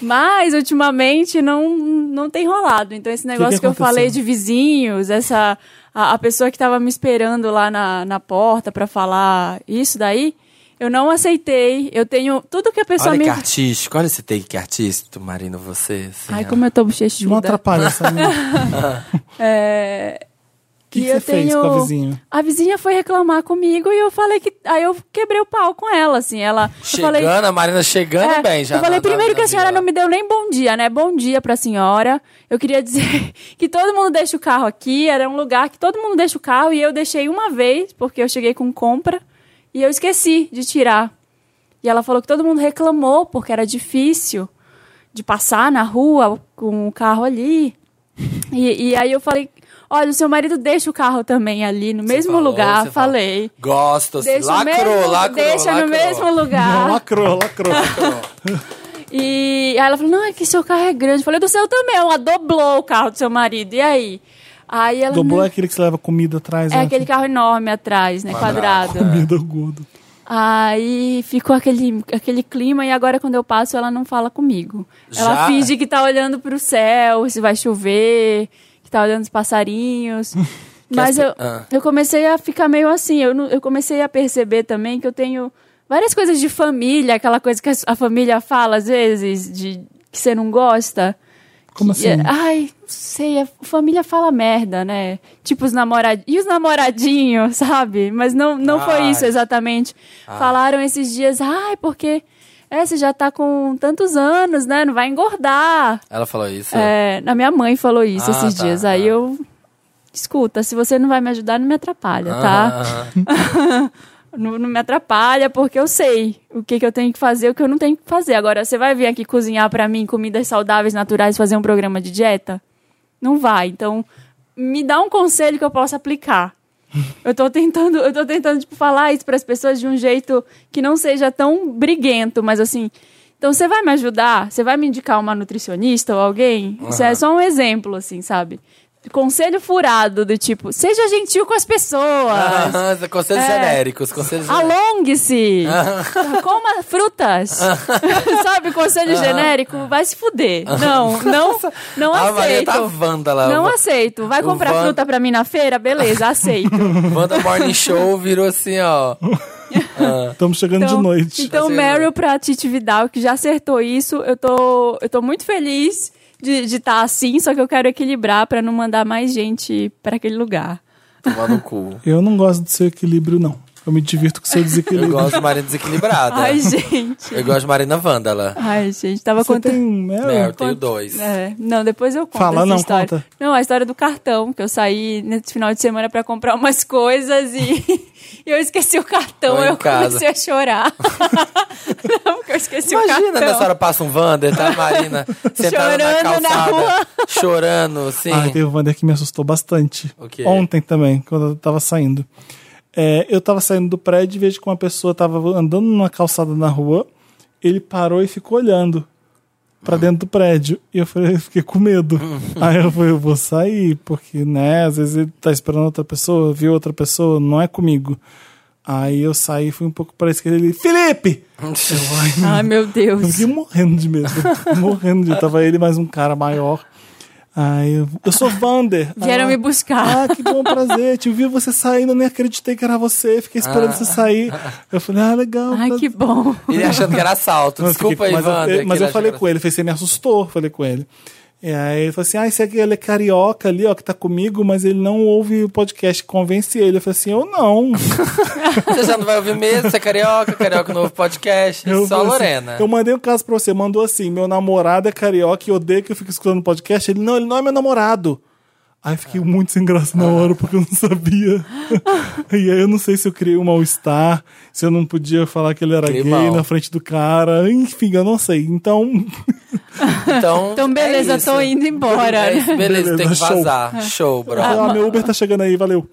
Speaker 2: Mas ultimamente não, não tem rolado. Então esse negócio que, eu
Speaker 3: aconteceu?
Speaker 2: falei de vizinhos, essa. A, a pessoa que estava me esperando lá na, na porta para falar isso daí. Eu não aceitei. Eu tenho tudo que a pessoa
Speaker 1: Olha
Speaker 2: me.
Speaker 1: que artístico, olha esse take artístico, Marino, você. assim,
Speaker 2: Ai,
Speaker 1: ó.
Speaker 2: como eu tô bochechuda.
Speaker 3: Não atrapalha essa menina.
Speaker 2: É...
Speaker 3: O que,
Speaker 2: e
Speaker 3: que você
Speaker 2: eu
Speaker 3: fez
Speaker 2: tenho-
Speaker 3: com a vizinha?
Speaker 2: A vizinha foi reclamar comigo e eu falei que. Aí eu quebrei o pau com ela, assim. Ela. eu
Speaker 1: Chegando,
Speaker 2: falei,
Speaker 1: a Marina chegando
Speaker 2: É,
Speaker 1: bem já.
Speaker 2: Eu falei
Speaker 1: na-
Speaker 2: primeiro
Speaker 1: na-
Speaker 2: que
Speaker 1: na
Speaker 2: a senhora
Speaker 1: viola.
Speaker 2: não me deu nem bom dia, né? Bom dia pra senhora. Eu queria dizer que todo mundo deixa o carro aqui. Era um lugar que todo mundo deixa o carro e eu deixei uma vez, porque eu cheguei com compra e eu esqueci de tirar. E ela falou que todo mundo reclamou porque era difícil de passar na rua com o carro ali. E, e aí eu falei: olha, o seu marido deixa o carro também ali, no
Speaker 1: Você
Speaker 2: mesmo
Speaker 1: falou,
Speaker 2: lugar.
Speaker 1: você falou.
Speaker 2: Falei.
Speaker 1: Gosto, assim,
Speaker 2: Deixa,
Speaker 1: lacrou,
Speaker 2: no mesmo,
Speaker 1: lacrou.
Speaker 2: deixa
Speaker 1: lacrou.
Speaker 2: no mesmo lugar.
Speaker 3: Não, lacrou, lacrou.
Speaker 2: E aí ela falou: não, é que seu carro é grande. Eu falei, do seu também, ela dobrou o carro do seu marido. E aí? Aí ela.
Speaker 3: Dobrou
Speaker 2: "Não,
Speaker 3: é aquele que você leva comida atrás,
Speaker 2: é
Speaker 3: né?
Speaker 2: aquele carro enorme atrás, né?
Speaker 1: Quadrado.
Speaker 2: Quadrado.
Speaker 3: Comida gordo.
Speaker 2: Aí ficou aquele, aquele clima, e agora quando eu passo, ela não fala comigo.
Speaker 1: Já?
Speaker 2: Ela finge que tá olhando pro céu, se vai chover, que tá olhando os passarinhos. Mas
Speaker 1: as
Speaker 2: eu,
Speaker 1: pe- Ah.
Speaker 2: eu comecei a ficar meio assim. Eu, não- eu comecei a perceber também que eu tenho várias coisas de família, aquela coisa que a, a família fala às vezes, de que você não gosta. E,
Speaker 3: Como assim?
Speaker 2: ai, não sei, a família fala merda, né? Tipo os namoradinhos. E os namoradinhos, sabe? Mas não, não foi
Speaker 1: Ai.
Speaker 2: isso exatamente.
Speaker 1: Ah.
Speaker 2: Falaram esses dias, ai, porque é, você já tá com tantos anos, né? Não vai engordar.
Speaker 1: Ela falou isso.
Speaker 2: É, a minha mãe falou
Speaker 1: Ah,
Speaker 2: isso esses
Speaker 1: tá,
Speaker 2: dias. Aí
Speaker 1: ah.
Speaker 2: eu. Escuta, se você não vai me ajudar, não me atrapalha, tá?
Speaker 1: Ah,
Speaker 2: Não, não me atrapalha, porque eu sei o que, que eu tenho que fazer e o que eu não tenho que fazer. Agora, você vai vir aqui cozinhar pra mim comidas saudáveis, naturais, fazer um programa de dieta? Não vai. Então, me dá um conselho que eu possa aplicar. Eu tô tentando, eu tô tentando tipo, falar isso pras pessoas de um jeito que não seja tão briguento, mas assim. Então, você vai me ajudar? Você vai me indicar uma nutricionista ou alguém? Isso é só um exemplo, assim, sabe? Conselho furado do tipo, seja gentil com as pessoas.
Speaker 1: ah, ah, conselhos
Speaker 2: É.
Speaker 1: genéricos, conselhos genéricos.
Speaker 2: Alongue-se! Coma frutas! Sabe,
Speaker 1: Ah.
Speaker 2: conselho genérico? Vai se fuder. Não, não, não
Speaker 1: a Maria
Speaker 2: aceito.
Speaker 1: tá Wanda lá.
Speaker 2: Não
Speaker 1: o
Speaker 2: aceito. Vai
Speaker 1: o
Speaker 2: comprar
Speaker 1: Van-
Speaker 2: fruta pra mim na feira? Beleza, aceito.
Speaker 1: Wanda Morning Show virou assim, ó.
Speaker 3: Estamos assim? chegando de noite.
Speaker 2: então
Speaker 1: Vai ser-
Speaker 2: Meryl pra Titi Vidal, que já acertou isso. Eu tô, eu tô muito feliz de estar assim, só que eu quero equilibrar pra não mandar mais gente pra aquele lugar.
Speaker 1: Tomar no cu.
Speaker 3: Eu não gosto do seu equilíbrio, não. Eu me divirto com o seu
Speaker 1: Eu
Speaker 3: desequilíbrio.
Speaker 1: gosto de Marina desequilibrada.
Speaker 2: Ai, gente.
Speaker 1: Eu gosto de Marina Vandala.
Speaker 2: Ai, gente, tava
Speaker 3: Você
Speaker 2: contando.
Speaker 3: tem um
Speaker 1: É, eu
Speaker 3: mel?
Speaker 1: tenho dois.
Speaker 2: É, não, depois eu conto
Speaker 3: Fala,
Speaker 2: essa
Speaker 3: não,
Speaker 2: história.
Speaker 3: conta.
Speaker 2: Não, a história do cartão, que eu saí nesse final de semana pra comprar umas coisas e e eu esqueci o cartão,
Speaker 1: Tô em
Speaker 2: eu
Speaker 1: casa.
Speaker 2: comecei a chorar. não, porque eu esqueci o
Speaker 1: Imagina,
Speaker 2: cartão.
Speaker 1: né, a senhora passa um Wander, tá, Marina? Sentada na
Speaker 2: Chorando na
Speaker 1: calçada.
Speaker 2: rua.
Speaker 1: Chorando, assim, sim.
Speaker 3: Ah, teve um Wander que me assustou bastante.
Speaker 1: O quê?
Speaker 3: Ontem também, quando eu tava saindo. É, eu tava saindo do prédio e vejo que uma pessoa tava andando numa calçada na rua. Ele parou e ficou olhando pra dentro do prédio. E eu, falei, eu fiquei com medo. Aí eu falei, eu vou sair, porque, né, às vezes ele tá esperando outra pessoa, viu outra pessoa, não é comigo. Aí eu saí, fui um pouco pra esquerda e ele, Felipe!
Speaker 2: Ai, Ah, meu
Speaker 3: Eu
Speaker 2: Deus.
Speaker 3: fiquei morrendo de medo. morrendo de medo. Tava ele mais um cara maior. Aí eu, eu sou Vander. Aí
Speaker 2: Vieram
Speaker 3: ela,
Speaker 2: me buscar.
Speaker 3: Ah, que bom prazer. Te vi você saindo, eu nem acreditei que era você. Fiquei esperando você sair. Eu falei, ah, legal.
Speaker 2: Ai,
Speaker 3: prazer.
Speaker 2: que bom.
Speaker 1: Ele achando que era assalto.
Speaker 3: Mas eu
Speaker 1: Desculpa
Speaker 3: fiquei-
Speaker 1: aí,
Speaker 3: mas eu-
Speaker 1: Wander.
Speaker 3: Mas eu falei com ele, falei, você me assustou, falei com ele. E aí ele falou assim: ah, esse aqui ele é carioca ali, ó, que tá comigo, mas ele não ouve o podcast, convence ele. Eu falei assim: eu não.
Speaker 1: Você já não vai ouvir mesmo, você é carioca, carioca novo podcast.
Speaker 3: Eu
Speaker 1: só
Speaker 3: falei assim,
Speaker 1: Lorena.
Speaker 3: eu mandei um caso pra você, mandou assim: meu namorado é carioca e odeia que eu fico escutando podcast. Ele, não, ele não é meu namorado. Aí eu
Speaker 1: Ah.
Speaker 3: fiquei muito sem graça na hora, porque eu não sabia. e aí eu não sei se eu criei um mal-estar, se eu não podia falar que ele era
Speaker 1: Criei
Speaker 3: gay
Speaker 1: mal.
Speaker 3: na frente do cara, enfim, eu não sei. Então,
Speaker 1: Então,
Speaker 2: Então, beleza,
Speaker 1: é isso.
Speaker 2: tô indo embora.
Speaker 1: É isso, beleza,
Speaker 3: Beleza,
Speaker 1: tem que
Speaker 3: show.
Speaker 1: vazar. Show, bro.
Speaker 3: ah, meu Uber tá chegando aí, valeu.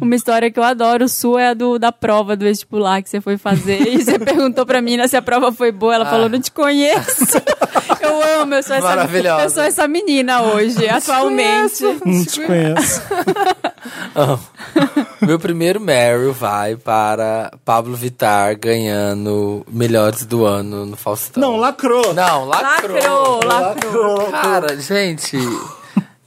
Speaker 2: Uma história que eu adoro sua é a do, da prova do vestibular que você foi fazer. E você perguntou pra mina se a prova foi boa. Ela
Speaker 3: Ah.
Speaker 2: falou, não te conheço. Eu amo, eu sou essa,
Speaker 1: Maravilhosa.
Speaker 2: eu sou essa menina hoje, atualmente.
Speaker 3: Não te conheço.
Speaker 1: Meu primeiro Meryl vai para Pablo Vittar ganhando melhores do ano no Faustão.
Speaker 3: Não, lacrou.
Speaker 1: é- Não, lacrou.
Speaker 2: Lacrou, lacrou.
Speaker 1: Cara, gente,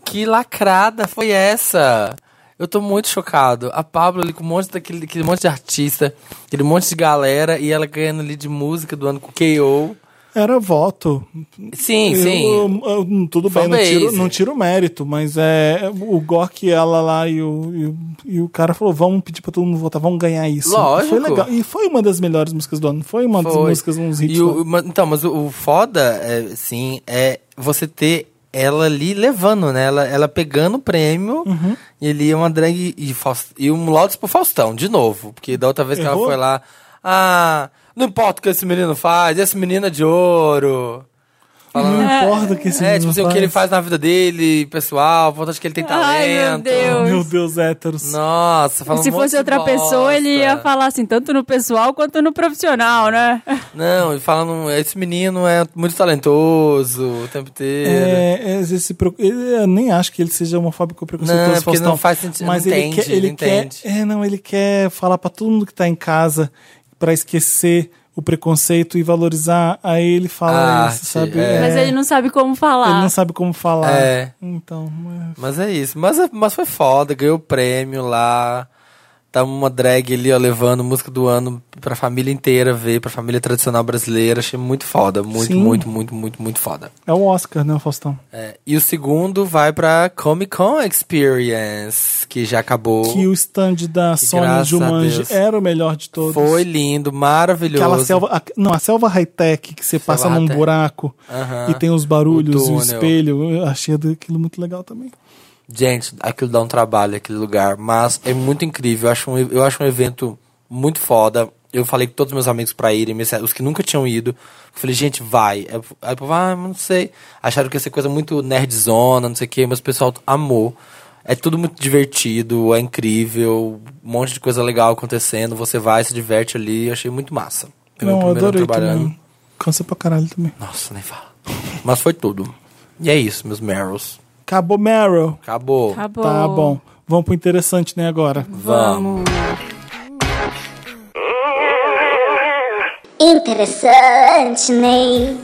Speaker 1: que lacrada foi essa? Eu tô muito chocado. A Pablo ali com um monte daquele aquele monte de artista, aquele monte de galera, e ela ganhando ali de música do ano com KO.
Speaker 3: Era voto.
Speaker 1: Sim,
Speaker 3: Eu-
Speaker 1: sim.
Speaker 3: eu- eu- tudo bem, não
Speaker 1: Fanbase.
Speaker 3: tiro, não tiro mérito, mas é o Gork, ela lá e o, e, o- e o cara falou: vamos pedir pra todo mundo votar, vamos ganhar isso.
Speaker 1: Lógico.
Speaker 3: Foi legal. E foi uma das melhores músicas do ano. Foi uma das
Speaker 1: Foi.
Speaker 3: músicas, uns hits.
Speaker 1: E
Speaker 3: lá.
Speaker 1: o- ma- então, mas o, o foda, é, sim, é você ter ela ali levando, né? Ela, ela pegando o prêmio
Speaker 3: Uhum.
Speaker 1: e ali é uma drag e, Faust- e um Laudes pro Faustão, de novo. Porque da outra vez que
Speaker 3: Errou?
Speaker 1: ela foi lá, ah, não importa o que esse menino faz, esse menino é de ouro. Falando,
Speaker 3: Não importa o que Uhum. esse
Speaker 1: é,
Speaker 3: menino
Speaker 1: tipo assim, o que ele faz na vida dele, pessoal, o importante é que ele tem talento.
Speaker 2: Ai, meu Deus.
Speaker 1: é
Speaker 3: Meu Deus, héteros.
Speaker 1: Nossa, um
Speaker 3: um
Speaker 1: falando
Speaker 2: Se fosse outra pessoa, ele ia falar assim, tanto no pessoal quanto no profissional, né?
Speaker 1: Não, e falando, esse menino é muito talentoso o tempo inteiro.
Speaker 3: É, é, esse, pro- ele- eu nem acho que ele seja homofóbico ou preconceituoso.
Speaker 1: Não, é porque
Speaker 3: Faustão,
Speaker 1: não faz sentido,
Speaker 3: Mas
Speaker 1: não
Speaker 3: ele
Speaker 1: entende,
Speaker 3: quer, ele
Speaker 1: não
Speaker 3: quer,
Speaker 1: entende.
Speaker 3: é, não, ele quer falar pra todo mundo que tá em casa pra esquecer o preconceito e valorizar. Aí ele fala
Speaker 1: A
Speaker 3: isso,
Speaker 1: arte,
Speaker 3: sabe?
Speaker 1: é.
Speaker 2: Mas ele não sabe como falar.
Speaker 3: Ele não sabe como falar.
Speaker 1: É.
Speaker 3: Então, é.
Speaker 1: Mas é isso. Mas, é- mas foi foda, ganhou o prêmio lá. Tá uma drag ali, ó, levando música do ano pra família inteira ver, pra família tradicional brasileira. Achei muito foda. Muito,
Speaker 3: Sim.
Speaker 1: muito, muito, muito, muito foda.
Speaker 3: é o Oscar, né, Faustão?
Speaker 1: É, e o segundo vai pra Comic Con Experience, que já acabou.
Speaker 3: Que o stand da Sônia
Speaker 1: Oh. graças a Deus.
Speaker 3: Jumanji era o melhor de todos.
Speaker 1: Foi lindo, maravilhoso.
Speaker 3: Aquela selva. a- não, a selva high-tech que você passa num
Speaker 1: high-tech.
Speaker 3: buraco
Speaker 1: Aham.
Speaker 3: e tem os barulhos, o,
Speaker 1: O túnel.
Speaker 3: espelho. Eu achei aquilo muito legal também.
Speaker 1: Gente, aquilo dá um trabalho, aquele lugar, mas é muito incrível. Eu acho um, eu acho um evento muito foda. Eu falei com todos os meus amigos pra irem, me- os que nunca tinham ido. Eu falei, gente, vai. Aí aí o povo, ah, mas não sei. Acharam que ia ser coisa muito nerdzona, não sei o quê, mas o pessoal amou. É tudo muito divertido, é incrível, um monte de coisa legal acontecendo. Você vai, se diverte ali. Eu achei muito massa. Foi meu
Speaker 3: não, eu
Speaker 1: primeiro
Speaker 3: adorei
Speaker 1: ano
Speaker 3: também. Cansa pra caralho também.
Speaker 1: Nossa, nem fala. Mas foi tudo. E é isso, meus Merrills.
Speaker 3: Acabou Meryl.
Speaker 1: Acabou.
Speaker 2: Acabou.
Speaker 3: Tá bom. Vamos pro interessante, né, agora.
Speaker 1: Vamos.
Speaker 5: Interessante, Ney.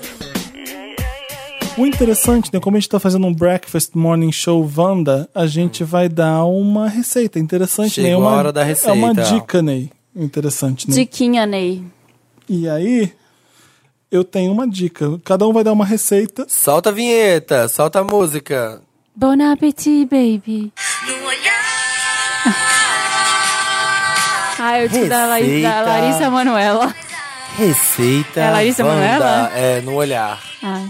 Speaker 3: O interessante, né, como a gente tá fazendo um breakfast morning show Wanda, a gente vai dar uma receita interessante,
Speaker 1: Chegou
Speaker 3: né?
Speaker 1: a
Speaker 3: Uma,
Speaker 1: hora da
Speaker 3: É uma
Speaker 1: receita.
Speaker 3: dica, Ney. Interessante, né?
Speaker 2: Diquinha, Ney.
Speaker 3: E aí, eu tenho uma dica. Cada um vai dar uma receita.
Speaker 1: Solta a vinheta, solta a música.
Speaker 2: Bon appetit, baby. Ah, eu te da, Lari- da
Speaker 1: Receita.
Speaker 2: Larissa Manoela.
Speaker 1: Receita.
Speaker 2: É Larissa
Speaker 1: Wanda.
Speaker 2: Manoela?
Speaker 1: É, no olhar.
Speaker 2: Ah.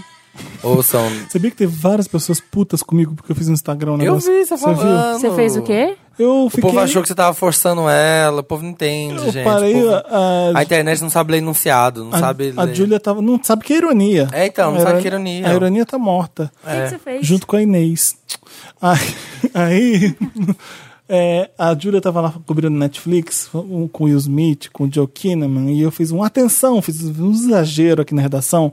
Speaker 1: Ouçam.
Speaker 3: Sabia que teve várias pessoas putas comigo porque eu fiz no Instagram um
Speaker 1: Eu
Speaker 3: negócio?
Speaker 1: vi você falando.
Speaker 2: Você fez o quê?
Speaker 3: viu? Eu
Speaker 1: O
Speaker 3: fiquei...
Speaker 1: povo achou que você tava forçando ela, o povo não entende,
Speaker 3: Eu
Speaker 1: gente.
Speaker 3: parei...
Speaker 1: O povo-
Speaker 3: a-
Speaker 1: A internet não sabe ler enunciado, não
Speaker 3: A,
Speaker 1: sabe
Speaker 3: a
Speaker 1: ler.
Speaker 3: Júlia tava. Não sabe que é ironia.
Speaker 1: É, então, não
Speaker 3: A
Speaker 1: sabe
Speaker 3: iro-
Speaker 1: que é ironia.
Speaker 3: A ironia tá morta.
Speaker 2: O que que você fez?
Speaker 3: Junto com a Inês. Aí. aí, é, a Júlia tava lá cobrindo Netflix um, com o Will Smith, com o Joe Kinnaman, e eu fiz um atenção, fiz um exagero aqui na redação.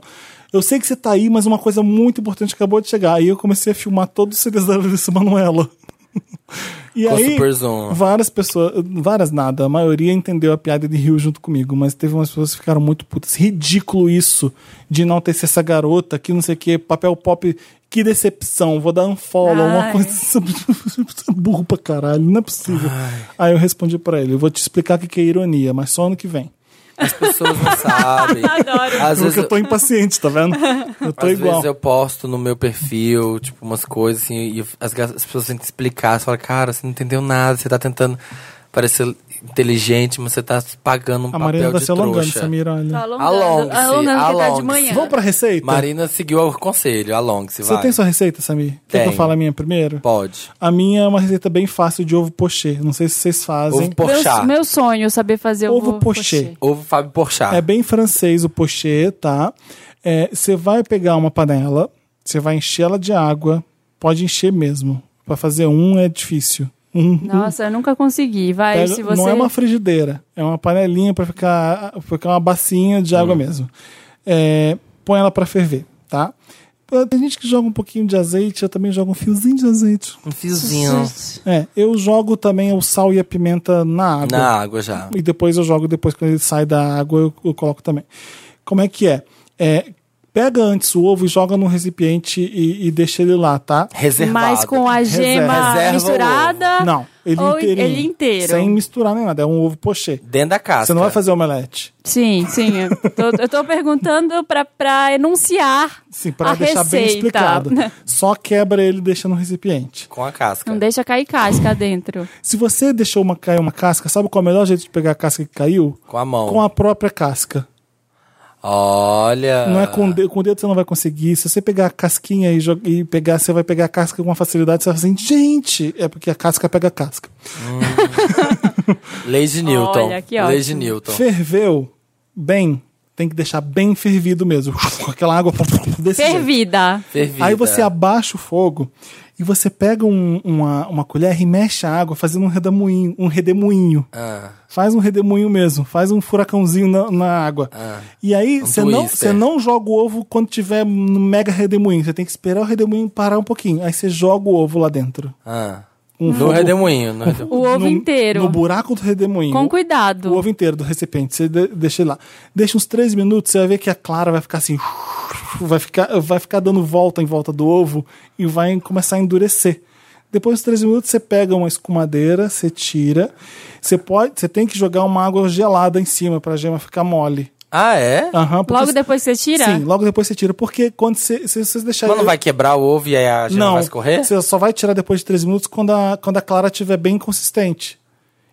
Speaker 3: Eu sei que você tá aí, mas uma coisa muito importante acabou de chegar. Aí eu comecei a filmar todos os CDs da Larissa Manoela. E
Speaker 1: Com
Speaker 3: aí,
Speaker 1: super zoom.
Speaker 3: várias pessoas, várias nada, a maioria entendeu a piada de riu junto comigo, mas teve umas pessoas que ficaram muito putas. Ridículo isso de não ter essa garota, que não sei o que, papel pop, que decepção, vou dar um follow, uma
Speaker 2: Ai.
Speaker 3: coisa. Você é burro pra caralho, não é possível. Aí eu respondi pra ele: eu vou te explicar o que que é ironia, mas só ano que vem.
Speaker 1: As pessoas não sabem.
Speaker 2: Adoro.
Speaker 1: Às vezes,
Speaker 3: Porque eu tô impaciente, tá vendo? Eu tô
Speaker 1: às
Speaker 3: igual.
Speaker 1: vezes é um eu posto no meu perfil, tipo, umas coisas assim, e as, ga- as pessoas têm que explicar. Você fala, cara, você não entendeu nada, você tá tentando parecer inteligente, mas você tá pagando um
Speaker 3: A
Speaker 1: papel
Speaker 3: Marina tá
Speaker 1: de
Speaker 3: se alongando,
Speaker 1: trouxa.
Speaker 3: Samira,
Speaker 2: Tá
Speaker 3: olha.
Speaker 2: alongando.
Speaker 1: Alongue-se,
Speaker 2: Alongando que tá de
Speaker 1: alongue-se.
Speaker 2: manhã.
Speaker 3: Vamos pra receita?
Speaker 1: Marina seguiu o conselho, alongue-se, vai.
Speaker 3: Você tem sua receita, Samir? Quer que eu
Speaker 1: Tenho.
Speaker 3: fale a minha primeiro?
Speaker 1: Pode.
Speaker 3: A minha é uma receita bem fácil de ovo pochê. Não sei se vocês fazem.
Speaker 1: Ovo
Speaker 2: Meu,
Speaker 1: porchá.
Speaker 2: meu sonho é saber fazer
Speaker 3: Ovo
Speaker 2: ovo pochê.
Speaker 1: Ovo Fábio Porchat.
Speaker 3: É bem francês o pochê, tá? É, Você vai pegar uma panela, você vai encher ela de água. Pode encher mesmo. Pra fazer um é difícil. Um,
Speaker 2: Nossa, eu nunca consegui. Vai,
Speaker 3: Pega-
Speaker 2: se você...
Speaker 3: Não é uma frigideira, é uma panelinha para ficar, pra ficar uma bacinha de
Speaker 1: Uhum.
Speaker 3: água mesmo. É, põe ela para ferver, tá? Pô, Tem gente que joga um pouquinho de azeite, eu também jogo um fiozinho de azeite.
Speaker 1: Um fiozinho
Speaker 3: É, eu jogo também o sal e a pimenta na água.
Speaker 1: na água já.
Speaker 3: E depois eu jogo, depois quando ele sai da água eu, eu coloco também. Como é que é? É, Pega antes o ovo e joga num recipiente e, e deixa ele lá, tá?
Speaker 1: Reservado.
Speaker 2: Mas com a gema
Speaker 1: Reserva o
Speaker 2: misturada.
Speaker 3: Não, ele
Speaker 2: ou
Speaker 3: inteirinho.
Speaker 2: Ele inteiro.
Speaker 3: Sem misturar nem nada, é um ovo pochê.
Speaker 1: Dentro da casa.
Speaker 3: Você não vai fazer omelete.
Speaker 2: Sim, sim. Eu tô, eu tô perguntando pra, pra enunciar
Speaker 3: Sim, pra
Speaker 2: a
Speaker 3: deixar
Speaker 2: receita.
Speaker 3: bem explicado. Só quebra ele e deixa no recipiente.
Speaker 1: Com a casca.
Speaker 2: Não deixa cair casca dentro.
Speaker 3: Se você deixou uma, cair uma casca, sabe qual é o melhor jeito de pegar a casca que caiu?
Speaker 1: Com a mão.
Speaker 3: Com a própria casca.
Speaker 1: Olha.
Speaker 3: Não é com o dedo, com o dedo você não vai conseguir. Se você pegar a casquinha e, joga- e pegar, você vai pegar a casca com uma facilidade, você vai assim, gente, é porque a casca pega a casca.
Speaker 1: Lei de Newton.
Speaker 2: Olha, que
Speaker 1: Lei
Speaker 2: ótimo.
Speaker 1: de Newton.
Speaker 3: Ferveu bem, tem que deixar bem fervido mesmo. Com aquela água desse jeito.
Speaker 2: Fervida.
Speaker 1: Fervida.
Speaker 3: Aí você abaixa o fogo e você pega um- uma, uma colher e mexe a água fazendo um redemoinho, um redemoinho.
Speaker 1: Ah.
Speaker 3: Faz um redemoinho mesmo, faz um furacãozinho na, na água. E aí
Speaker 1: Um
Speaker 3: você não,
Speaker 1: twister.
Speaker 3: você não joga o ovo quando tiver no mega redemoinho. Você tem que esperar o redemoinho parar um pouquinho. Aí você joga o ovo lá dentro.
Speaker 1: Ah.
Speaker 3: Um
Speaker 1: No
Speaker 3: ovo-
Speaker 1: redemoinho. No redemoinho.
Speaker 2: O ovo
Speaker 3: no-
Speaker 2: inteiro.
Speaker 3: No buraco do redemoinho.
Speaker 2: Com
Speaker 3: O
Speaker 2: cuidado.
Speaker 3: ovo é um inteiro do recipiente, você de- deixa ele lá. Deixa uns três minutos, você vai ver que a clara vai ficar assim. Vai ficar, vai ficar dando volta em volta do ovo e vai começar a endurecer. Depois dos três minutos, você pega uma escumadeira, você tira. Você, pode, você tem que jogar uma água gelada em cima para a gema ficar mole.
Speaker 1: Ah, é?
Speaker 3: Aham, porque
Speaker 2: Logo
Speaker 3: se-
Speaker 2: depois que você tira?
Speaker 3: Sim, logo depois você tira. Porque quando você, se você deixar.
Speaker 1: Mas não vai quebrar o ovo e aí a gema
Speaker 3: Não,
Speaker 1: vai escorrer?
Speaker 3: você só vai tirar depois de três minutos quando a, quando a clara estiver bem consistente.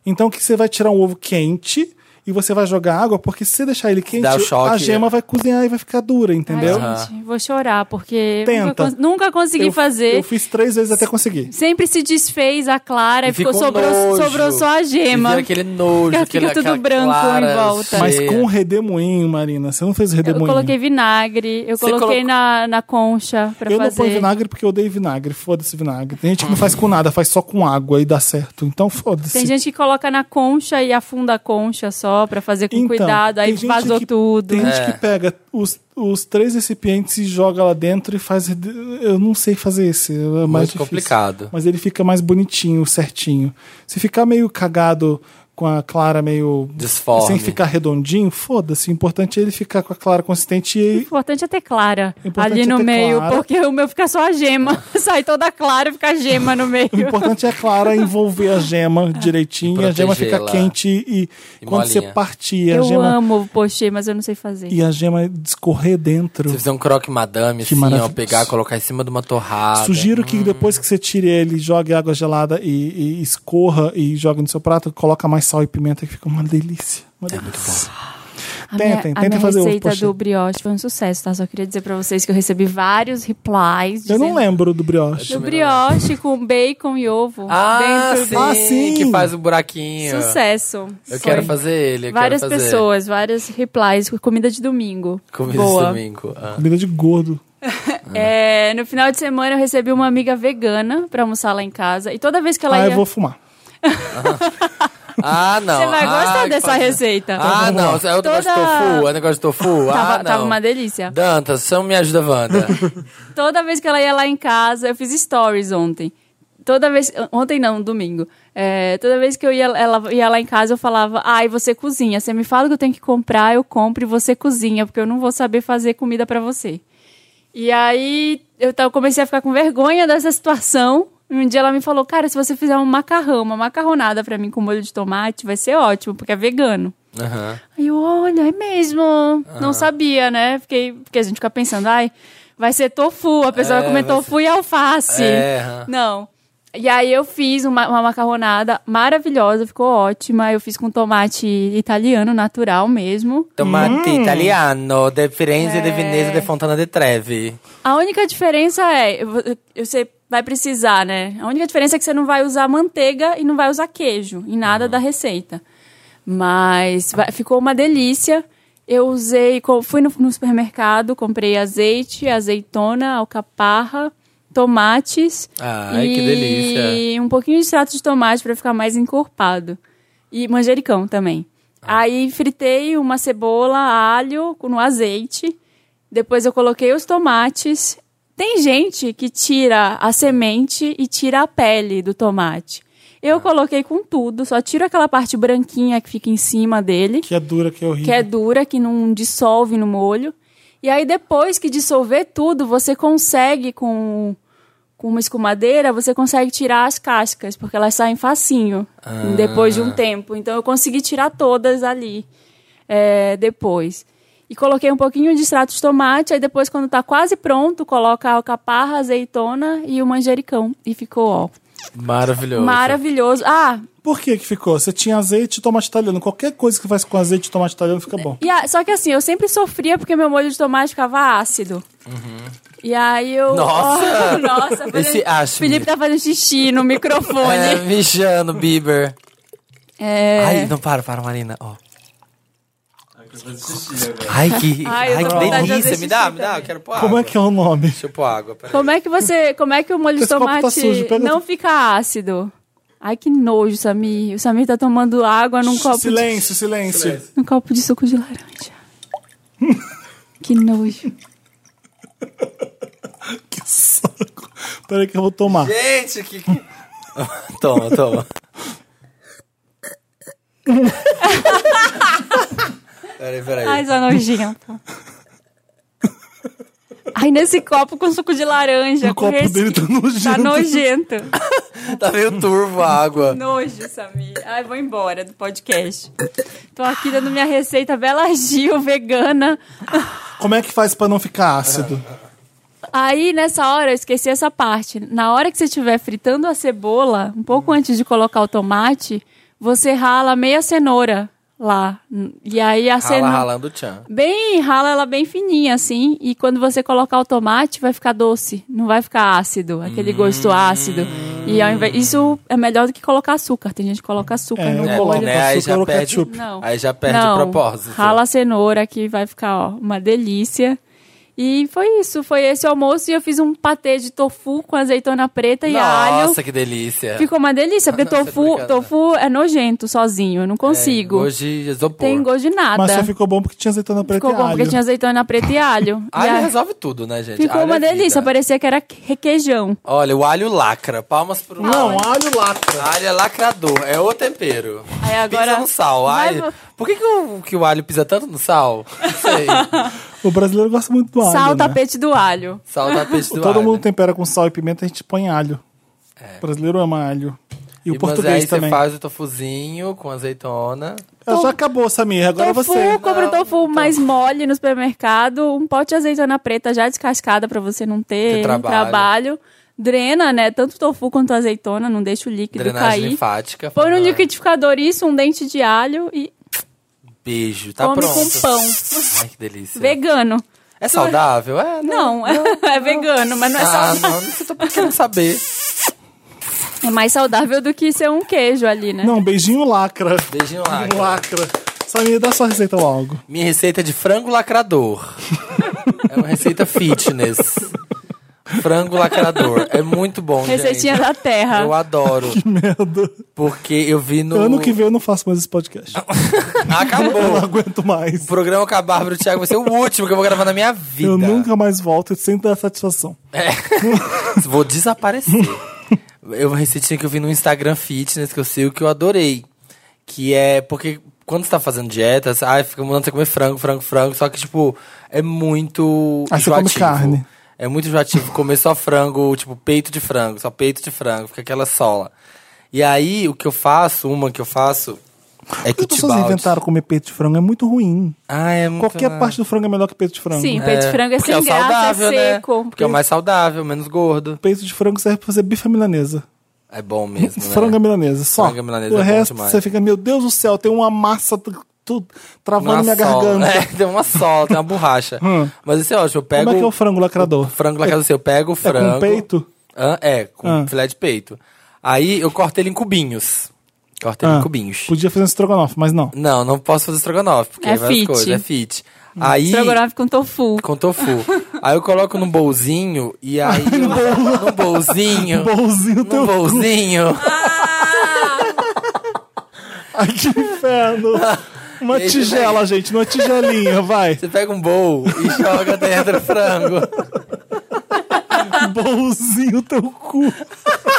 Speaker 3: Então, que você vai tirar um ovo quente e você vai jogar água, porque se você deixar ele quente,
Speaker 1: Dá o choque, né?
Speaker 3: a gema vai cozinhar e vai ficar dura, entendeu?
Speaker 2: Ai, gente, vou chorar, porque
Speaker 3: Tenta.
Speaker 2: nunca, cons- nunca consegui
Speaker 3: Eu-
Speaker 2: fazer.
Speaker 3: Eu fiz três vezes até conseguir.
Speaker 2: Sempre se desfez a clara e,
Speaker 1: E fica
Speaker 2: ficou,
Speaker 1: um
Speaker 2: sobrou,
Speaker 1: nojo.
Speaker 2: sobrou só a gema.
Speaker 1: Fica aquele nojo,
Speaker 2: Fica
Speaker 1: aquele,
Speaker 2: tudo
Speaker 1: aquela
Speaker 2: branco
Speaker 1: clara assim.
Speaker 2: em volta.
Speaker 3: Mas
Speaker 1: cheia.
Speaker 3: com o redemoinho, Marina, você não fez o
Speaker 2: Eu
Speaker 3: redemoinho.
Speaker 2: coloquei vinagre, eu
Speaker 1: Você
Speaker 2: coloquei
Speaker 1: colocou-
Speaker 2: na, na concha pra
Speaker 3: Eu não
Speaker 2: fazer.
Speaker 3: ponho vinagre porque eu odeio vinagre. Foda-se vinagre. Tem gente que não faz com nada, faz só com água e dá certo. Então foda-se.
Speaker 2: Tem gente que coloca na concha e afunda a concha só pra fazer com cuidado, aí
Speaker 3: Então, tem gente
Speaker 2: vazou
Speaker 3: que-
Speaker 2: tudo.
Speaker 3: Tem
Speaker 1: É.
Speaker 3: gente que pega os, os três recipientes e joga lá dentro e faz. rede- Eu não sei fazer esse. É mais
Speaker 1: Muito
Speaker 3: difícil.
Speaker 1: complicado.
Speaker 3: Mas ele fica mais bonitinho, certinho. Se ficar meio cagado com a clara meio.
Speaker 1: Disforme.
Speaker 3: Sem ficar redondinho, foda-se. O importante é ele ficar com a clara consistente e
Speaker 2: O importante é ter clara
Speaker 3: O importante
Speaker 2: ali
Speaker 3: é
Speaker 2: no
Speaker 3: ter
Speaker 2: meio,
Speaker 3: clara.
Speaker 2: porque o meu fica só a gema. Sai toda clara e fica a gema no meio.
Speaker 3: O importante é, claro, é envolver a gema direitinho.
Speaker 1: E
Speaker 3: a gema fica
Speaker 1: protegê-la.
Speaker 3: quente e,
Speaker 1: E
Speaker 3: quando
Speaker 1: molinha.
Speaker 3: você partir, é a
Speaker 2: eu
Speaker 3: gema,
Speaker 2: amo o pochê, mas eu não sei fazer.
Speaker 3: e a gema descorrer dentro.
Speaker 1: Se fizer um croque madame, assim,
Speaker 3: Que
Speaker 1: ó,
Speaker 3: maravilhoso.
Speaker 1: pegar, colocar em cima de uma torrada.
Speaker 3: Sugiro que depois que você tire ele, jogue água gelada e, e escorra e jogue no seu prato, coloca mais sal e pimenta que fica uma delícia. Uma delícia.
Speaker 2: A
Speaker 3: Tentem,
Speaker 2: minha, a
Speaker 3: tentem
Speaker 2: minha
Speaker 3: fazer ovo
Speaker 2: receita
Speaker 3: pochê.
Speaker 2: do brioche foi um sucesso, tá? Só queria dizer pra vocês que eu recebi vários replies.
Speaker 3: Eu não
Speaker 2: dizendo-
Speaker 3: lembro do brioche.
Speaker 2: Do brioche com bacon e ovo.
Speaker 1: Ah,
Speaker 2: dentro
Speaker 1: sim,
Speaker 3: Ah, sim.
Speaker 1: que faz o buraquinho.
Speaker 2: Sucesso.
Speaker 1: Eu
Speaker 2: Foi.
Speaker 1: quero fazer ele, eu
Speaker 2: Várias
Speaker 1: quero fazer.
Speaker 2: pessoas, várias replies, comida de domingo.
Speaker 1: Comida
Speaker 2: Boa.
Speaker 1: de domingo. Ah.
Speaker 3: Comida de gordo.
Speaker 2: É, no final de semana eu recebi uma amiga vegana pra almoçar lá em casa. E toda vez que ela é-
Speaker 3: ah,
Speaker 2: ia.
Speaker 3: eu vou fumar.
Speaker 1: Ah, não.
Speaker 2: Você vai
Speaker 1: Ah,
Speaker 2: gostar
Speaker 1: que
Speaker 2: dessa
Speaker 1: faz-
Speaker 2: receita.
Speaker 1: Ah, não. É o negócio de
Speaker 2: Toda-
Speaker 1: tofu, é o negócio de tofu. ah,
Speaker 2: Tava,
Speaker 1: não.
Speaker 2: tava uma delícia.
Speaker 1: Dantas, chama me ajuda, Wanda.
Speaker 2: Toda vez que ela ia lá em casa, eu fiz stories ontem. Toda vez. Ontem não, domingo. É, toda vez que eu ia, ela ia lá em casa, eu falava: Ai, você cozinha. Você me fala o que eu tenho que comprar, eu compro e você cozinha, porque eu não vou saber fazer comida pra você. E aí eu tava- comecei a ficar com vergonha dessa situação. E Um dia ela me falou: Cara, se você fizer um macarrão, uma macarronada pra mim com molho de tomate, vai ser ótimo, porque é vegano.
Speaker 1: Aham.
Speaker 2: Aí eu, olha, é mesmo. Não sabia, né? Fiquei, porque a gente fica pensando, ai, vai ser tofu, a pessoa
Speaker 1: É,
Speaker 2: vai comer
Speaker 1: vai
Speaker 2: tofu e alface.
Speaker 1: É, aham.
Speaker 2: Não. E aí eu fiz uma, uma macarronada maravilhosa, ficou ótima. Eu fiz com tomate italiano, natural mesmo.
Speaker 1: Tomate italiano, de Firenze,
Speaker 2: É.
Speaker 1: de Veneza, de Fontana de Trevi.
Speaker 2: A única diferença é, eu vou- eu- você vai precisar, né? A única diferença é que você não vai usar manteiga e não vai usar queijo em
Speaker 1: Uhum.
Speaker 2: nada da receita. Mas vai- ficou uma delícia. Eu usei, co- fui no, no supermercado, comprei azeite, azeitona, alcaparra, tomates
Speaker 1: Ai,
Speaker 2: e
Speaker 1: que delícia.
Speaker 2: um pouquinho de extrato de tomate para ficar mais encorpado e manjericão também. Aí fritei uma cebola, alho no azeite. Depois eu coloquei os tomates. Tem gente que tira a semente e tira a pele do tomate. Eu coloquei com tudo, só tiro aquela parte branquinha que fica em cima dele,
Speaker 3: Que é dura, que é horrível.
Speaker 2: que é dura, que não dissolve no molho. E aí, depois que dissolver tudo, você consegue com, com uma escumadeira, você consegue tirar as cascas, porque elas saem facinho depois de um tempo. Então, eu consegui tirar todas ali é, depois. E coloquei um pouquinho de extrato de tomate, aí depois, quando tá quase pronto, coloca a alcaparra, azeitona e o manjericão. E ficou, ó,
Speaker 1: Maravilhoso.
Speaker 2: maravilhoso. Ah,
Speaker 3: Por que que ficou? Você tinha azeite e tomate italiano. Qualquer coisa que faz com azeite e tomate italiano fica bom.
Speaker 2: E a- só que assim, eu sempre sofria porque meu molho de tomate ficava ácido. E aí eu.
Speaker 1: Nossa!
Speaker 2: Oh, nossa,
Speaker 1: Esse ah,
Speaker 2: fazendo-
Speaker 1: ácido.
Speaker 2: Felipe tá fazendo xixi no
Speaker 1: É,
Speaker 2: microfone.
Speaker 1: mijando, Bieber.
Speaker 2: É.
Speaker 1: Ai, não, para, para, Marina. Ó. Ai, que,
Speaker 2: Ai, eu
Speaker 1: ai,
Speaker 2: tô
Speaker 1: que
Speaker 2: com vontade de
Speaker 1: delícia.
Speaker 2: fazer
Speaker 1: Me dá,
Speaker 2: xixi
Speaker 1: me dá.
Speaker 2: também.
Speaker 1: Eu quero pôr
Speaker 3: Como
Speaker 1: água.
Speaker 3: é que é o nome?
Speaker 1: Deixa eu pôr água, peraí.
Speaker 2: Como é que você. Como é que o molho de
Speaker 3: Esse copo tá
Speaker 2: tomate
Speaker 3: sujo, pega
Speaker 2: não
Speaker 3: outro.
Speaker 2: fica ácido? Ai, que nojo, Samir. O Samir tá tomando água num copo, de,
Speaker 3: Silêncio, silêncio,
Speaker 2: num copo de suco de laranja. que nojo.
Speaker 3: Que saco. Peraí que eu vou tomar.
Speaker 1: Gente, que... que- toma, toma. peraí, peraí.
Speaker 2: Ai, só nojento. Ai, nesse copo com suco de laranja.
Speaker 3: O
Speaker 2: com
Speaker 3: copo dele tá
Speaker 2: resqui-
Speaker 3: nojento.
Speaker 2: Tá nojento.
Speaker 1: Tá meio turvo a água.
Speaker 2: Nojo, Samir. Ai, vou embora do podcast. Tô aqui dando minha receita Bela Gil, vegana. tá-
Speaker 3: Como é que faz pra não ficar ácido?
Speaker 2: Aí, nessa hora, eu esqueci essa parte. Na hora que você estiver fritando a cebola, um pouco antes de colocar o tomate, você rala meia cenoura lá. E aí a
Speaker 1: Rala,
Speaker 2: cenoura...
Speaker 1: ralando o tchan.
Speaker 2: Bem, rala ela bem fininha, assim. E quando você colocar o tomate, vai ficar doce. Não vai ficar ácido, aquele
Speaker 1: Hum.
Speaker 2: gosto ácido. E ao invés, isso é melhor do que colocar açúcar. Tem gente que coloca açúcar
Speaker 3: É,
Speaker 2: no
Speaker 3: eu
Speaker 2: molho.
Speaker 3: coloco
Speaker 1: né? Aí
Speaker 3: açúcar
Speaker 1: já
Speaker 3: ou
Speaker 1: perde-
Speaker 3: ketchup.
Speaker 2: Não.
Speaker 1: Aí já perde
Speaker 2: Não,
Speaker 1: o propósito.
Speaker 2: Rala a cenoura que vai ficar, ó, uma delícia. E foi isso, foi esse o almoço. E eu fiz um patê de tofu com azeitona preta e alho.
Speaker 1: Nossa, que delícia. Ah,
Speaker 2: Ficou uma delícia, porque
Speaker 1: Nossa,
Speaker 2: tofu,
Speaker 1: obrigado.
Speaker 2: tofu é nojento sozinho,
Speaker 1: É,
Speaker 2: eu não consigo.
Speaker 1: Hoje, é isopor.
Speaker 2: Tem gosto de nada.
Speaker 3: Mas só ficou bom porque tinha azeitona
Speaker 2: Ah,
Speaker 3: preta
Speaker 2: tá. Ficou
Speaker 3: e
Speaker 2: bom,
Speaker 3: alho.
Speaker 2: porque tinha azeitona preta e alho. E
Speaker 1: Alho
Speaker 2: a-
Speaker 1: resolve tudo, né, gente?
Speaker 2: Ficou
Speaker 1: Alho
Speaker 2: uma
Speaker 1: é
Speaker 2: delícia,
Speaker 1: vida.
Speaker 2: parecia que era requeijão.
Speaker 1: Olha, o alho lacra. Palmas pro
Speaker 3: Não,
Speaker 1: alho.
Speaker 3: alho lacra.
Speaker 1: Alho é lacrador, é o tempero.
Speaker 2: Aí agora-
Speaker 1: Pisa no sal.
Speaker 2: Vai,
Speaker 1: Alho.
Speaker 2: vo-
Speaker 1: Por que, que, o, que o alho pisa tanto no sal? Não sei.
Speaker 3: O brasileiro gosta muito do alho,
Speaker 2: Sal, tá
Speaker 3: né?
Speaker 2: tapete do alho.
Speaker 1: sal da peixe do
Speaker 3: Todo
Speaker 1: alho. É.
Speaker 3: mundo tempera com sal e pimenta, a gente põe alho. O brasileiro ama alho. E o
Speaker 1: E, mas
Speaker 3: português
Speaker 1: aí
Speaker 3: também.
Speaker 1: você faz o tofuzinho com azeitona.
Speaker 3: Ah, Já acabou, Samir. Agora
Speaker 2: tofu,
Speaker 3: você.
Speaker 1: né?
Speaker 2: compra o tofu
Speaker 1: Então.
Speaker 2: mais mole no supermercado, um pote de azeitona preta já descascada pra você não ter um
Speaker 1: Ter
Speaker 2: trabalho.
Speaker 1: trabalho.
Speaker 2: Drena, né? Tanto tofu quanto azeitona, não deixa o líquido
Speaker 1: Drenagem né?
Speaker 2: cair.
Speaker 1: linfática.
Speaker 2: Põe no
Speaker 1: Fernanda.
Speaker 2: liquidificador isso, um dente de alho e
Speaker 1: Beijo, tá
Speaker 2: come
Speaker 1: pronto.
Speaker 2: com pão.
Speaker 1: Ai, que delícia.
Speaker 2: Vegano.
Speaker 1: É saudável? É, né?
Speaker 2: Não, é, vegano, mas não é
Speaker 1: Ah,
Speaker 2: saudável.
Speaker 1: não, não sei, tô querendo saber.
Speaker 2: É mais saudável do que ser um queijo ali, né?
Speaker 3: Não, beijinho lacra. Um
Speaker 1: Beijinho lacra.
Speaker 3: lacra. Samir, dá sua receita logo.
Speaker 1: Minha receita é de frango lacrador. é uma receita fitness. Frango lacrador. É muito bom,
Speaker 2: Receitinha
Speaker 1: gente.
Speaker 2: da terra.
Speaker 1: Eu adoro.
Speaker 3: Ah. Merda.
Speaker 1: Porque eu vi no. Ah,
Speaker 3: Ano que vem eu não faço mais esse podcast. Eu não
Speaker 1: Acabou.
Speaker 3: aguento mais.
Speaker 1: O programa com a Bárbara e o Thiago vai ser o último que eu vou gravar na minha vida.
Speaker 3: Eu nunca mais volto sem dar satisfação.
Speaker 1: É. Vou desaparecer. Eu uma receitinha que eu vi no Instagram Fitness, que eu sigo, que eu adorei. Que é porque quando você tá fazendo dieta, você- ai, fica mandando você comer frango, frango, frango. Só que, tipo, é muito
Speaker 3: Aí Ah, você come
Speaker 1: enjoativo.
Speaker 3: carne.
Speaker 1: É muito enjoativo comer só frango, tipo, peito de frango, só peito de frango, fica aquela sola. E aí, o que eu faço, uma que eu faço, é
Speaker 3: Por que
Speaker 1: que
Speaker 3: as pessoas inventaram comer peito de frango? É muito ruim.
Speaker 1: Ah, é muito...
Speaker 3: Qualquer parte do frango é melhor que peito de frango.
Speaker 2: Sim, peito de frango é
Speaker 1: Porque
Speaker 2: sem
Speaker 1: o
Speaker 2: graça,
Speaker 1: saudável,
Speaker 2: é
Speaker 1: né?
Speaker 2: seco.
Speaker 1: Porque é o mais saudável, menos gordo.
Speaker 3: Peito de frango serve pra fazer bife à milanesa.
Speaker 1: É bom mesmo, né?
Speaker 3: Franga milanesa, só.
Speaker 1: Franga milanesa
Speaker 3: o
Speaker 1: é bom
Speaker 3: resto
Speaker 1: demais.
Speaker 3: você fica, meu Deus do céu, tem uma massa t- tudo travando minha
Speaker 1: sola.
Speaker 3: garganta.
Speaker 1: É, tem uma sola, tem uma borracha.
Speaker 3: Hum.
Speaker 1: Mas isso é ótimo, eu pego...
Speaker 3: Como é que é o frango lacrador? É
Speaker 1: o frango lá casa do seu, eu pego o frango...
Speaker 3: com peito?
Speaker 1: Hã? é, com
Speaker 3: Ah.
Speaker 1: filé de peito. Aí eu corto ele em cubinhos. Corto ele
Speaker 3: Ah,
Speaker 1: em cubinhos.
Speaker 3: Podia fazer um estrogonofe, mas não.
Speaker 1: Não, não posso fazer estrogonofe, porque
Speaker 2: É
Speaker 1: é várias
Speaker 2: fit. Hum.
Speaker 1: coisas, é fit. Aí...
Speaker 2: Estrogonofe com tofu.
Speaker 1: Com tofu. aí eu coloco num bolzinho e aí... num bolzinho...
Speaker 3: Bolzinho um teu.
Speaker 1: Num bolzinho...
Speaker 3: Ai, que inferno. Uma
Speaker 1: Esse
Speaker 3: tigela, gente, uma tigelinha, vai.
Speaker 1: Você pega um bowl e joga dentro do frango.
Speaker 3: Bolzinho teu cu.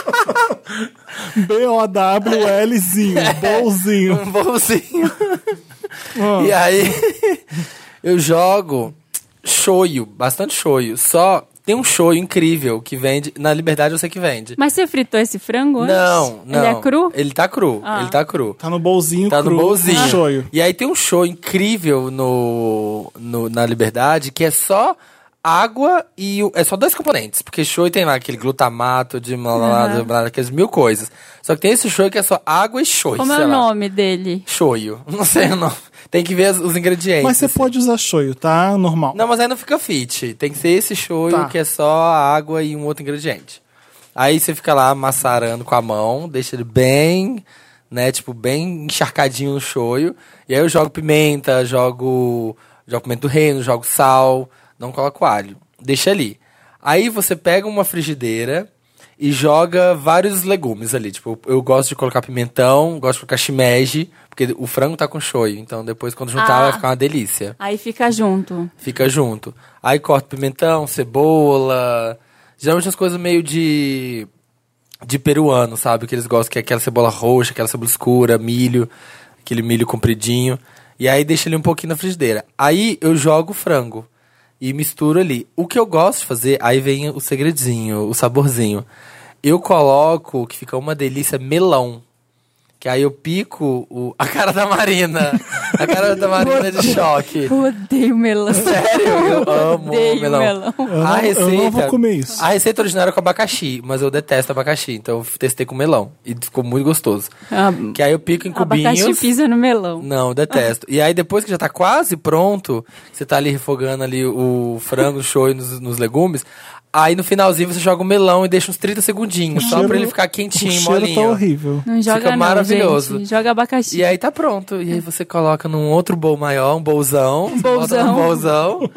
Speaker 3: B-O-W-Lzinho,
Speaker 1: É.
Speaker 3: bolzinho.
Speaker 1: Um
Speaker 3: Ah.
Speaker 1: bolzinho. E aí eu jogo shoyu, bastante shoyu. Só tem um shoyu incrível que vende. Na Liberdade eu sei que vende.
Speaker 2: Mas você fritou esse frango antes?
Speaker 1: Não, não.
Speaker 2: Ele é cru?
Speaker 1: Ele tá cru.
Speaker 2: Ah.
Speaker 1: Ele tá cru.
Speaker 3: Tá no bolzinho
Speaker 1: Tá
Speaker 3: cru,
Speaker 1: no bolzinho.
Speaker 3: com shoyu.
Speaker 1: E aí tem um show incrível no, no- na Liberdade que é só água e o- é só dois componentes, porque show tem lá aquele glutamato de malada, aquelas mil coisas. Só que tem esse show que é só água e show.
Speaker 2: Como é o nome dele?
Speaker 1: Shoyu. Não sei o nome. Tem que ver as- os ingredientes.
Speaker 3: Mas você pode usar shoyu, tá? Normal.
Speaker 1: Não, mas aí não fica fit. Tem que ser esse shoyu
Speaker 3: Tá.
Speaker 1: que é só água e um outro ingrediente. Aí você fica lá maçarando com a mão, deixa ele bem, né, tipo, bem encharcadinho no shoyu. E aí eu jogo pimenta, jogo, jogo pimenta do reino, jogo sal, não coloco alho. Deixa ali. Aí você pega uma frigideira e joga vários legumes ali. Tipo, eu gosto de colocar pimentão, gosto de colocar shimeji, porque o frango tá com shoyu. Então depois quando juntar
Speaker 2: Ah.
Speaker 1: vai ficar uma delícia
Speaker 2: Aí fica junto.
Speaker 1: fica junto. Aí corta pimentão, cebola. Geralmente as coisas meio de. de peruano, sabe? Que eles gostam, que é aquela cebola roxa, aquela cebola escura, milho, aquele milho compridinho. E aí deixa ele um pouquinho na frigideira. Aí eu jogo o frango e misturo ali. O que eu gosto de fazer, aí vem o segredinho, o saborzinho. Eu coloco, que fica uma delícia, melão. Que aí eu pico o- a cara da Marina. A cara da Marina de choque.
Speaker 2: Eu odeio melão.
Speaker 1: Sério? Eu amo
Speaker 2: odeio
Speaker 1: melão.
Speaker 2: melão.
Speaker 3: Eu não-
Speaker 1: A receita,
Speaker 3: eu não vou comer isso.
Speaker 1: A receita original era com abacaxi, mas eu detesto abacaxi, então eu testei com melão. E ficou muito gostoso.
Speaker 2: Ah,
Speaker 1: Que aí eu pico em
Speaker 2: Abacaxi
Speaker 1: cubinhos.
Speaker 2: pisa no melão.
Speaker 1: Não, eu detesto. E aí depois que já tá quase pronto, você tá ali refogando ali o frango, o shoyu nos, nos legumes, aí no finalzinho você joga o melão e deixa uns 30 segundinhos, só pra ele ficar quentinho,
Speaker 3: O cheiro
Speaker 1: molinho.
Speaker 3: tá horrível.
Speaker 2: Não joga não,
Speaker 1: maravilhoso.
Speaker 2: gente. Joga abacaxi.
Speaker 1: E aí tá pronto. E aí você coloca num outro bowl maior, um bolzão. você bota
Speaker 2: bolzão.
Speaker 1: num bolzão.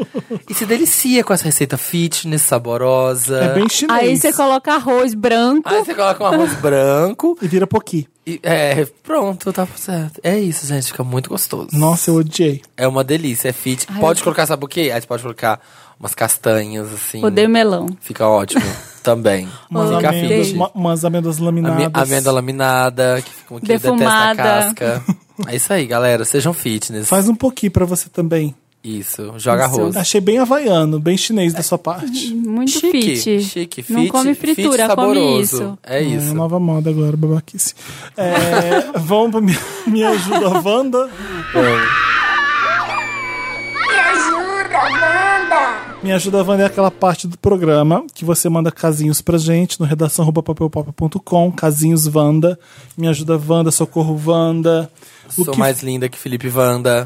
Speaker 1: e se delicia com essa receita fitness, saborosa.
Speaker 3: É bem chinês.
Speaker 2: Aí você coloca arroz branco.
Speaker 1: Aí você coloca um arroz branco.
Speaker 3: E vira poqui.
Speaker 1: E, é, pronto, tá certo. É isso, gente. Fica muito gostoso.
Speaker 3: Nossa, eu odiei.
Speaker 1: É uma delícia, é fit. pode colocar, sabe o quê? Aí você pode colocar umas castanhas, assim.
Speaker 2: Odeio melão.
Speaker 1: Fica ótimo também.
Speaker 3: Umas
Speaker 1: fica
Speaker 3: amêndoas,
Speaker 1: fit.
Speaker 3: uma- umas amêndoas laminadas.
Speaker 1: Ami- Amêndoa laminada, que, fica- que detesta a
Speaker 2: Defumada.
Speaker 1: casca. É isso aí, galera. Sejam fitness.
Speaker 3: Faz um pouquinho pra você também.
Speaker 1: Isso, joga arroz.
Speaker 3: Achei bem havaiano, bem chinês da sua parte.
Speaker 2: Muito
Speaker 1: Chique,
Speaker 2: fit.
Speaker 1: chique, fit,
Speaker 2: Não come
Speaker 1: fit
Speaker 2: fritura, come
Speaker 1: saboroso.
Speaker 2: isso.
Speaker 1: É
Speaker 3: É uma
Speaker 1: isso.
Speaker 3: nova moda agora, babaquice. É, vamos pra minha, Me Ajuda Wanda.
Speaker 1: É.
Speaker 5: Me ajuda, Wanda!
Speaker 3: Me Ajuda Wanda é aquela parte do programa que você manda casinhos pra gente no redação.papelpop.com, casinhos Wanda, Me Ajuda Wanda, Socorro Wanda. O
Speaker 1: Sou
Speaker 3: que-
Speaker 1: mais linda que Felipe Wanda.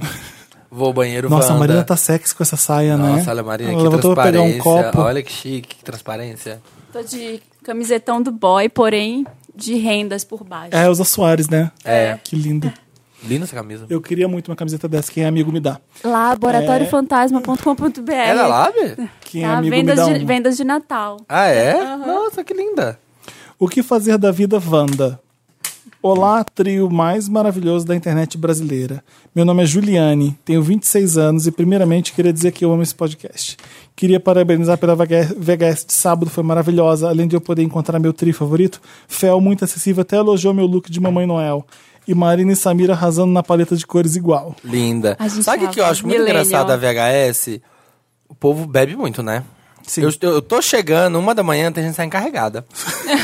Speaker 1: Vou ao banheiro
Speaker 3: Nossa,
Speaker 1: Wanda.
Speaker 3: a Marina tá sexy com essa saia, né?
Speaker 1: Nossa, olha a Marina,
Speaker 3: Ela
Speaker 1: que
Speaker 3: levantou pra pegar
Speaker 1: transparência.
Speaker 3: um copo.
Speaker 1: Olha que chique, que transparência.
Speaker 2: Tô de camisetão do boy, porém de rendas por baixo.
Speaker 3: É, Elza Soares, né?
Speaker 1: É.
Speaker 3: Que lindo.
Speaker 1: Linda essa camisa.
Speaker 3: Eu queria muito uma camiseta dessa. Quem é amigo me dá.
Speaker 2: Laboratóriofantasma.com.br
Speaker 1: Ela lá, Bê?
Speaker 3: Quem é
Speaker 2: Tá,
Speaker 3: amigo me
Speaker 2: vendas,
Speaker 3: dá
Speaker 1: um
Speaker 2: de,
Speaker 3: uma.
Speaker 2: vendas de Natal.
Speaker 1: Ah, é? Nossa, que linda.
Speaker 3: O que fazer da vida Wanda? Olá, trio mais maravilhoso da internet brasileira. Meu nome é Juliane, tenho 26 anos e primeiramente queria dizer que eu amo esse podcast. Queria parabenizar pela VH- VHS de sábado, foi maravilhosa, além de eu poder encontrar meu trio favorito. Fel, muito acessível, até elogiou meu look de Mamãe Noel. E Marina e Samira arrasando na paleta de cores igual.
Speaker 1: Linda.
Speaker 2: A gente
Speaker 1: Sabe o que eu
Speaker 2: ama.
Speaker 1: acho muito
Speaker 2: Millennial.
Speaker 1: engraçado da VHS? O povo bebe muito, né?
Speaker 3: Sim.
Speaker 1: Eu, eu tô chegando, uma da manhã, tem gente saindo carregada.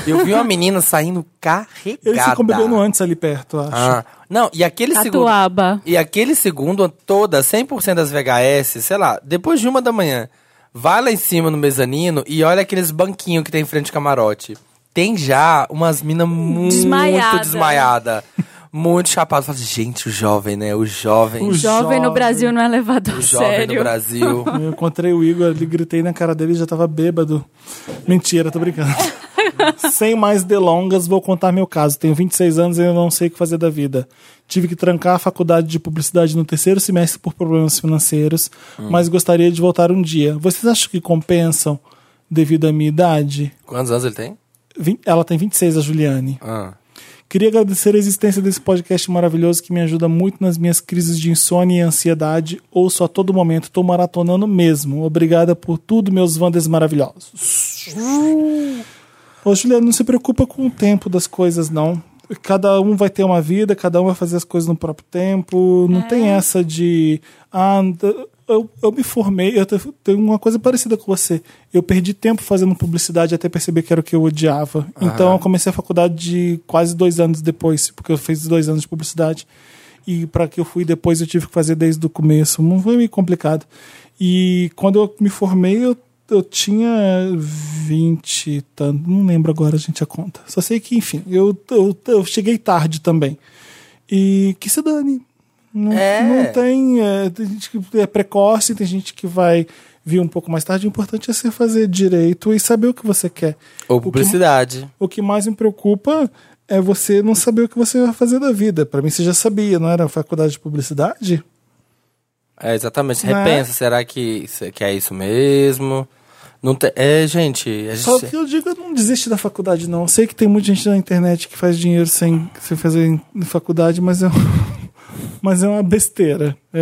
Speaker 1: eu vi uma menina saindo carregada.
Speaker 3: Eles ficam bebendo antes ali perto, eu acho.
Speaker 1: Ah, não, e aquele segundo.
Speaker 2: Catuaba.
Speaker 1: E aquele segundo, toda, 100% das VHS, sei lá, depois de uma da manhã, vai lá em cima no mezanino e olha aqueles banquinhos que tem em frente ao camarote. Tem já umas minas muito
Speaker 2: Desmaiada.
Speaker 1: desmaiada, muito chapada. Fala, gente, o jovem, né? O jovem.
Speaker 3: O
Speaker 1: O,
Speaker 2: Jovem,
Speaker 3: jovem.
Speaker 2: no Brasil não é levado a
Speaker 1: jovem
Speaker 2: sério.
Speaker 1: do Brasil.
Speaker 3: Eu encontrei o Igor ali, gritei na cara dele já tava bêbado. Mentira, tô brincando. Sem mais delongas, vou contar meu caso. Tenho 26 anos e ainda não sei o que fazer da vida. Tive que trancar a faculdade de publicidade no terceiro semestre por problemas financeiros, mas gostaria de voltar um dia. Vocês acham que compensam devido à minha idade?
Speaker 1: Quantos anos ele tem?
Speaker 3: Vin- Ela tem 26, a Juliane.
Speaker 1: Ah.
Speaker 3: Queria agradecer a existência desse podcast maravilhoso que me ajuda muito nas minhas crises de insônia e ansiedade. Ouço a todo momento, estou maratonando mesmo. Obrigada por tudo, meus Wanders maravilhosos. Ô, Juliana, não se preocupa com o tempo das coisas, não. Cada um vai ter uma vida, cada um vai fazer as coisas no próprio tempo. Não tem essa de. Ah, d- eu, eu me formei, eu te- tenho uma coisa parecida com você. Eu perdi tempo fazendo publicidade até perceber que era o que eu odiava. Então eu comecei a faculdade de quase dois anos depois, porque eu fiz dois anos de publicidade. E para que eu fui depois eu tive que fazer desde o começo. Não foi meio complicado. E quando eu me formei, eu, eu tinha 20 e tanto. Não lembro agora, gente, a conta. Só sei que, enfim, eu, eu, eu cheguei tarde também. E que se dane. Não,
Speaker 1: É.
Speaker 3: não tem. é, tem gente que é precoce, tem gente que vai vir um pouco mais tarde. O importante é você fazer direito e saber o que você quer.
Speaker 1: Ou
Speaker 3: O que-
Speaker 1: publicidade.
Speaker 3: O que mais me preocupa é você não saber o que você vai fazer da vida. Pra mim, você já sabia, não era faculdade de publicidade?
Speaker 1: É, exatamente.
Speaker 3: Né?
Speaker 1: Repensa, será que, se- que é isso mesmo? Não te... É, gente, a gente.
Speaker 3: Só que eu digo, não desiste da faculdade, não. Eu sei que tem muita gente na internet que faz dinheiro sem, sem fazer em- faculdade, mas é, um- mas é uma besteira. É,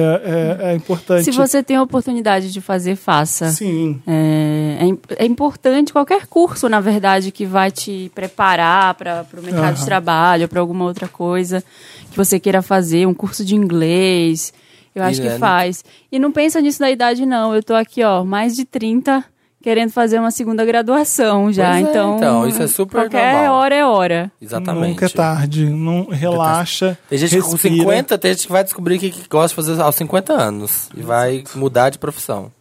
Speaker 3: é- é importante.
Speaker 2: Se você tem a oportunidade de fazer, faça.
Speaker 3: Sim.
Speaker 2: É, é im- é importante qualquer curso, na verdade, que vai te preparar para o mercado de
Speaker 3: Aham.
Speaker 2: trabalho, para alguma outra coisa que você queira fazer, um curso de inglês. Eu acho
Speaker 1: Irene.
Speaker 2: que faz. E não pensa nisso da idade, não. Eu tô aqui, ó, mais de 30, querendo fazer uma segunda graduação já.
Speaker 1: Pois é,
Speaker 2: então,
Speaker 1: então, isso é super
Speaker 2: Qualquer
Speaker 1: normal.
Speaker 2: hora é hora.
Speaker 1: Exatamente.
Speaker 3: Nunca é tarde. Não relaxa.
Speaker 1: Tem gente que com
Speaker 3: respira.
Speaker 1: 50, tem gente que vai descobrir o que, que gosta de fazer aos 50 anos. E vai mudar de profissão.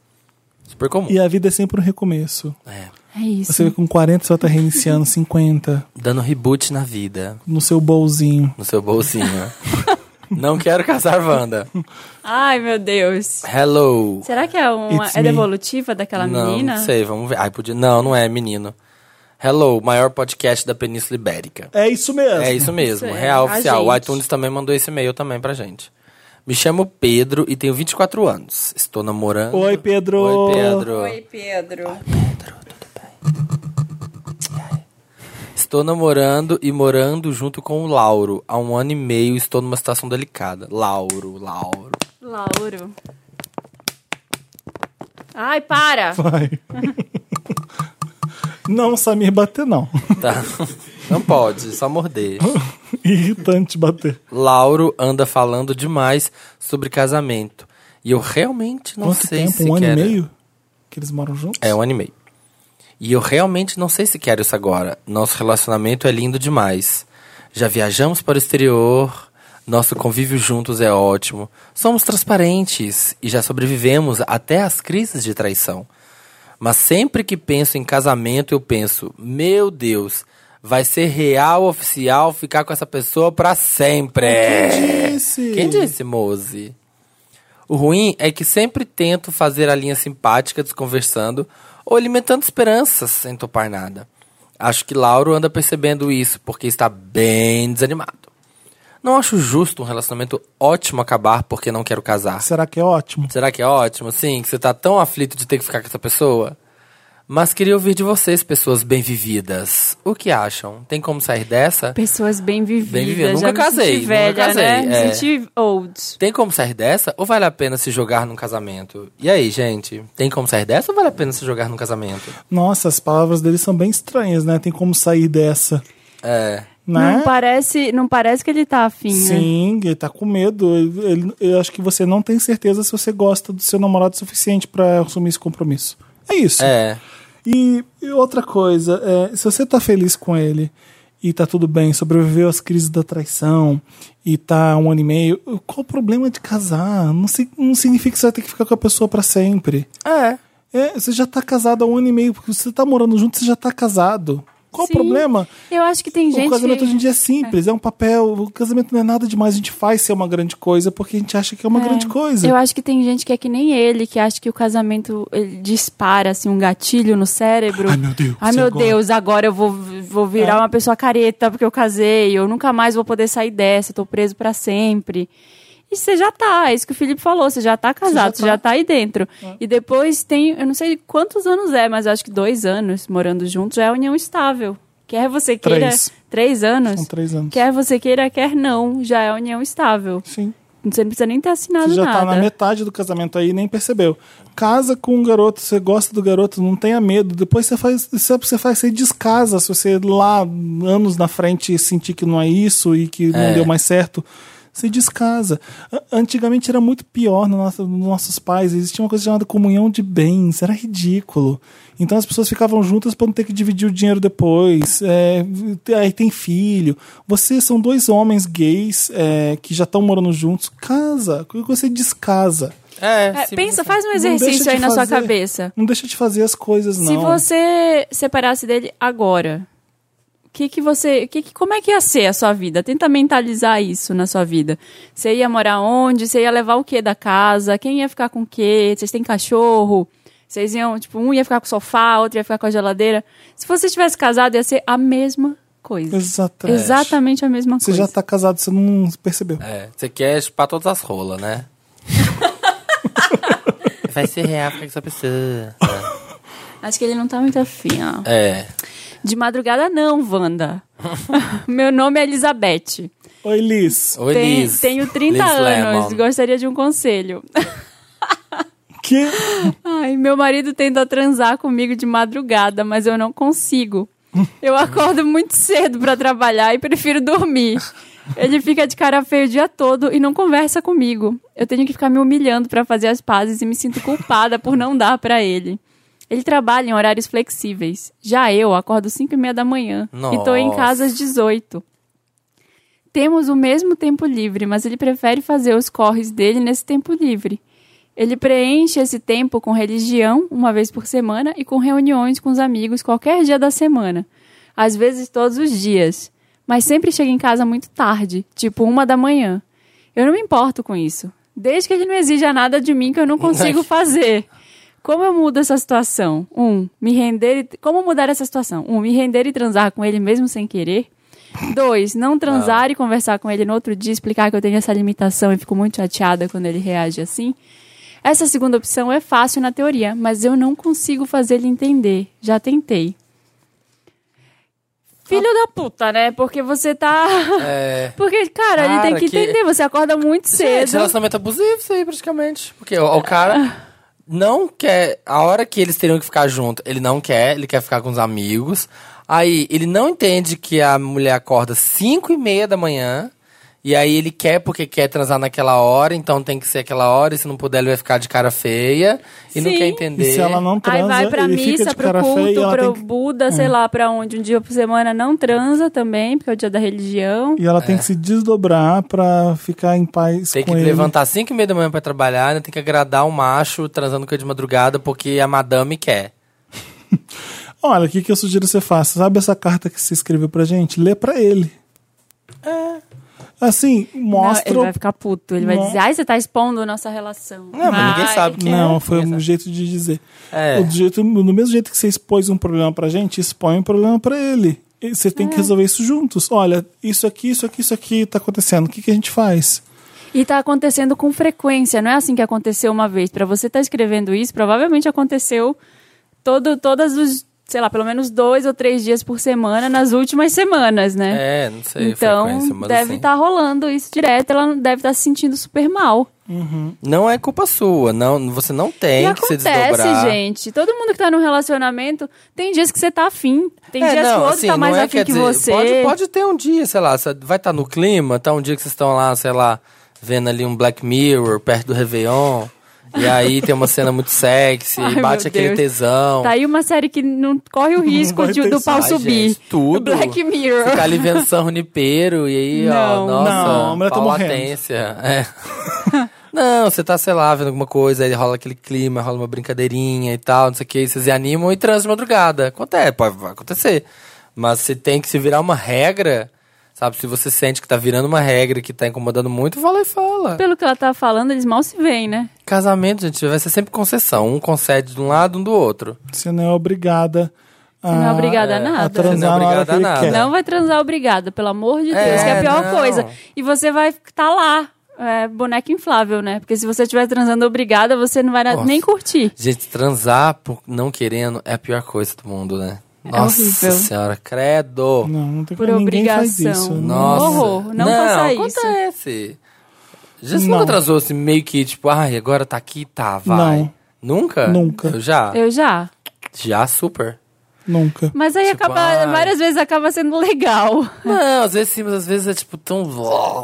Speaker 1: Super comum.
Speaker 3: E a vida é sempre um recomeço.
Speaker 1: É.
Speaker 2: É isso.
Speaker 3: Você vê com 40, você tá reiniciando 50
Speaker 1: Dando reboot na vida,
Speaker 3: no seu bolzinho.
Speaker 1: no seu bolsinho. Não quero casar Wanda.
Speaker 2: Ai, meu Deus.
Speaker 1: Hello.
Speaker 2: Será que é uma
Speaker 3: It's
Speaker 2: é
Speaker 3: me.
Speaker 2: devolutiva daquela
Speaker 1: não,
Speaker 2: menina?
Speaker 1: Não sei, vamos ver. Ai, podia... Não, não é, menino. Hello, maior podcast da Península Ibérica.
Speaker 3: É isso mesmo.
Speaker 1: É isso mesmo,
Speaker 2: Isso é,
Speaker 1: real
Speaker 2: a
Speaker 1: oficial. O
Speaker 2: gente.
Speaker 1: iTunes também mandou esse e-mail também pra gente. Me chamo Pedro e tenho 24 anos. Estou namorando.
Speaker 3: Oi, Pedro.
Speaker 1: Oi, Pedro.
Speaker 2: Pedro.
Speaker 1: Estou namorando e morando junto com o Lauro. Há um ano e meio estou numa situação delicada. Lauro, Lauro.
Speaker 2: Lauro. Ai, para!
Speaker 3: Vai. não, Samir, bater não.
Speaker 1: Tá? Não pode, só morder.
Speaker 3: Irritante bater.
Speaker 1: Lauro anda falando demais sobre casamento. E eu realmente não
Speaker 3: Quanto
Speaker 1: sei
Speaker 3: tempo?
Speaker 1: se
Speaker 3: Um ano e
Speaker 1: quero.
Speaker 3: meio? Que eles moram juntos?
Speaker 1: É, um ano e meio. E eu realmente não sei se quero isso agora. Nosso relacionamento é lindo demais. Já viajamos para o exterior, nosso convívio juntos é ótimo. Somos transparentes e já sobrevivemos até às crises de traição. Mas sempre que penso em casamento, eu penso: meu Deus, vai ser real, oficial, ficar com essa pessoa para sempre.
Speaker 3: Esse.
Speaker 1: Quem disse, Mose? O ruim é que sempre tento fazer a linha simpática desconversando ou alimentando esperanças sem topar nada. Acho que Lauro anda percebendo isso porque está bem desanimado. Não acho justo um relacionamento ótimo acabar porque não quero casar.
Speaker 3: Será que é ótimo?
Speaker 1: Será que é ótimo, sim? Que você tá tão aflito de ter que ficar com essa pessoa? Mas queria ouvir de vocês, pessoas bem vividas. O que acham? Tem como sair dessa?
Speaker 2: Pessoas bem vividas.
Speaker 1: Bem vividas. Nunca
Speaker 2: Já me
Speaker 1: casei,
Speaker 2: senti
Speaker 1: nunca
Speaker 2: velha,
Speaker 1: casei,
Speaker 2: né?
Speaker 1: é.
Speaker 2: Me senti old.
Speaker 1: Tem como sair dessa ou vale a pena se jogar num casamento? E aí, gente? Tem como sair dessa ou vale a pena se jogar num casamento?
Speaker 3: Nossa, as palavras deles são bem estranhas, né? Tem como sair dessa.
Speaker 1: É.
Speaker 3: Né?
Speaker 2: Não, parece, não parece que ele tá afim, né?
Speaker 3: Sim, ele tá com medo. Ele- ele- eu acho que você não tem certeza se você gosta do seu namorado o suficiente pra assumir esse compromisso. É isso.
Speaker 1: É.
Speaker 3: E, e outra coisa, é, se você tá feliz com ele e tá tudo bem, sobreviveu às crises da traição e tá um ano e meio, qual o problema de casar? Não, si- não significa que você vai ter que ficar com a pessoa pra sempre.
Speaker 1: É.
Speaker 3: É, você já tá casado há um ano e meio, porque você tá morando junto, você já tá casado. Qual
Speaker 2: Sim.
Speaker 3: o problema?
Speaker 2: Eu acho que tem gente.
Speaker 3: O casamento
Speaker 2: que...
Speaker 3: hoje em dia é simples, é. um papel. O casamento não é nada demais, a gente faz ser uma grande coisa porque a gente acha que é uma grande coisa.
Speaker 2: Eu acho que tem gente que é que nem ele, que acha que o casamento ele dispara assim um gatilho no cérebro.
Speaker 3: Ai, meu Deus,
Speaker 2: Ai
Speaker 3: e
Speaker 2: meu
Speaker 3: agora? É.
Speaker 2: Deus, agora eu vou, vou virar uma pessoa careta porque eu casei, eu nunca mais vou poder sair dessa, eu tô preso pra sempre. E você já tá, é isso que o Felipe falou, você já tá casado, você já tá, aí dentro. E depois tem, eu não sei quantos anos é, mas eu acho que dois anos morando juntos já é união estável. Quer você queira.
Speaker 3: Três.
Speaker 2: Três anos?
Speaker 3: São três anos.
Speaker 2: Quer você queira, quer não, já é união estável.
Speaker 3: Sim.
Speaker 2: Você não precisa nem ter assinado
Speaker 3: Você já
Speaker 2: nada.
Speaker 3: tá na metade do casamento aí e nem percebeu. Casa com um garoto, você gosta do garoto, não tenha medo. Depois você faz, você você faz, você descasa. Se você lá anos na frente sentir que não é isso e que
Speaker 1: É.
Speaker 3: não deu mais certo, se descasa. A- Antigamente era muito pior no nosso- nos nossos pais, existia uma coisa chamada comunhão de bens, era ridículo. Então as pessoas ficavam juntas para não ter que dividir o dinheiro depois. é, aí tem filho. Vocês são dois homens gays é, que já estão morando juntos. Casa, Por que você descasa.
Speaker 1: É,
Speaker 2: É,
Speaker 1: sim.
Speaker 2: pensa, faz um
Speaker 3: Não deixa
Speaker 2: exercício
Speaker 3: de
Speaker 2: aí na sua
Speaker 3: fazer-
Speaker 2: cabeça.
Speaker 3: Não deixa de fazer as coisas, não.
Speaker 2: Se você separasse dele agora, o que que você, que que- como é que ia ser a sua vida? Tenta mentalizar isso na sua vida. Você ia morar onde? Você ia levar o que da casa? Quem ia ficar com o quê? Vocês têm cachorro? Vocês iam, tipo, um ia ficar com o sofá, outro ia ficar com a geladeira. Se você tivesse casado, ia ser a mesma coisa.
Speaker 3: Exatamente.
Speaker 2: Exatamente a mesma
Speaker 3: Você
Speaker 2: coisa.
Speaker 3: já tá casado, você não percebeu.
Speaker 1: É, você quer chupar todas as rolas, né? Vai ser real pra essa pessoa.
Speaker 2: Acho que ele não tá muito afim, ó.
Speaker 1: É.
Speaker 2: De madrugada não, Wanda. Meu nome é Elizabeth.
Speaker 3: Oi, Liz.
Speaker 1: Oi,
Speaker 2: Tem-
Speaker 1: Liz.
Speaker 2: Tenho 30
Speaker 1: Liz
Speaker 2: anos,
Speaker 1: Lemon.
Speaker 2: gostaria de um conselho.
Speaker 3: Que?
Speaker 2: Ai, meu marido tenta transar comigo de madrugada, mas eu não consigo. Eu acordo muito cedo pra trabalhar e prefiro dormir. Ele fica de cara feia o dia todo e não conversa comigo. Eu tenho que ficar me humilhando pra fazer as pazes e me sinto culpada por não dar pra ele. Ele trabalha em horários flexíveis. Já eu acordo 5 e meia da manhã e tô em
Speaker 1: Nossa.
Speaker 2: casa às 18. Temos o mesmo tempo livre, mas ele prefere fazer os corres dele nesse tempo livre. Ele preenche esse tempo com religião, uma vez por semana, e com reuniões com os amigos qualquer dia da semana. Às vezes todos os dias. Mas sempre chega em casa muito tarde, tipo uma da manhã. Eu não me importo com isso. Desde que ele não exija nada de mim que eu não consigo fazer. Como eu mudo essa situação? Um, me render e... Como mudar essa situação? Um, me render e transar com ele mesmo sem querer. Dois, não transar
Speaker 3: Ah.
Speaker 2: e conversar com ele no outro dia, explicar que eu tenho essa limitação e fico muito chateada quando ele reage assim. Essa segunda opção é fácil na teoria, mas eu não consigo fazer ele entender. Já tentei. Filho da puta, né? Porque você tá.
Speaker 1: É.
Speaker 2: Porque, cara, ele
Speaker 1: Cara,
Speaker 2: tem que,
Speaker 1: que-
Speaker 2: entender. Você acorda muito cedo.
Speaker 1: Gente, é relacionamento abusivo isso aí, praticamente. Porque o, o cara não quer... A hora que eles teriam que ficar junto, ele não quer. Ele quer ficar com os amigos. Aí, ele não entende que a mulher acorda 5 e meia da manhã. E aí, ele quer porque quer transar naquela hora. Então, tem que ser aquela hora. E se não puder, ele vai ficar de cara feia. E não
Speaker 2: Sim.
Speaker 1: quer
Speaker 3: E
Speaker 1: entender.
Speaker 3: se ela não transa,
Speaker 2: Aí vai pra
Speaker 3: ele fica
Speaker 2: missa,
Speaker 3: de
Speaker 2: pro
Speaker 3: cara feia e
Speaker 2: culto,
Speaker 3: ela
Speaker 2: pro
Speaker 3: tem que, É.
Speaker 2: Buda, sei lá pra onde. Um dia por semana não transa também, porque é o dia da religião.
Speaker 3: e ela tem que se desdobrar pra ficar em paz
Speaker 1: É. Tem que
Speaker 3: com ele.
Speaker 1: levantar 5 e meia da manhã pra trabalhar, né? tem que agradar o macho transando com ele de madrugada porque a madame quer.
Speaker 3: Olha, o que, que eu sugiro que você faça? Sabe essa carta que você escreveu pra gente? Lê pra ele. É. Assim, mostra.
Speaker 2: Não,
Speaker 3: o-
Speaker 2: ele vai ficar puto. Ele vai
Speaker 3: Não.
Speaker 2: dizer, ai, você tá expondo a nossa relação.
Speaker 1: Não, mas ninguém sabe quem
Speaker 3: Não,
Speaker 1: é.
Speaker 3: foi
Speaker 1: Exato.
Speaker 3: um jeito de dizer.
Speaker 1: É.
Speaker 3: O jeito, no mesmo jeito que você expôs um problema pra gente, expõe um problema pra ele. E você tem
Speaker 2: É.
Speaker 3: que resolver isso juntos. Olha, isso aqui, isso aqui, isso aqui tá acontecendo. O que, que a gente faz?
Speaker 2: E tá acontecendo com frequência, não é assim que aconteceu uma vez. Pra você tá escrevendo isso, provavelmente aconteceu todo, todas os, sei lá, pelo menos dois ou três dias por semana nas últimas semanas, né?
Speaker 1: É, não sei,
Speaker 2: então,
Speaker 1: frequência, mas
Speaker 2: deve
Speaker 1: assim,
Speaker 2: estar rolando isso direto, ela deve estar se sentindo super mal.
Speaker 1: Não é culpa sua, não, você não tem
Speaker 2: e
Speaker 1: que se
Speaker 2: acontece,
Speaker 1: desdobrar.
Speaker 2: gente. Todo mundo que tá num relacionamento, tem dias que você tá afim. Tem
Speaker 1: É,
Speaker 2: dias que o
Speaker 1: não,
Speaker 2: outro
Speaker 1: assim,
Speaker 2: tá mais
Speaker 1: não é,
Speaker 2: afim
Speaker 1: quer
Speaker 2: que
Speaker 1: dizer,
Speaker 2: você.
Speaker 1: Pode, pode ter um dia, sei lá, você vai estar no clima, tá um dia que vocês estão lá, sei lá, vendo ali um Black Mirror perto do Réveillon. E aí tem uma cena muito sexy,
Speaker 2: Ai,
Speaker 1: e bate
Speaker 2: meu
Speaker 1: aquele
Speaker 2: Deus.
Speaker 1: tesão.
Speaker 2: Tá aí uma série que não corre o risco
Speaker 3: vai
Speaker 2: de-
Speaker 3: ter
Speaker 2: do pau
Speaker 1: Ai,
Speaker 2: subir.
Speaker 1: gente, tudo.
Speaker 2: Black Mirror.
Speaker 1: Ficar tá ali vendo São Junipero e aí,
Speaker 2: Não.
Speaker 1: ó, nossa,
Speaker 3: Não, a mulher tá
Speaker 1: pau
Speaker 3: morrendo.
Speaker 1: latência. É. não, você tá, sei lá, vendo alguma coisa, aí rola aquele clima, rola uma brincadeirinha e tal, não sei o que, vocês se animam e transam de madrugada. Acontece, é, pode vai acontecer. Mas se tem que se virar uma regra, sabe? Se você sente que tá virando uma regra que tá incomodando muito, vai lá e fala.
Speaker 2: Pelo que ela tá falando, eles mal se veem, né?
Speaker 1: Casamento, gente, vai ser sempre concessão. Um concede de um lado, um do outro.
Speaker 3: Você não é obrigada a.
Speaker 2: não é obrigada a
Speaker 3: A
Speaker 2: nada.
Speaker 1: Você não é
Speaker 3: transar na hora
Speaker 1: obrigada
Speaker 3: que
Speaker 1: a
Speaker 3: ele
Speaker 1: nada.
Speaker 3: quer.
Speaker 2: Não vai transar obrigada, pelo amor de Deus,
Speaker 1: É,
Speaker 2: que é a pior
Speaker 1: não.
Speaker 2: coisa. E você vai estar lá, é, boneca inflável, né? Porque se você estiver transando obrigada, você não vai na-
Speaker 1: Nossa.
Speaker 2: nem curtir.
Speaker 1: Gente, transar por não querendo é a pior coisa do mundo, né? Nossa
Speaker 2: É horrível.
Speaker 1: senhora, credo.
Speaker 3: Não, não tem
Speaker 2: Por
Speaker 3: como. Ninguém faz
Speaker 2: obrigação.
Speaker 3: isso.
Speaker 1: Nossa.
Speaker 2: Horror, não faça isso.
Speaker 1: acontece. Já você
Speaker 3: Não.
Speaker 1: nunca transou assim, meio que tipo, ai, agora tá aqui, tá, vai.
Speaker 3: Não.
Speaker 1: Nunca?
Speaker 3: Nunca.
Speaker 1: Eu já?
Speaker 2: Eu já.
Speaker 1: Já, super.
Speaker 3: Nunca.
Speaker 2: Mas aí
Speaker 1: Tipo,
Speaker 2: acaba,
Speaker 1: ai.
Speaker 2: várias vezes acaba sendo legal.
Speaker 1: Não, às vezes sim, mas às vezes é tipo tão.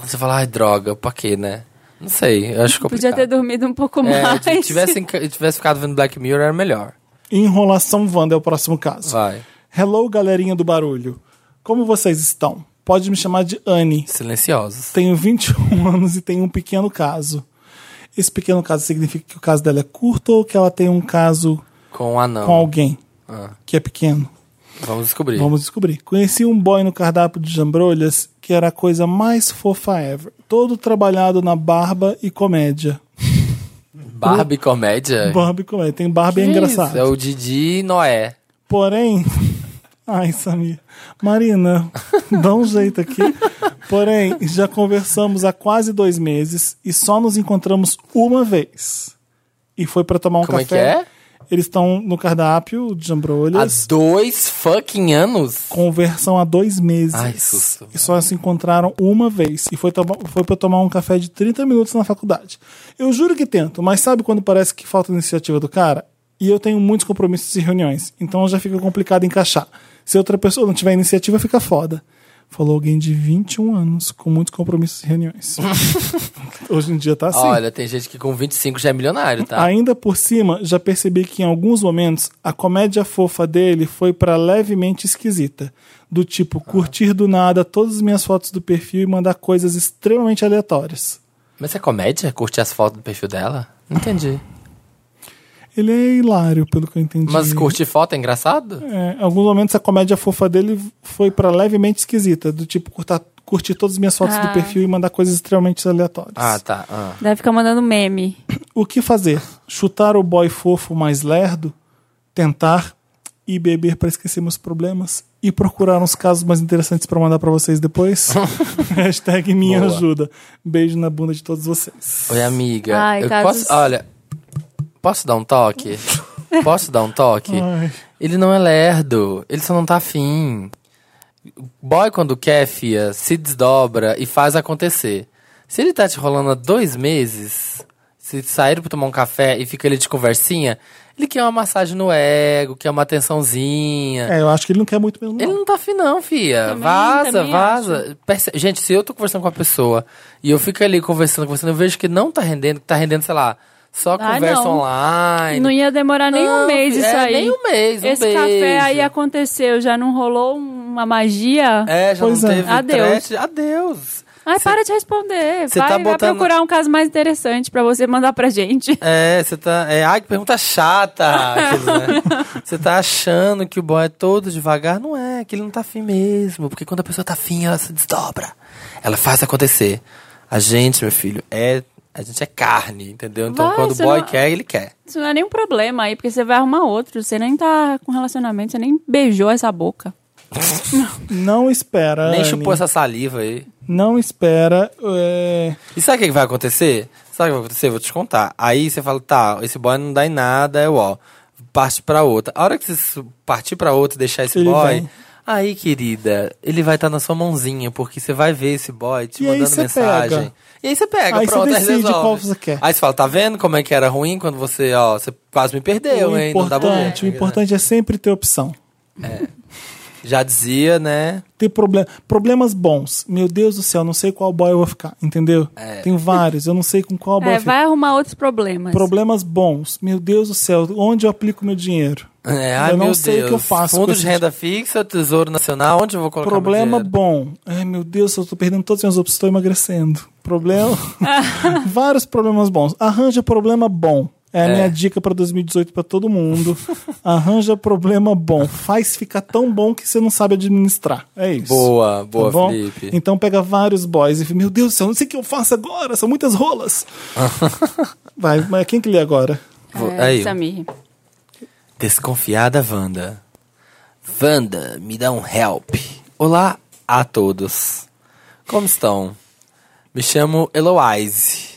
Speaker 1: Você fala, ai, droga, pra quê, né? Não sei, eu acho complicado.
Speaker 2: Podia ter dormido um pouco mais.
Speaker 1: É, se tivesse, enca- tivesse ficado vendo Black Mirror, era melhor.
Speaker 3: Enrolação Wanda é o próximo caso.
Speaker 1: Vai.
Speaker 3: Hello, galerinha do barulho. Como vocês estão? Pode me chamar de Anne.
Speaker 1: Silenciosos.
Speaker 3: Tenho 21 anos e tenho um pequeno caso. Esse pequeno caso significa que o caso dela é curto ou que ela tem um caso
Speaker 1: Com um anão.
Speaker 3: com alguém
Speaker 1: Ah,
Speaker 3: que é pequeno?
Speaker 1: vamos descobrir.
Speaker 3: Vamos descobrir. Conheci um boy no cardápio de jambrolhas que era a coisa mais fofa ever. Todo trabalhado na barba e comédia.
Speaker 1: Barbie comédia?
Speaker 3: Barba e comédia. Tem barba e é
Speaker 1: É. Que
Speaker 3: engraçado.
Speaker 1: isso? É o Didi Noé.
Speaker 3: Porém. Ai, Samir. Marina, dá um jeito aqui. Porém, já conversamos há quase dois meses e só nos encontramos uma vez. E foi pra tomar um
Speaker 1: Como é que
Speaker 3: café.
Speaker 1: é? Ah,
Speaker 3: Eles estão no cardápio de
Speaker 1: Há
Speaker 3: jambrolhas.
Speaker 1: dois fucking anos?
Speaker 3: Conversam há dois meses.
Speaker 1: Ai, susto.
Speaker 3: E só se encontraram uma vez. E foi, toma- foi pra eu tomar um café de 30 minutos na faculdade. Eu juro que tento, mas sabe quando parece que falta iniciativa do cara? E eu tenho muitos compromissos e reuniões. Então já fica complicado encaixar. Se outra pessoa não tiver iniciativa, fica foda. Falou alguém de 21 anos, com muitos compromissos e reuniões. Hoje em dia tá assim.
Speaker 1: Olha, tem gente que com 25 já é milionário, tá?
Speaker 3: Ainda por cima, já percebi que em alguns momentos a comédia fofa dele foi pra levemente esquisita. Do tipo,
Speaker 1: Ah.
Speaker 3: curtir do nada todas as minhas fotos do perfil e mandar coisas extremamente aleatórias.
Speaker 1: Mas é comédia? Curtir as fotos do perfil dela? Não entendi.
Speaker 3: Ele é hilário, pelo que eu entendi.
Speaker 1: Mas curtir foto é engraçado?
Speaker 3: É, em alguns momentos a comédia fofa dele foi pra levemente esquisita. Do tipo, curtar- curtir todas as minhas fotos do perfil e mandar coisas extremamente aleatórias.
Speaker 1: Ah, tá. ah.
Speaker 2: Deve ficar mandando meme.
Speaker 3: O que fazer? Chutar o boy fofo mais lerdo? Tentar e beber pra esquecer meus problemas? E procurar uns casos mais interessantes pra mandar pra vocês depois? Hashtag minha
Speaker 1: Boa.
Speaker 3: ajuda. Beijo na bunda de todos vocês.
Speaker 1: Oi, amiga.
Speaker 2: Ai,
Speaker 1: eu
Speaker 2: casos-
Speaker 1: posso. Olha, posso dar um toque? posso dar um toque?
Speaker 3: Ai.
Speaker 1: Ele não é lerdo, ele só não tá afim. Boy, quando quer, fia, se desdobra e faz acontecer. Se ele tá te rolando há dois meses, se saíram pra tomar um café e fica ele de conversinha, ele quer uma massagem no ego, quer uma atençãozinha.
Speaker 3: É, eu acho que ele não quer muito mesmo.
Speaker 1: Ele
Speaker 3: Não.
Speaker 1: não tá afim, não, fia.
Speaker 2: Também-
Speaker 1: vaza,
Speaker 2: também
Speaker 1: vaza. Perce- Gente, se eu tô conversando com a pessoa e eu fico ali conversando, conversando, eu vejo que não tá rendendo, que tá rendendo, sei lá, só
Speaker 2: Ah,
Speaker 1: conversa
Speaker 2: não.
Speaker 1: online.
Speaker 2: Não ia demorar nem
Speaker 1: Não,
Speaker 2: um mês
Speaker 1: é,
Speaker 2: isso aí.
Speaker 1: nem um mês, um
Speaker 2: Esse
Speaker 1: beijo.
Speaker 2: café aí aconteceu, já não rolou uma magia?
Speaker 1: É, já
Speaker 3: Pois
Speaker 1: não
Speaker 3: é.
Speaker 1: teve
Speaker 2: Adeus.
Speaker 1: trete. Adeus.
Speaker 2: Ai, para de responder.
Speaker 1: cê
Speaker 2: Vai,
Speaker 1: tá
Speaker 2: vai
Speaker 1: botando-
Speaker 2: procurar um caso mais interessante pra você mandar pra gente.
Speaker 1: É, você tá. É, ai, que pergunta chata. aqueles, né? Você tá achando que o boy é todo devagar? Não é, que ele não tá afim mesmo. Porque quando a pessoa tá afim, ela se desdobra. Ela faz acontecer. A gente, meu filho, é. A gente é carne, entendeu? Então
Speaker 2: Vai,
Speaker 1: quando o
Speaker 2: você
Speaker 1: boy
Speaker 2: não-
Speaker 1: quer, ele quer.
Speaker 2: Isso não é nenhum problema aí, porque você vai arrumar outro. Você nem tá com relacionamento, você nem beijou essa boca.
Speaker 3: espera.
Speaker 1: Nem
Speaker 3: Anne.
Speaker 1: chupou essa saliva aí.
Speaker 3: Não espera. é,
Speaker 1: E sabe o que que vai acontecer? Sabe o que vai acontecer? Vou te contar. Aí você fala, tá, esse boy não dá em nada, é ó. Parte pra outra. A hora que você su- partir pra outra e deixar esse
Speaker 3: Ele
Speaker 1: boy.
Speaker 3: vem.
Speaker 1: Aí, querida, ele vai estar na sua mãozinha, porque você vai ver esse boy te
Speaker 3: E aí
Speaker 1: mandando
Speaker 3: você
Speaker 1: mensagem.
Speaker 3: pega.
Speaker 1: E aí você pega,
Speaker 3: Aí você
Speaker 1: pronto, aí
Speaker 3: decide
Speaker 1: resolve.
Speaker 3: qual você quer.
Speaker 1: Aí você fala, tá vendo como é que era ruim quando você, ó, você quase me perdeu,
Speaker 3: o
Speaker 1: hein? Não dá
Speaker 3: importante, o importante é sempre ter opção.
Speaker 1: Já dizia, né?
Speaker 3: Tem problema, problemas bons. Meu Deus do céu, não sei qual boy eu vou ficar, entendeu?
Speaker 1: É.
Speaker 3: Tem vários, eu não sei com
Speaker 1: Tá
Speaker 3: qual boy
Speaker 2: É,
Speaker 3: eu vou ficar.
Speaker 2: vai arrumar outros problemas.
Speaker 3: Problemas bons. Meu Deus do céu, onde eu aplico meu dinheiro?
Speaker 1: É, ai,
Speaker 3: eu não
Speaker 1: meu
Speaker 3: sei
Speaker 1: Deus.
Speaker 3: o que eu faço. com
Speaker 1: Fundo de
Speaker 3: esse
Speaker 1: renda fixa, tesouro nacional, onde eu vou colocar meu
Speaker 3: Problema
Speaker 1: dinheiro?
Speaker 3: bom. Ai, meu Deus, eu tô perdendo todas as minhas opções, estou emagrecendo. Problema. Vários problemas bons. Arranja problema bom. É a minha dica pra 2018 pra todo mundo. Arranja problema bom. Faz ficar tão bom que você não sabe administrar. É isso.
Speaker 1: Boa,
Speaker 3: Tá
Speaker 1: boa,
Speaker 3: bom?
Speaker 1: Felipe.
Speaker 3: Então pega vários boys e fala, meu Deus do céu, não sei o que eu faço agora, são muitas rolas. Vai, mas quem que lê agora?
Speaker 1: Vou-
Speaker 2: É,
Speaker 1: aí.
Speaker 2: Samir.
Speaker 1: Desconfiada Wanda. Wanda, me dá um help. Olá a todos. Como estão? Me chamo Eloise.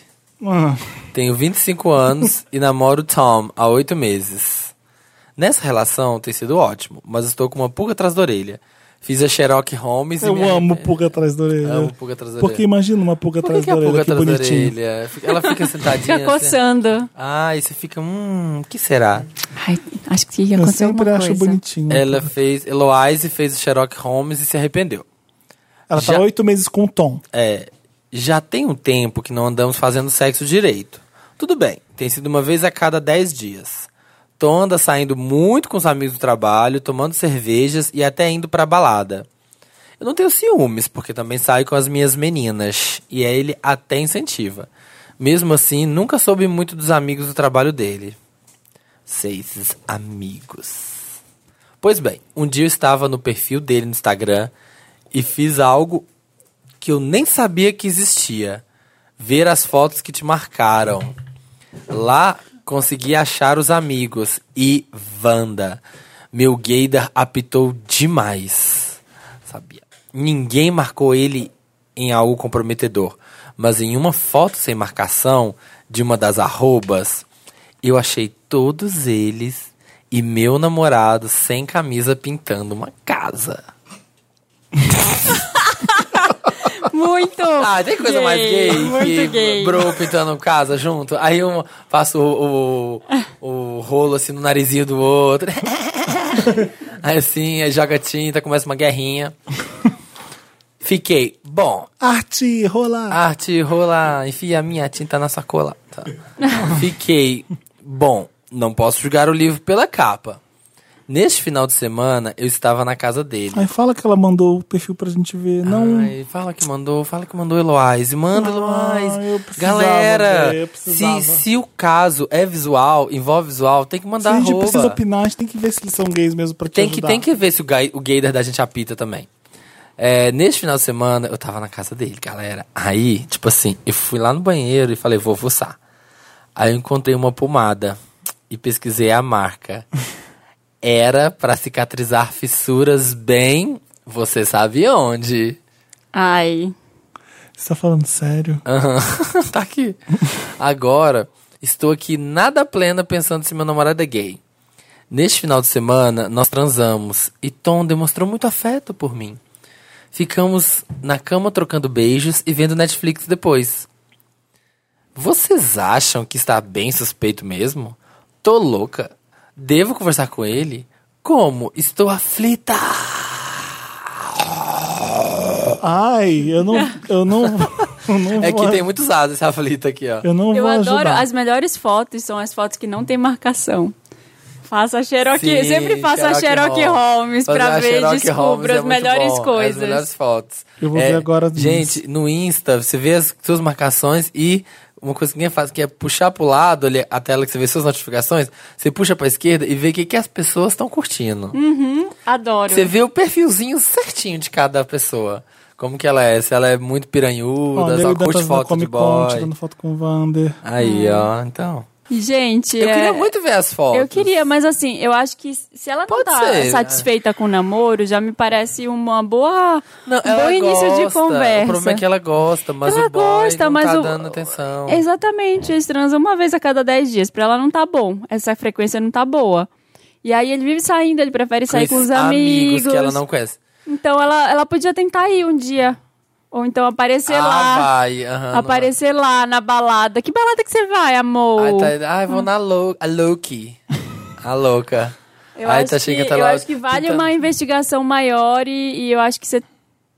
Speaker 3: Ah,
Speaker 1: Tenho 25 anos e namoro Tom há 8 meses. Nessa relação tem sido ótimo, mas estou com uma pulga atrás da orelha. Fiz a Sherlock Holmes e
Speaker 3: Eu
Speaker 1: minha-
Speaker 3: amo pulga atrás da orelha.
Speaker 1: né? Amo pulga atrás da
Speaker 3: Porque
Speaker 1: orelha.
Speaker 3: imagina uma pulga
Speaker 1: Por que,
Speaker 3: atrás
Speaker 1: que é
Speaker 3: da
Speaker 1: a
Speaker 3: orelha,
Speaker 1: pulga
Speaker 3: que
Speaker 1: atrás da
Speaker 3: bonitinho.
Speaker 1: orelha? Fica- Ela fica sentadinha.
Speaker 2: Fica coçando.
Speaker 1: Ah, e você fica, hum, o que será?
Speaker 2: Ai, acho que
Speaker 3: Eu
Speaker 2: aconteceu
Speaker 3: sempre
Speaker 2: alguma
Speaker 3: acho
Speaker 2: coisa.
Speaker 3: bonitinho.
Speaker 1: Ela fez, Eloise fez o Sherlock Holmes e se arrependeu.
Speaker 3: Ela
Speaker 1: já-
Speaker 3: tá oito meses com o Tom.
Speaker 1: É, já tem um tempo que não andamos fazendo sexo direito. Tudo bem, tem sido uma vez a cada 10 dias. Tom anda saindo muito com os amigos do trabalho, tomando cervejas e até indo pra balada. Eu não tenho ciúmes, porque também saio com as minhas meninas. E aí ele até incentiva. Mesmo assim, nunca soube muito dos amigos do trabalho dele. Seis amigos. Pois bem, um dia eu estava no perfil dele no Instagram e fiz algo que eu nem sabia que existia. Ver as fotos que te marcaram. Lá consegui achar os amigos e Wanda. Meu gaydar apitou demais. Sabia. Ninguém marcou ele em algo comprometedor, mas em uma foto sem marcação de uma das arrobas, eu achei todos eles e meu namorado sem camisa pintando uma casa.
Speaker 2: Muito!
Speaker 1: Ah, tem coisa mais gay que
Speaker 2: Muito gay.
Speaker 1: bro pintando casa junto? Aí um passa o, o, o rolo assim no narizinho do outro. Aí assim, aí joga tinta, começa uma guerrinha. Fiquei, bom,
Speaker 3: Arte, rola.
Speaker 1: arte rola, enfia a minha tinta na sacola. Tá. Fiquei, bom, não posso julgar o livro pela capa. Neste final de semana, eu estava na casa dele.
Speaker 3: Aí fala que ela mandou o perfil pra gente ver. Não.
Speaker 1: Ai, fala que mandou, fala que mandou Eloise. Manda,
Speaker 3: Ah, eu
Speaker 1: Eloise.
Speaker 3: precisava,
Speaker 1: Galera,
Speaker 3: velho, eu precisava.
Speaker 1: se, se o caso é visual, envolve visual, tem que
Speaker 3: se
Speaker 1: mandar
Speaker 3: a gente
Speaker 1: arroba.
Speaker 3: precisa opinar, a gente tem que ver se eles são gays mesmo pra te
Speaker 1: Tem que,
Speaker 3: ajudar.
Speaker 1: tem que ver se o, gay, o gaydar da gente apita também. É, neste final de semana, eu tava na casa dele, galera. Aí, tipo assim, eu fui lá no banheiro e falei, vou fuçar. Aí eu encontrei uma pomada e pesquisei a marca. Era pra cicatrizar fissuras bem, você sabe onde.
Speaker 2: Ai.
Speaker 3: Você tá falando sério?
Speaker 1: Aham, tá aqui. Agora, estou aqui nada plena pensando se meu namorado é gay. Neste final de semana, nós transamos e Tom demonstrou muito afeto por mim. Ficamos na cama trocando beijos e vendo Netflix depois. Vocês acham que está bem suspeito mesmo? Tô louca. Devo conversar com ele? Como? Estou aflita.
Speaker 3: Ai, eu não. Eu não. Eu não
Speaker 1: É
Speaker 3: vou,
Speaker 1: que tem muitos asos esse aflita aqui, ó.
Speaker 3: Eu não
Speaker 2: Eu
Speaker 3: vou
Speaker 2: adoro.
Speaker 3: ajudar.
Speaker 2: As melhores fotos são as fotos que não tem marcação. Faça a Cherokee.
Speaker 1: Sim,
Speaker 2: sempre faça a Cherokee Holmes
Speaker 1: Fazer
Speaker 2: pra
Speaker 1: a
Speaker 2: ver
Speaker 1: Sherlock Holmes
Speaker 2: descubra
Speaker 1: é
Speaker 2: as
Speaker 1: muito
Speaker 2: melhores
Speaker 1: bom,
Speaker 2: coisas.
Speaker 1: As melhores fotos. É,
Speaker 3: Eu vou ver agora as
Speaker 1: Gente, no Insta, você vê as suas marcações e uma coisa que ninguém faz, que é puxar pro lado ali, a tela que você vê suas notificações, você puxa pra esquerda e vê o que, que as pessoas estão curtindo.
Speaker 2: Hum. Adoro.
Speaker 1: Você vê o perfilzinho certinho de cada pessoa. Como que ela é? Se ela é muito
Speaker 3: Ó,
Speaker 1: piranhuda,
Speaker 3: nego
Speaker 1: só
Speaker 3: dando
Speaker 1: curte
Speaker 3: as-
Speaker 1: foto de
Speaker 3: tá Comic Con,
Speaker 1: boy.
Speaker 3: tirando foto com o Vander.
Speaker 1: Aí, ó, então.
Speaker 2: Gente,
Speaker 1: Eu
Speaker 2: Hum. é-
Speaker 1: queria muito ver as fotos.
Speaker 2: Eu queria, mas assim, eu acho que se ela não
Speaker 1: Pode
Speaker 2: tá
Speaker 1: ser. né?
Speaker 2: satisfeita com o namoro, já me parece uma boa.
Speaker 1: Não,
Speaker 2: um
Speaker 1: ela
Speaker 2: bom início de
Speaker 1: gosta.
Speaker 2: conversa.
Speaker 1: O problema é que ela gosta, mas
Speaker 2: Ela
Speaker 1: o boy
Speaker 2: gosta,
Speaker 1: não
Speaker 2: mas
Speaker 1: tá
Speaker 2: o-
Speaker 1: dando atenção.
Speaker 2: Exatamente, eles transam uma vez a cada 10 dias. Pra ela não tá bom. Essa frequência não tá boa. E aí ele vive saindo, ele prefere sair com os
Speaker 1: esses
Speaker 2: amigos.
Speaker 1: que ela não conhece.
Speaker 2: Então ela, ela podia tentar ir um dia. Ou então aparecer
Speaker 1: ah,
Speaker 2: lá.
Speaker 1: vai. aham, não
Speaker 2: Aparecer lá na balada. Que balada que você vai, amor?
Speaker 1: vai. Ai, tá, ai, vou na lou a Loki. A louca.
Speaker 2: Eu,
Speaker 1: Ai,
Speaker 2: acho,
Speaker 1: tá,
Speaker 2: que,
Speaker 1: chega, tá
Speaker 2: eu
Speaker 1: lá
Speaker 2: acho que vale
Speaker 1: pintando.
Speaker 2: uma investigação maior e, e eu acho que você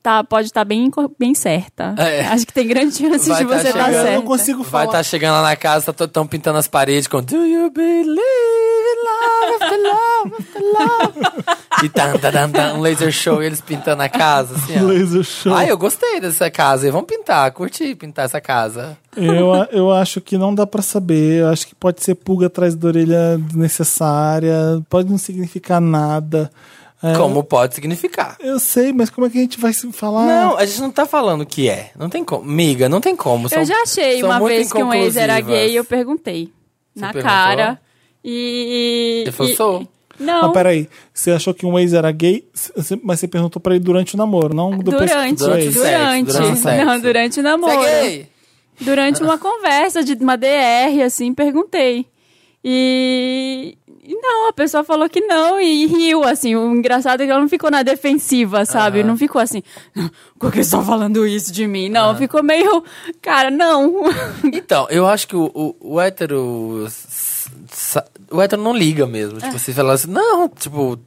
Speaker 2: tá, pode estar bem, inco- bem certa.
Speaker 1: É.
Speaker 2: Acho que tem grande chance
Speaker 1: Vai
Speaker 2: de
Speaker 1: tá
Speaker 2: você estar
Speaker 1: chegando.
Speaker 2: certa.
Speaker 3: Eu não consigo
Speaker 1: Vai
Speaker 3: falar.
Speaker 1: estar tá chegando lá na casa, tá tão pintando as paredes com Do you believe in love after love after love? e tan, tan, tan, tan, um laser show e eles pintando a casa, assim, ó.
Speaker 3: Laser show.
Speaker 1: Ai, eu gostei dessa casa. E Vamos pintar, curti pintar essa casa.
Speaker 3: Eu, a- eu acho que não dá pra saber. Eu acho que pode ser pulga atrás da orelha desnecessária. Pode não significar nada. É,
Speaker 1: Como pode significar?
Speaker 3: Eu sei, mas como é que a gente vai se falar?
Speaker 1: Não, a gente não tá falando que é. Não tem como. Miga, não tem como. São-
Speaker 2: eu já achei
Speaker 1: são
Speaker 2: uma
Speaker 1: muito
Speaker 2: vez que um ex era
Speaker 1: inconclusivas.
Speaker 2: gay e eu perguntei. na
Speaker 1: perguntou?
Speaker 2: cara. E.
Speaker 1: Ele falou,
Speaker 2: e-
Speaker 1: sou.
Speaker 2: Não,
Speaker 3: Mas Ah, peraí, você achou que um ex era gay, c- c- mas você perguntou pra ele durante o namoro, não depois que
Speaker 2: durante.
Speaker 3: ficou
Speaker 1: Durante
Speaker 2: Durante.
Speaker 1: o sexo, durante o sexo.
Speaker 2: Não, durante o
Speaker 1: Você
Speaker 2: namoro.
Speaker 1: é gay?
Speaker 2: durante uma conversa de uma DR, assim, perguntei. E, E Não, a pessoa falou que não e riu, assim. O engraçado é que ela não ficou na defensiva, sabe? Não ficou assim, "Não, por que estão falando isso de mim? Não, ficou meio, cara, não.
Speaker 1: Então, eu acho que o, o, o hétero. s- sa- O hétero não liga mesmo.
Speaker 2: É.
Speaker 1: Tipo, se fala assim, não, tipo,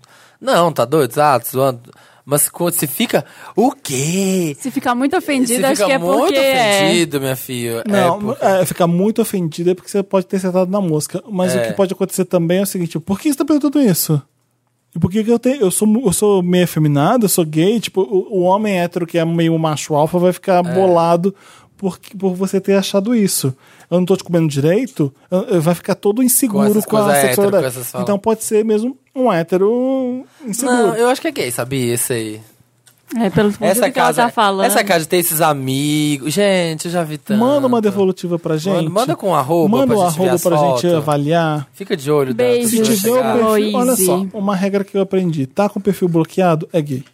Speaker 1: não, tá doido, ah, tá zoando. Mas quando se fica, o quê?
Speaker 2: Se ficar muito ofendido,
Speaker 1: se
Speaker 2: acho
Speaker 1: fica
Speaker 2: que é
Speaker 1: muito
Speaker 2: porque é.
Speaker 1: ofendido, minha filha.
Speaker 3: Não,
Speaker 1: é porque...
Speaker 3: é, ficar muito ofendido é porque você pode ter acertado na mosca. Mas
Speaker 1: É.
Speaker 3: o que pode acontecer também é o seguinte: por que você tá perguntando isso? E por que, que eu tenho. Eu sou, mu- eu sou meio afeminado, eu sou gay. Tipo, o, o homem hétero que é meio macho alfa vai ficar
Speaker 1: É.
Speaker 3: bolado por, por você ter achado isso. Eu não tô te comendo direito, eu- eu- vai ficar todo
Speaker 1: Com
Speaker 3: inseguro
Speaker 1: essas
Speaker 3: com, a
Speaker 1: coisas hétero,
Speaker 3: sexualidade.
Speaker 1: com essas falas.
Speaker 3: então pode ser mesmo um hétero inseguro.
Speaker 1: Não, eu acho que é gay, sabia? Isso aí.
Speaker 2: É, pelo motivo
Speaker 1: Essa
Speaker 2: que ela
Speaker 1: casa, é-
Speaker 2: tá falando.
Speaker 1: essa casa de ter esses amigos. Gente, eu já vi tanto.
Speaker 3: Manda uma devolutiva pra gente.
Speaker 1: manda com arroba
Speaker 3: Manda
Speaker 1: pra
Speaker 3: um
Speaker 1: gente ver
Speaker 3: arroba
Speaker 1: as
Speaker 3: pra gente
Speaker 1: fotos.
Speaker 3: avaliar.
Speaker 1: Fica de olho, Dan,
Speaker 2: Beijos.
Speaker 1: se
Speaker 3: Se
Speaker 1: você
Speaker 3: tiver o
Speaker 1: chegar.
Speaker 2: Beijo.
Speaker 3: é um perfil, olha
Speaker 2: Easy.
Speaker 3: só, uma regra que eu aprendi, tá com o perfil bloqueado, é gay.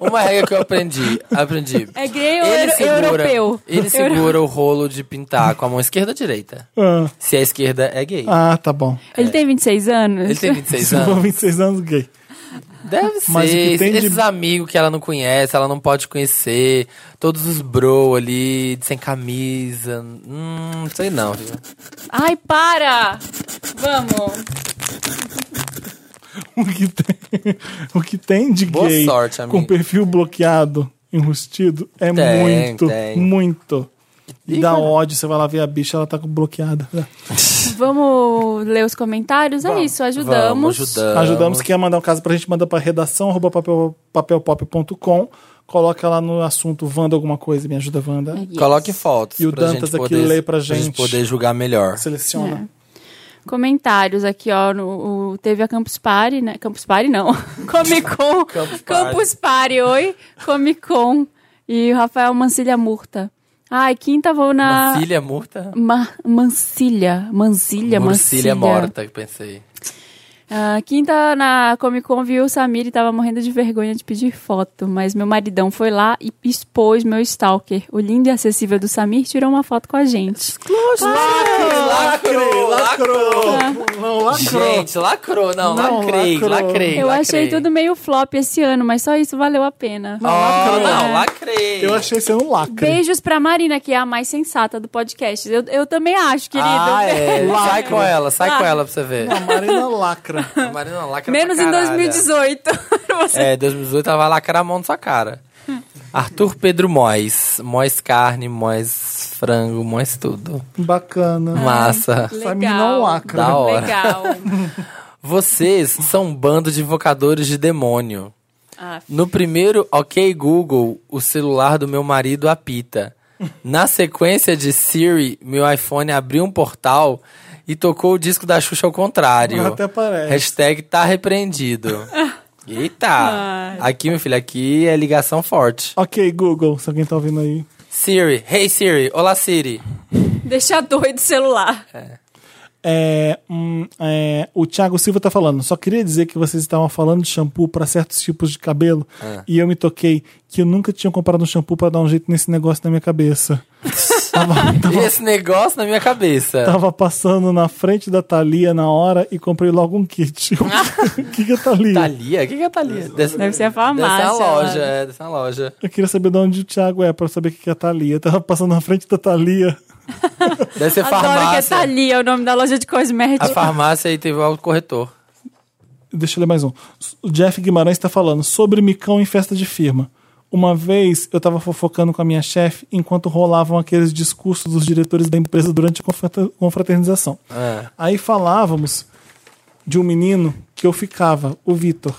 Speaker 1: Uma regra que eu aprendi. Aprendi.
Speaker 2: É gay ou euro- europeu?
Speaker 1: Ele segura o rolo de pintar com a mão esquerda ou direita.
Speaker 3: Ah,
Speaker 1: Se a esquerda é gay.
Speaker 3: ah, tá bom.
Speaker 2: Ele tem 26 anos?
Speaker 1: Ele tem 26
Speaker 3: Se for
Speaker 1: anos.
Speaker 3: 26 anos, gay.
Speaker 1: Deve
Speaker 3: Mas o
Speaker 1: ser.
Speaker 3: que
Speaker 1: Esse-
Speaker 3: tem de-
Speaker 1: Esses amigos que ela não conhece, ela não pode conhecer. Todos os bro ali, sem camisa. Hum, não sei não. viu?
Speaker 2: Ai, para! Vamos!
Speaker 3: O que tem, o que tem de
Speaker 1: Boa
Speaker 3: gay
Speaker 1: sorte, amigo.
Speaker 3: com perfil bloqueado, enrustido, é
Speaker 1: Tem,
Speaker 3: muito,
Speaker 1: tem.
Speaker 3: muito. E
Speaker 1: Ih,
Speaker 3: dá
Speaker 1: cara.
Speaker 3: ódio, você vai lá ver a bicha, ela tá com bloqueada.
Speaker 2: Vamos ler os comentários? é isso, ajudamos.
Speaker 1: Vamos, ajudamos.
Speaker 3: Ajudamos, quer mandar um caso pra gente, manda pra redação, arroba papel, papelpop.com, coloca lá no assunto, Wanda alguma coisa, me ajuda, Wanda.
Speaker 2: Yes.
Speaker 1: Coloque fotos.
Speaker 3: E o
Speaker 1: pra gente
Speaker 3: Dantas aqui
Speaker 1: poder-
Speaker 3: lê pra gente.
Speaker 1: poder julgar melhor.
Speaker 3: Seleciona.
Speaker 2: Comentários aqui, ó. No, o- teve a Campus Party, né? Campus Party não. Comic Con.
Speaker 1: Campus Party.
Speaker 2: Campus Party, oi. Comic Con. E o Rafael Mancilha Murta. Ai, quinta vou na.
Speaker 1: Uma filha morta?
Speaker 2: Ma Mancilha. Mancilha,
Speaker 1: Murcilha
Speaker 2: Mancilha.
Speaker 1: morta, que pensei.
Speaker 2: Ah, quinta na Comic Con viu o Samir e tava morrendo de vergonha de pedir foto, mas meu maridão foi lá e expôs meu stalker. O lindo e acessível do Samir tirou uma foto com a gente.
Speaker 1: Lacrou, lacrou.
Speaker 3: Não,
Speaker 1: Gente, lacrou. Não,
Speaker 3: Não,
Speaker 1: lacrei,
Speaker 3: lacrou.
Speaker 1: lacrei.
Speaker 2: Eu
Speaker 1: lacrei.
Speaker 2: achei tudo meio flop esse ano, mas só isso valeu a pena.
Speaker 1: Oh, não,
Speaker 2: É.
Speaker 1: lacrei.
Speaker 3: Eu achei esse um lacre.
Speaker 2: Beijos pra Marina, que é a mais sensata do podcast. Eu, eu também acho, querido.
Speaker 1: Ah, é. Sai com ela, sai com
Speaker 2: Lacra.
Speaker 1: ela pra você ver.
Speaker 3: A Marina lacra.
Speaker 1: A Marina lacra
Speaker 2: Ah. Menos
Speaker 1: pra
Speaker 2: em
Speaker 1: caralho.
Speaker 2: 2018. Você-
Speaker 1: É, 2018 ela vai lacrar a mão na sua cara. Arthur Pedro Mois. Mois carne, Mois frango, Mois tudo.
Speaker 3: Bacana.
Speaker 1: Massa.
Speaker 3: Samir não lacra.
Speaker 1: Da hora.
Speaker 2: é Legal.
Speaker 1: Vocês são um bando de invocadores de demônio.
Speaker 2: Ah,
Speaker 1: No primeiro OK Google, o celular do meu marido apita. Na sequência de Siri, meu iPhone abriu um portal e tocou o disco da Xuxa ao contrário.
Speaker 3: Até parece.
Speaker 1: Hashtag tá repreendido. Eita! Aqui, meu filho, aqui é ligação forte.
Speaker 3: Ok, Google, se alguém tá ouvindo aí.
Speaker 1: Siri, hey Siri, olá Siri.
Speaker 2: deixa doido o celular.
Speaker 3: É, hum, é, o Thiago Silva tá falando. Só queria dizer que vocês estavam falando de shampoo pra certos tipos de cabelo e eu me toquei que eu nunca tinha comprado um shampoo pra dar um jeito nesse negócio na minha cabeça. tava,
Speaker 1: E
Speaker 3: tava-
Speaker 1: esse negócio na minha cabeça.
Speaker 3: tava passando na frente da Thalia na hora e comprei logo um kit. O que, que é Thalia?
Speaker 1: Thalia? O que que é Thalia? Deve,
Speaker 2: Deve ser a
Speaker 1: Deve ser uma
Speaker 2: farmácia.
Speaker 1: loja,
Speaker 2: mano.
Speaker 1: é, deve ser uma loja.
Speaker 3: Eu queria saber de onde o Thiago é pra eu saber o que, que é Thalia. Eu tava passando na frente da Thalia.
Speaker 1: Deve ser
Speaker 2: Adoro que é
Speaker 1: farmácia.
Speaker 2: Thalia, o nome da loja de
Speaker 1: A
Speaker 2: cosméticos.
Speaker 1: farmácia e teve o corretor.
Speaker 3: Deixa eu ler mais um. O Jeff Guimarães está falando sobre micão em festa de firma. Uma vez eu estava fofocando com a minha chefe enquanto rolavam aqueles discursos dos diretores da empresa durante a confrata- confraternização. Aí falávamos de um menino que eu ficava, o Vitor.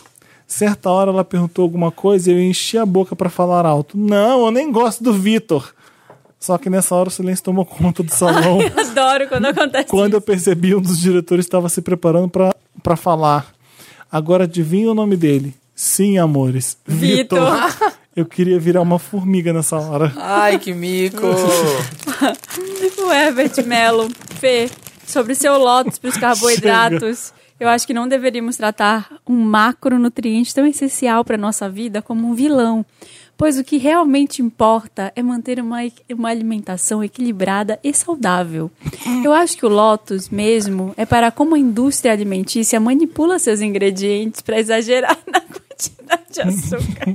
Speaker 3: Certa hora ela perguntou alguma coisa e eu enchi a boca para falar alto. Não, eu nem gosto do Vitor. Só que nessa hora o silêncio tomou conta do salão.
Speaker 2: Adoro quando acontece.
Speaker 3: Quando eu percebi, um dos diretores estava se preparando para falar. Agora adivinha o nome dele. Sim, amores.
Speaker 2: Vitor. Tá
Speaker 3: Eu queria virar uma formiga nessa hora.
Speaker 1: Ai, que mico!
Speaker 2: O Herbert Mello, Fê, sobre seu Lotus para os carboidratos. Eu acho que não deveríamos tratar um macronutriente tão essencial para nossa vida como um vilão, pois o que realmente importa é manter uma, e- uma alimentação equilibrada e saudável. Eu acho que o Lotus mesmo é para como a indústria alimentícia manipula seus ingredientes para exagerar na quantidade de açúcar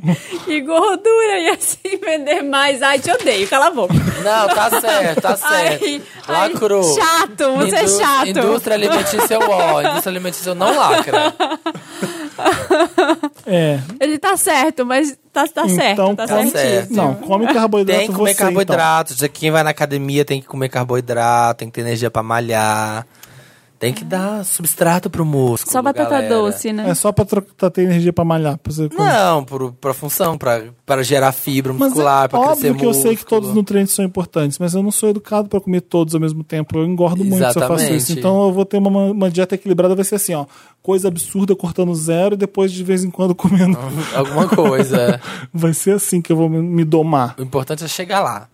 Speaker 2: e gordura e assim vender mais. Ai, te odeio, cala a boca.
Speaker 1: Não, tá certo, tá
Speaker 2: Ai,
Speaker 1: certo.
Speaker 2: ai,
Speaker 1: Lacrou.
Speaker 2: chato, você é
Speaker 1: Indú-
Speaker 2: chato.
Speaker 1: Indústria alimentícia é o ó. Indústria alimentícia não lacra.
Speaker 3: É.
Speaker 2: Ele tá certo, mas tá, tá certo,
Speaker 3: então,
Speaker 2: tá
Speaker 3: come...
Speaker 1: certo.
Speaker 2: certíssimo.
Speaker 3: Não, come carboidrato
Speaker 1: Tem que comer
Speaker 3: você, então.
Speaker 1: carboidrato. Já Quem vai na academia tem que comer carboidrato, tem que ter energia pra malhar. Tem que dar substrato pro músculo.
Speaker 2: Só batata
Speaker 1: galera.
Speaker 2: doce, né?
Speaker 3: Então. É só pra, tro- pra ter energia pra malhar. Pra você comer.
Speaker 1: Não, pro, pra função, pra, pra gerar fibra
Speaker 3: Mas
Speaker 1: muscular,
Speaker 3: é
Speaker 1: pra
Speaker 3: óbvio
Speaker 1: crescer
Speaker 3: que eu sei que
Speaker 1: músculo.
Speaker 3: todos os nutrientes são importantes, mas eu não sou educado pra comer todos ao mesmo tempo. Eu engordo muito se eu faço
Speaker 1: Exatamente.
Speaker 3: isso. Então eu vou ter uma, uma dieta equilibrada, vai ser assim, ó. Coisa absurda cortando zero e depois de vez em quando comendo.
Speaker 1: Alguma coisa.
Speaker 3: Vai ser assim que eu vou me- me domar.
Speaker 1: o importante é chegar lá.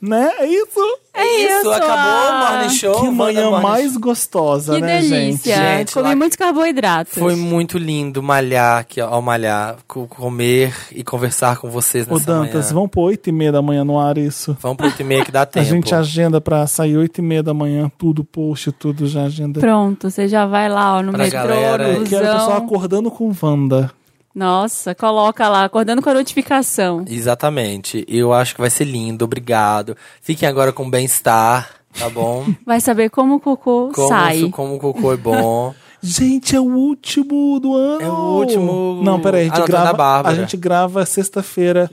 Speaker 3: Né? É isso.
Speaker 2: É isso,
Speaker 1: acabou o
Speaker 2: ah.
Speaker 1: Morning Show.
Speaker 3: que
Speaker 1: Wanda
Speaker 3: manhã
Speaker 1: Morning
Speaker 3: mais gostosa,
Speaker 2: Que
Speaker 3: né,
Speaker 2: delícia.
Speaker 3: gente?
Speaker 1: Gente,
Speaker 2: Comi
Speaker 1: lá-
Speaker 2: muitos carboidratos.
Speaker 1: Foi muito lindo malhar aqui, ó, ao malhar, co- comer e conversar com vocês
Speaker 3: Ô,
Speaker 1: nessa
Speaker 3: Dantas,
Speaker 1: manhã.
Speaker 3: vamos pôr 8 e meia da manhã no ar isso.
Speaker 1: Vamos pro 8 e meia que dá
Speaker 3: A
Speaker 1: tempo.
Speaker 3: gente agenda pra sair 8 e meia da manhã, tudo, post, tudo já agenda.
Speaker 2: Pronto, você já vai lá, ó, no
Speaker 1: Pra
Speaker 2: metrô,
Speaker 1: galera aí.
Speaker 2: no
Speaker 3: Eu quero o pessoal
Speaker 2: busão.
Speaker 3: acordando com Wanda.
Speaker 2: Nossa, coloca lá, acordando com a notificação.
Speaker 1: Exatamente. Eu acho que vai ser lindo, obrigado. Fiquem agora com bem-estar, tá bom?
Speaker 2: Vai saber como o cocô
Speaker 1: Como,
Speaker 2: sai.
Speaker 1: como o cocô é bom.
Speaker 3: Gente, é o último do ano.
Speaker 1: É o último.
Speaker 3: Não, peraí, a gente
Speaker 1: Ah, não, tá da
Speaker 3: grava.
Speaker 1: Bárbara.
Speaker 3: A gente grava sexta-feira.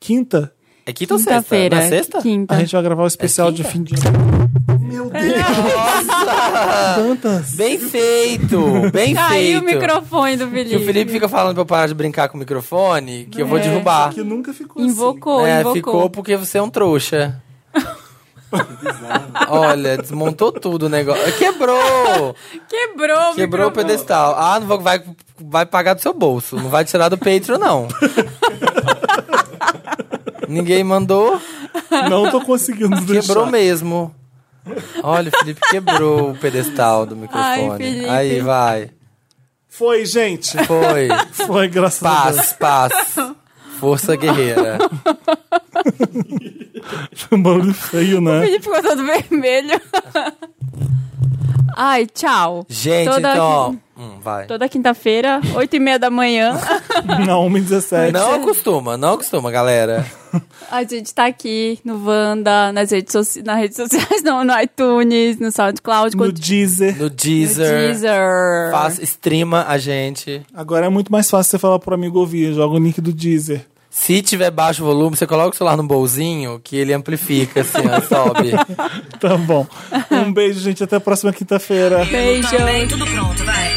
Speaker 3: Quinta?
Speaker 1: É quinta ou sexta?
Speaker 2: Quinta-feira.
Speaker 1: Na sexta?
Speaker 2: Quinta.
Speaker 3: A gente vai
Speaker 1: É
Speaker 3: gravar o especial de fim de ano. Meu Deus! Dantas!
Speaker 1: Bem feito, bem
Speaker 2: Caiu
Speaker 1: feito.
Speaker 2: o microfone do Felipe.
Speaker 1: Que o Felipe fica falando pra eu parar de brincar com o microfone, que eu
Speaker 2: É.
Speaker 1: vou derrubar.
Speaker 3: Que É, nunca ficou assim.
Speaker 2: Invocou,
Speaker 1: É,
Speaker 2: invocou.
Speaker 1: ficou porque você é um trouxa. Olha, desmontou tudo o negócio. Quebrou!
Speaker 2: Quebrou,
Speaker 1: Quebrou
Speaker 2: o
Speaker 1: o
Speaker 2: microfone.
Speaker 1: pedestal. Ah, não vou- vai, vai pagar do seu bolso. Não vai tirar do Patreon, não. Ninguém mandou.
Speaker 3: assim. Não tô conseguindo deixar.
Speaker 1: Quebrou mesmo. Olha, o Felipe quebrou o pedestal do microfone.
Speaker 2: Ai, Felipe.
Speaker 1: Aí, vai.
Speaker 3: Foi, gente.
Speaker 1: Foi.
Speaker 3: Foi, graças a Deus.
Speaker 1: Paz, paz. Força guerreira.
Speaker 3: Foi um barulho feio,
Speaker 2: O
Speaker 3: né?
Speaker 2: Felipe ficou todo vermelho. Ai, tchau.
Speaker 1: Gente,
Speaker 2: Toda-
Speaker 1: então. Hum, vai.
Speaker 2: Toda quinta-feira, oito e meia da manhã,
Speaker 3: Não, 1h17.
Speaker 1: Não acostuma, não acostuma, galera.
Speaker 2: a gente tá aqui no Wanda, nas redes, soci... nas redes sociais, não, no iTunes, no SoundCloud,
Speaker 3: No
Speaker 2: quanto-
Speaker 3: Deezer.
Speaker 1: No Deezer.
Speaker 2: Deezer.
Speaker 1: Faz, streama a gente.
Speaker 3: Agora é muito mais fácil você falar pro amigo ouvir. Joga o link do Deezer.
Speaker 1: Se tiver baixo volume, você coloca o celular no bolzinho que ele amplifica, assim, ó, sobe.
Speaker 3: Tá bom. Um beijo, gente. Até a próxima quinta-feira.
Speaker 2: Beijo.
Speaker 6: Também tudo pronto, vai.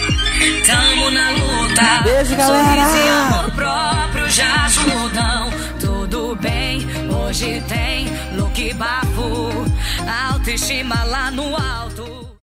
Speaker 6: Tamo na luta.
Speaker 1: Beijo, galera.
Speaker 6: Sorriso e amor próprio já mudam. Tudo bem, hoje tem look bafo. Autoestima lá no alto.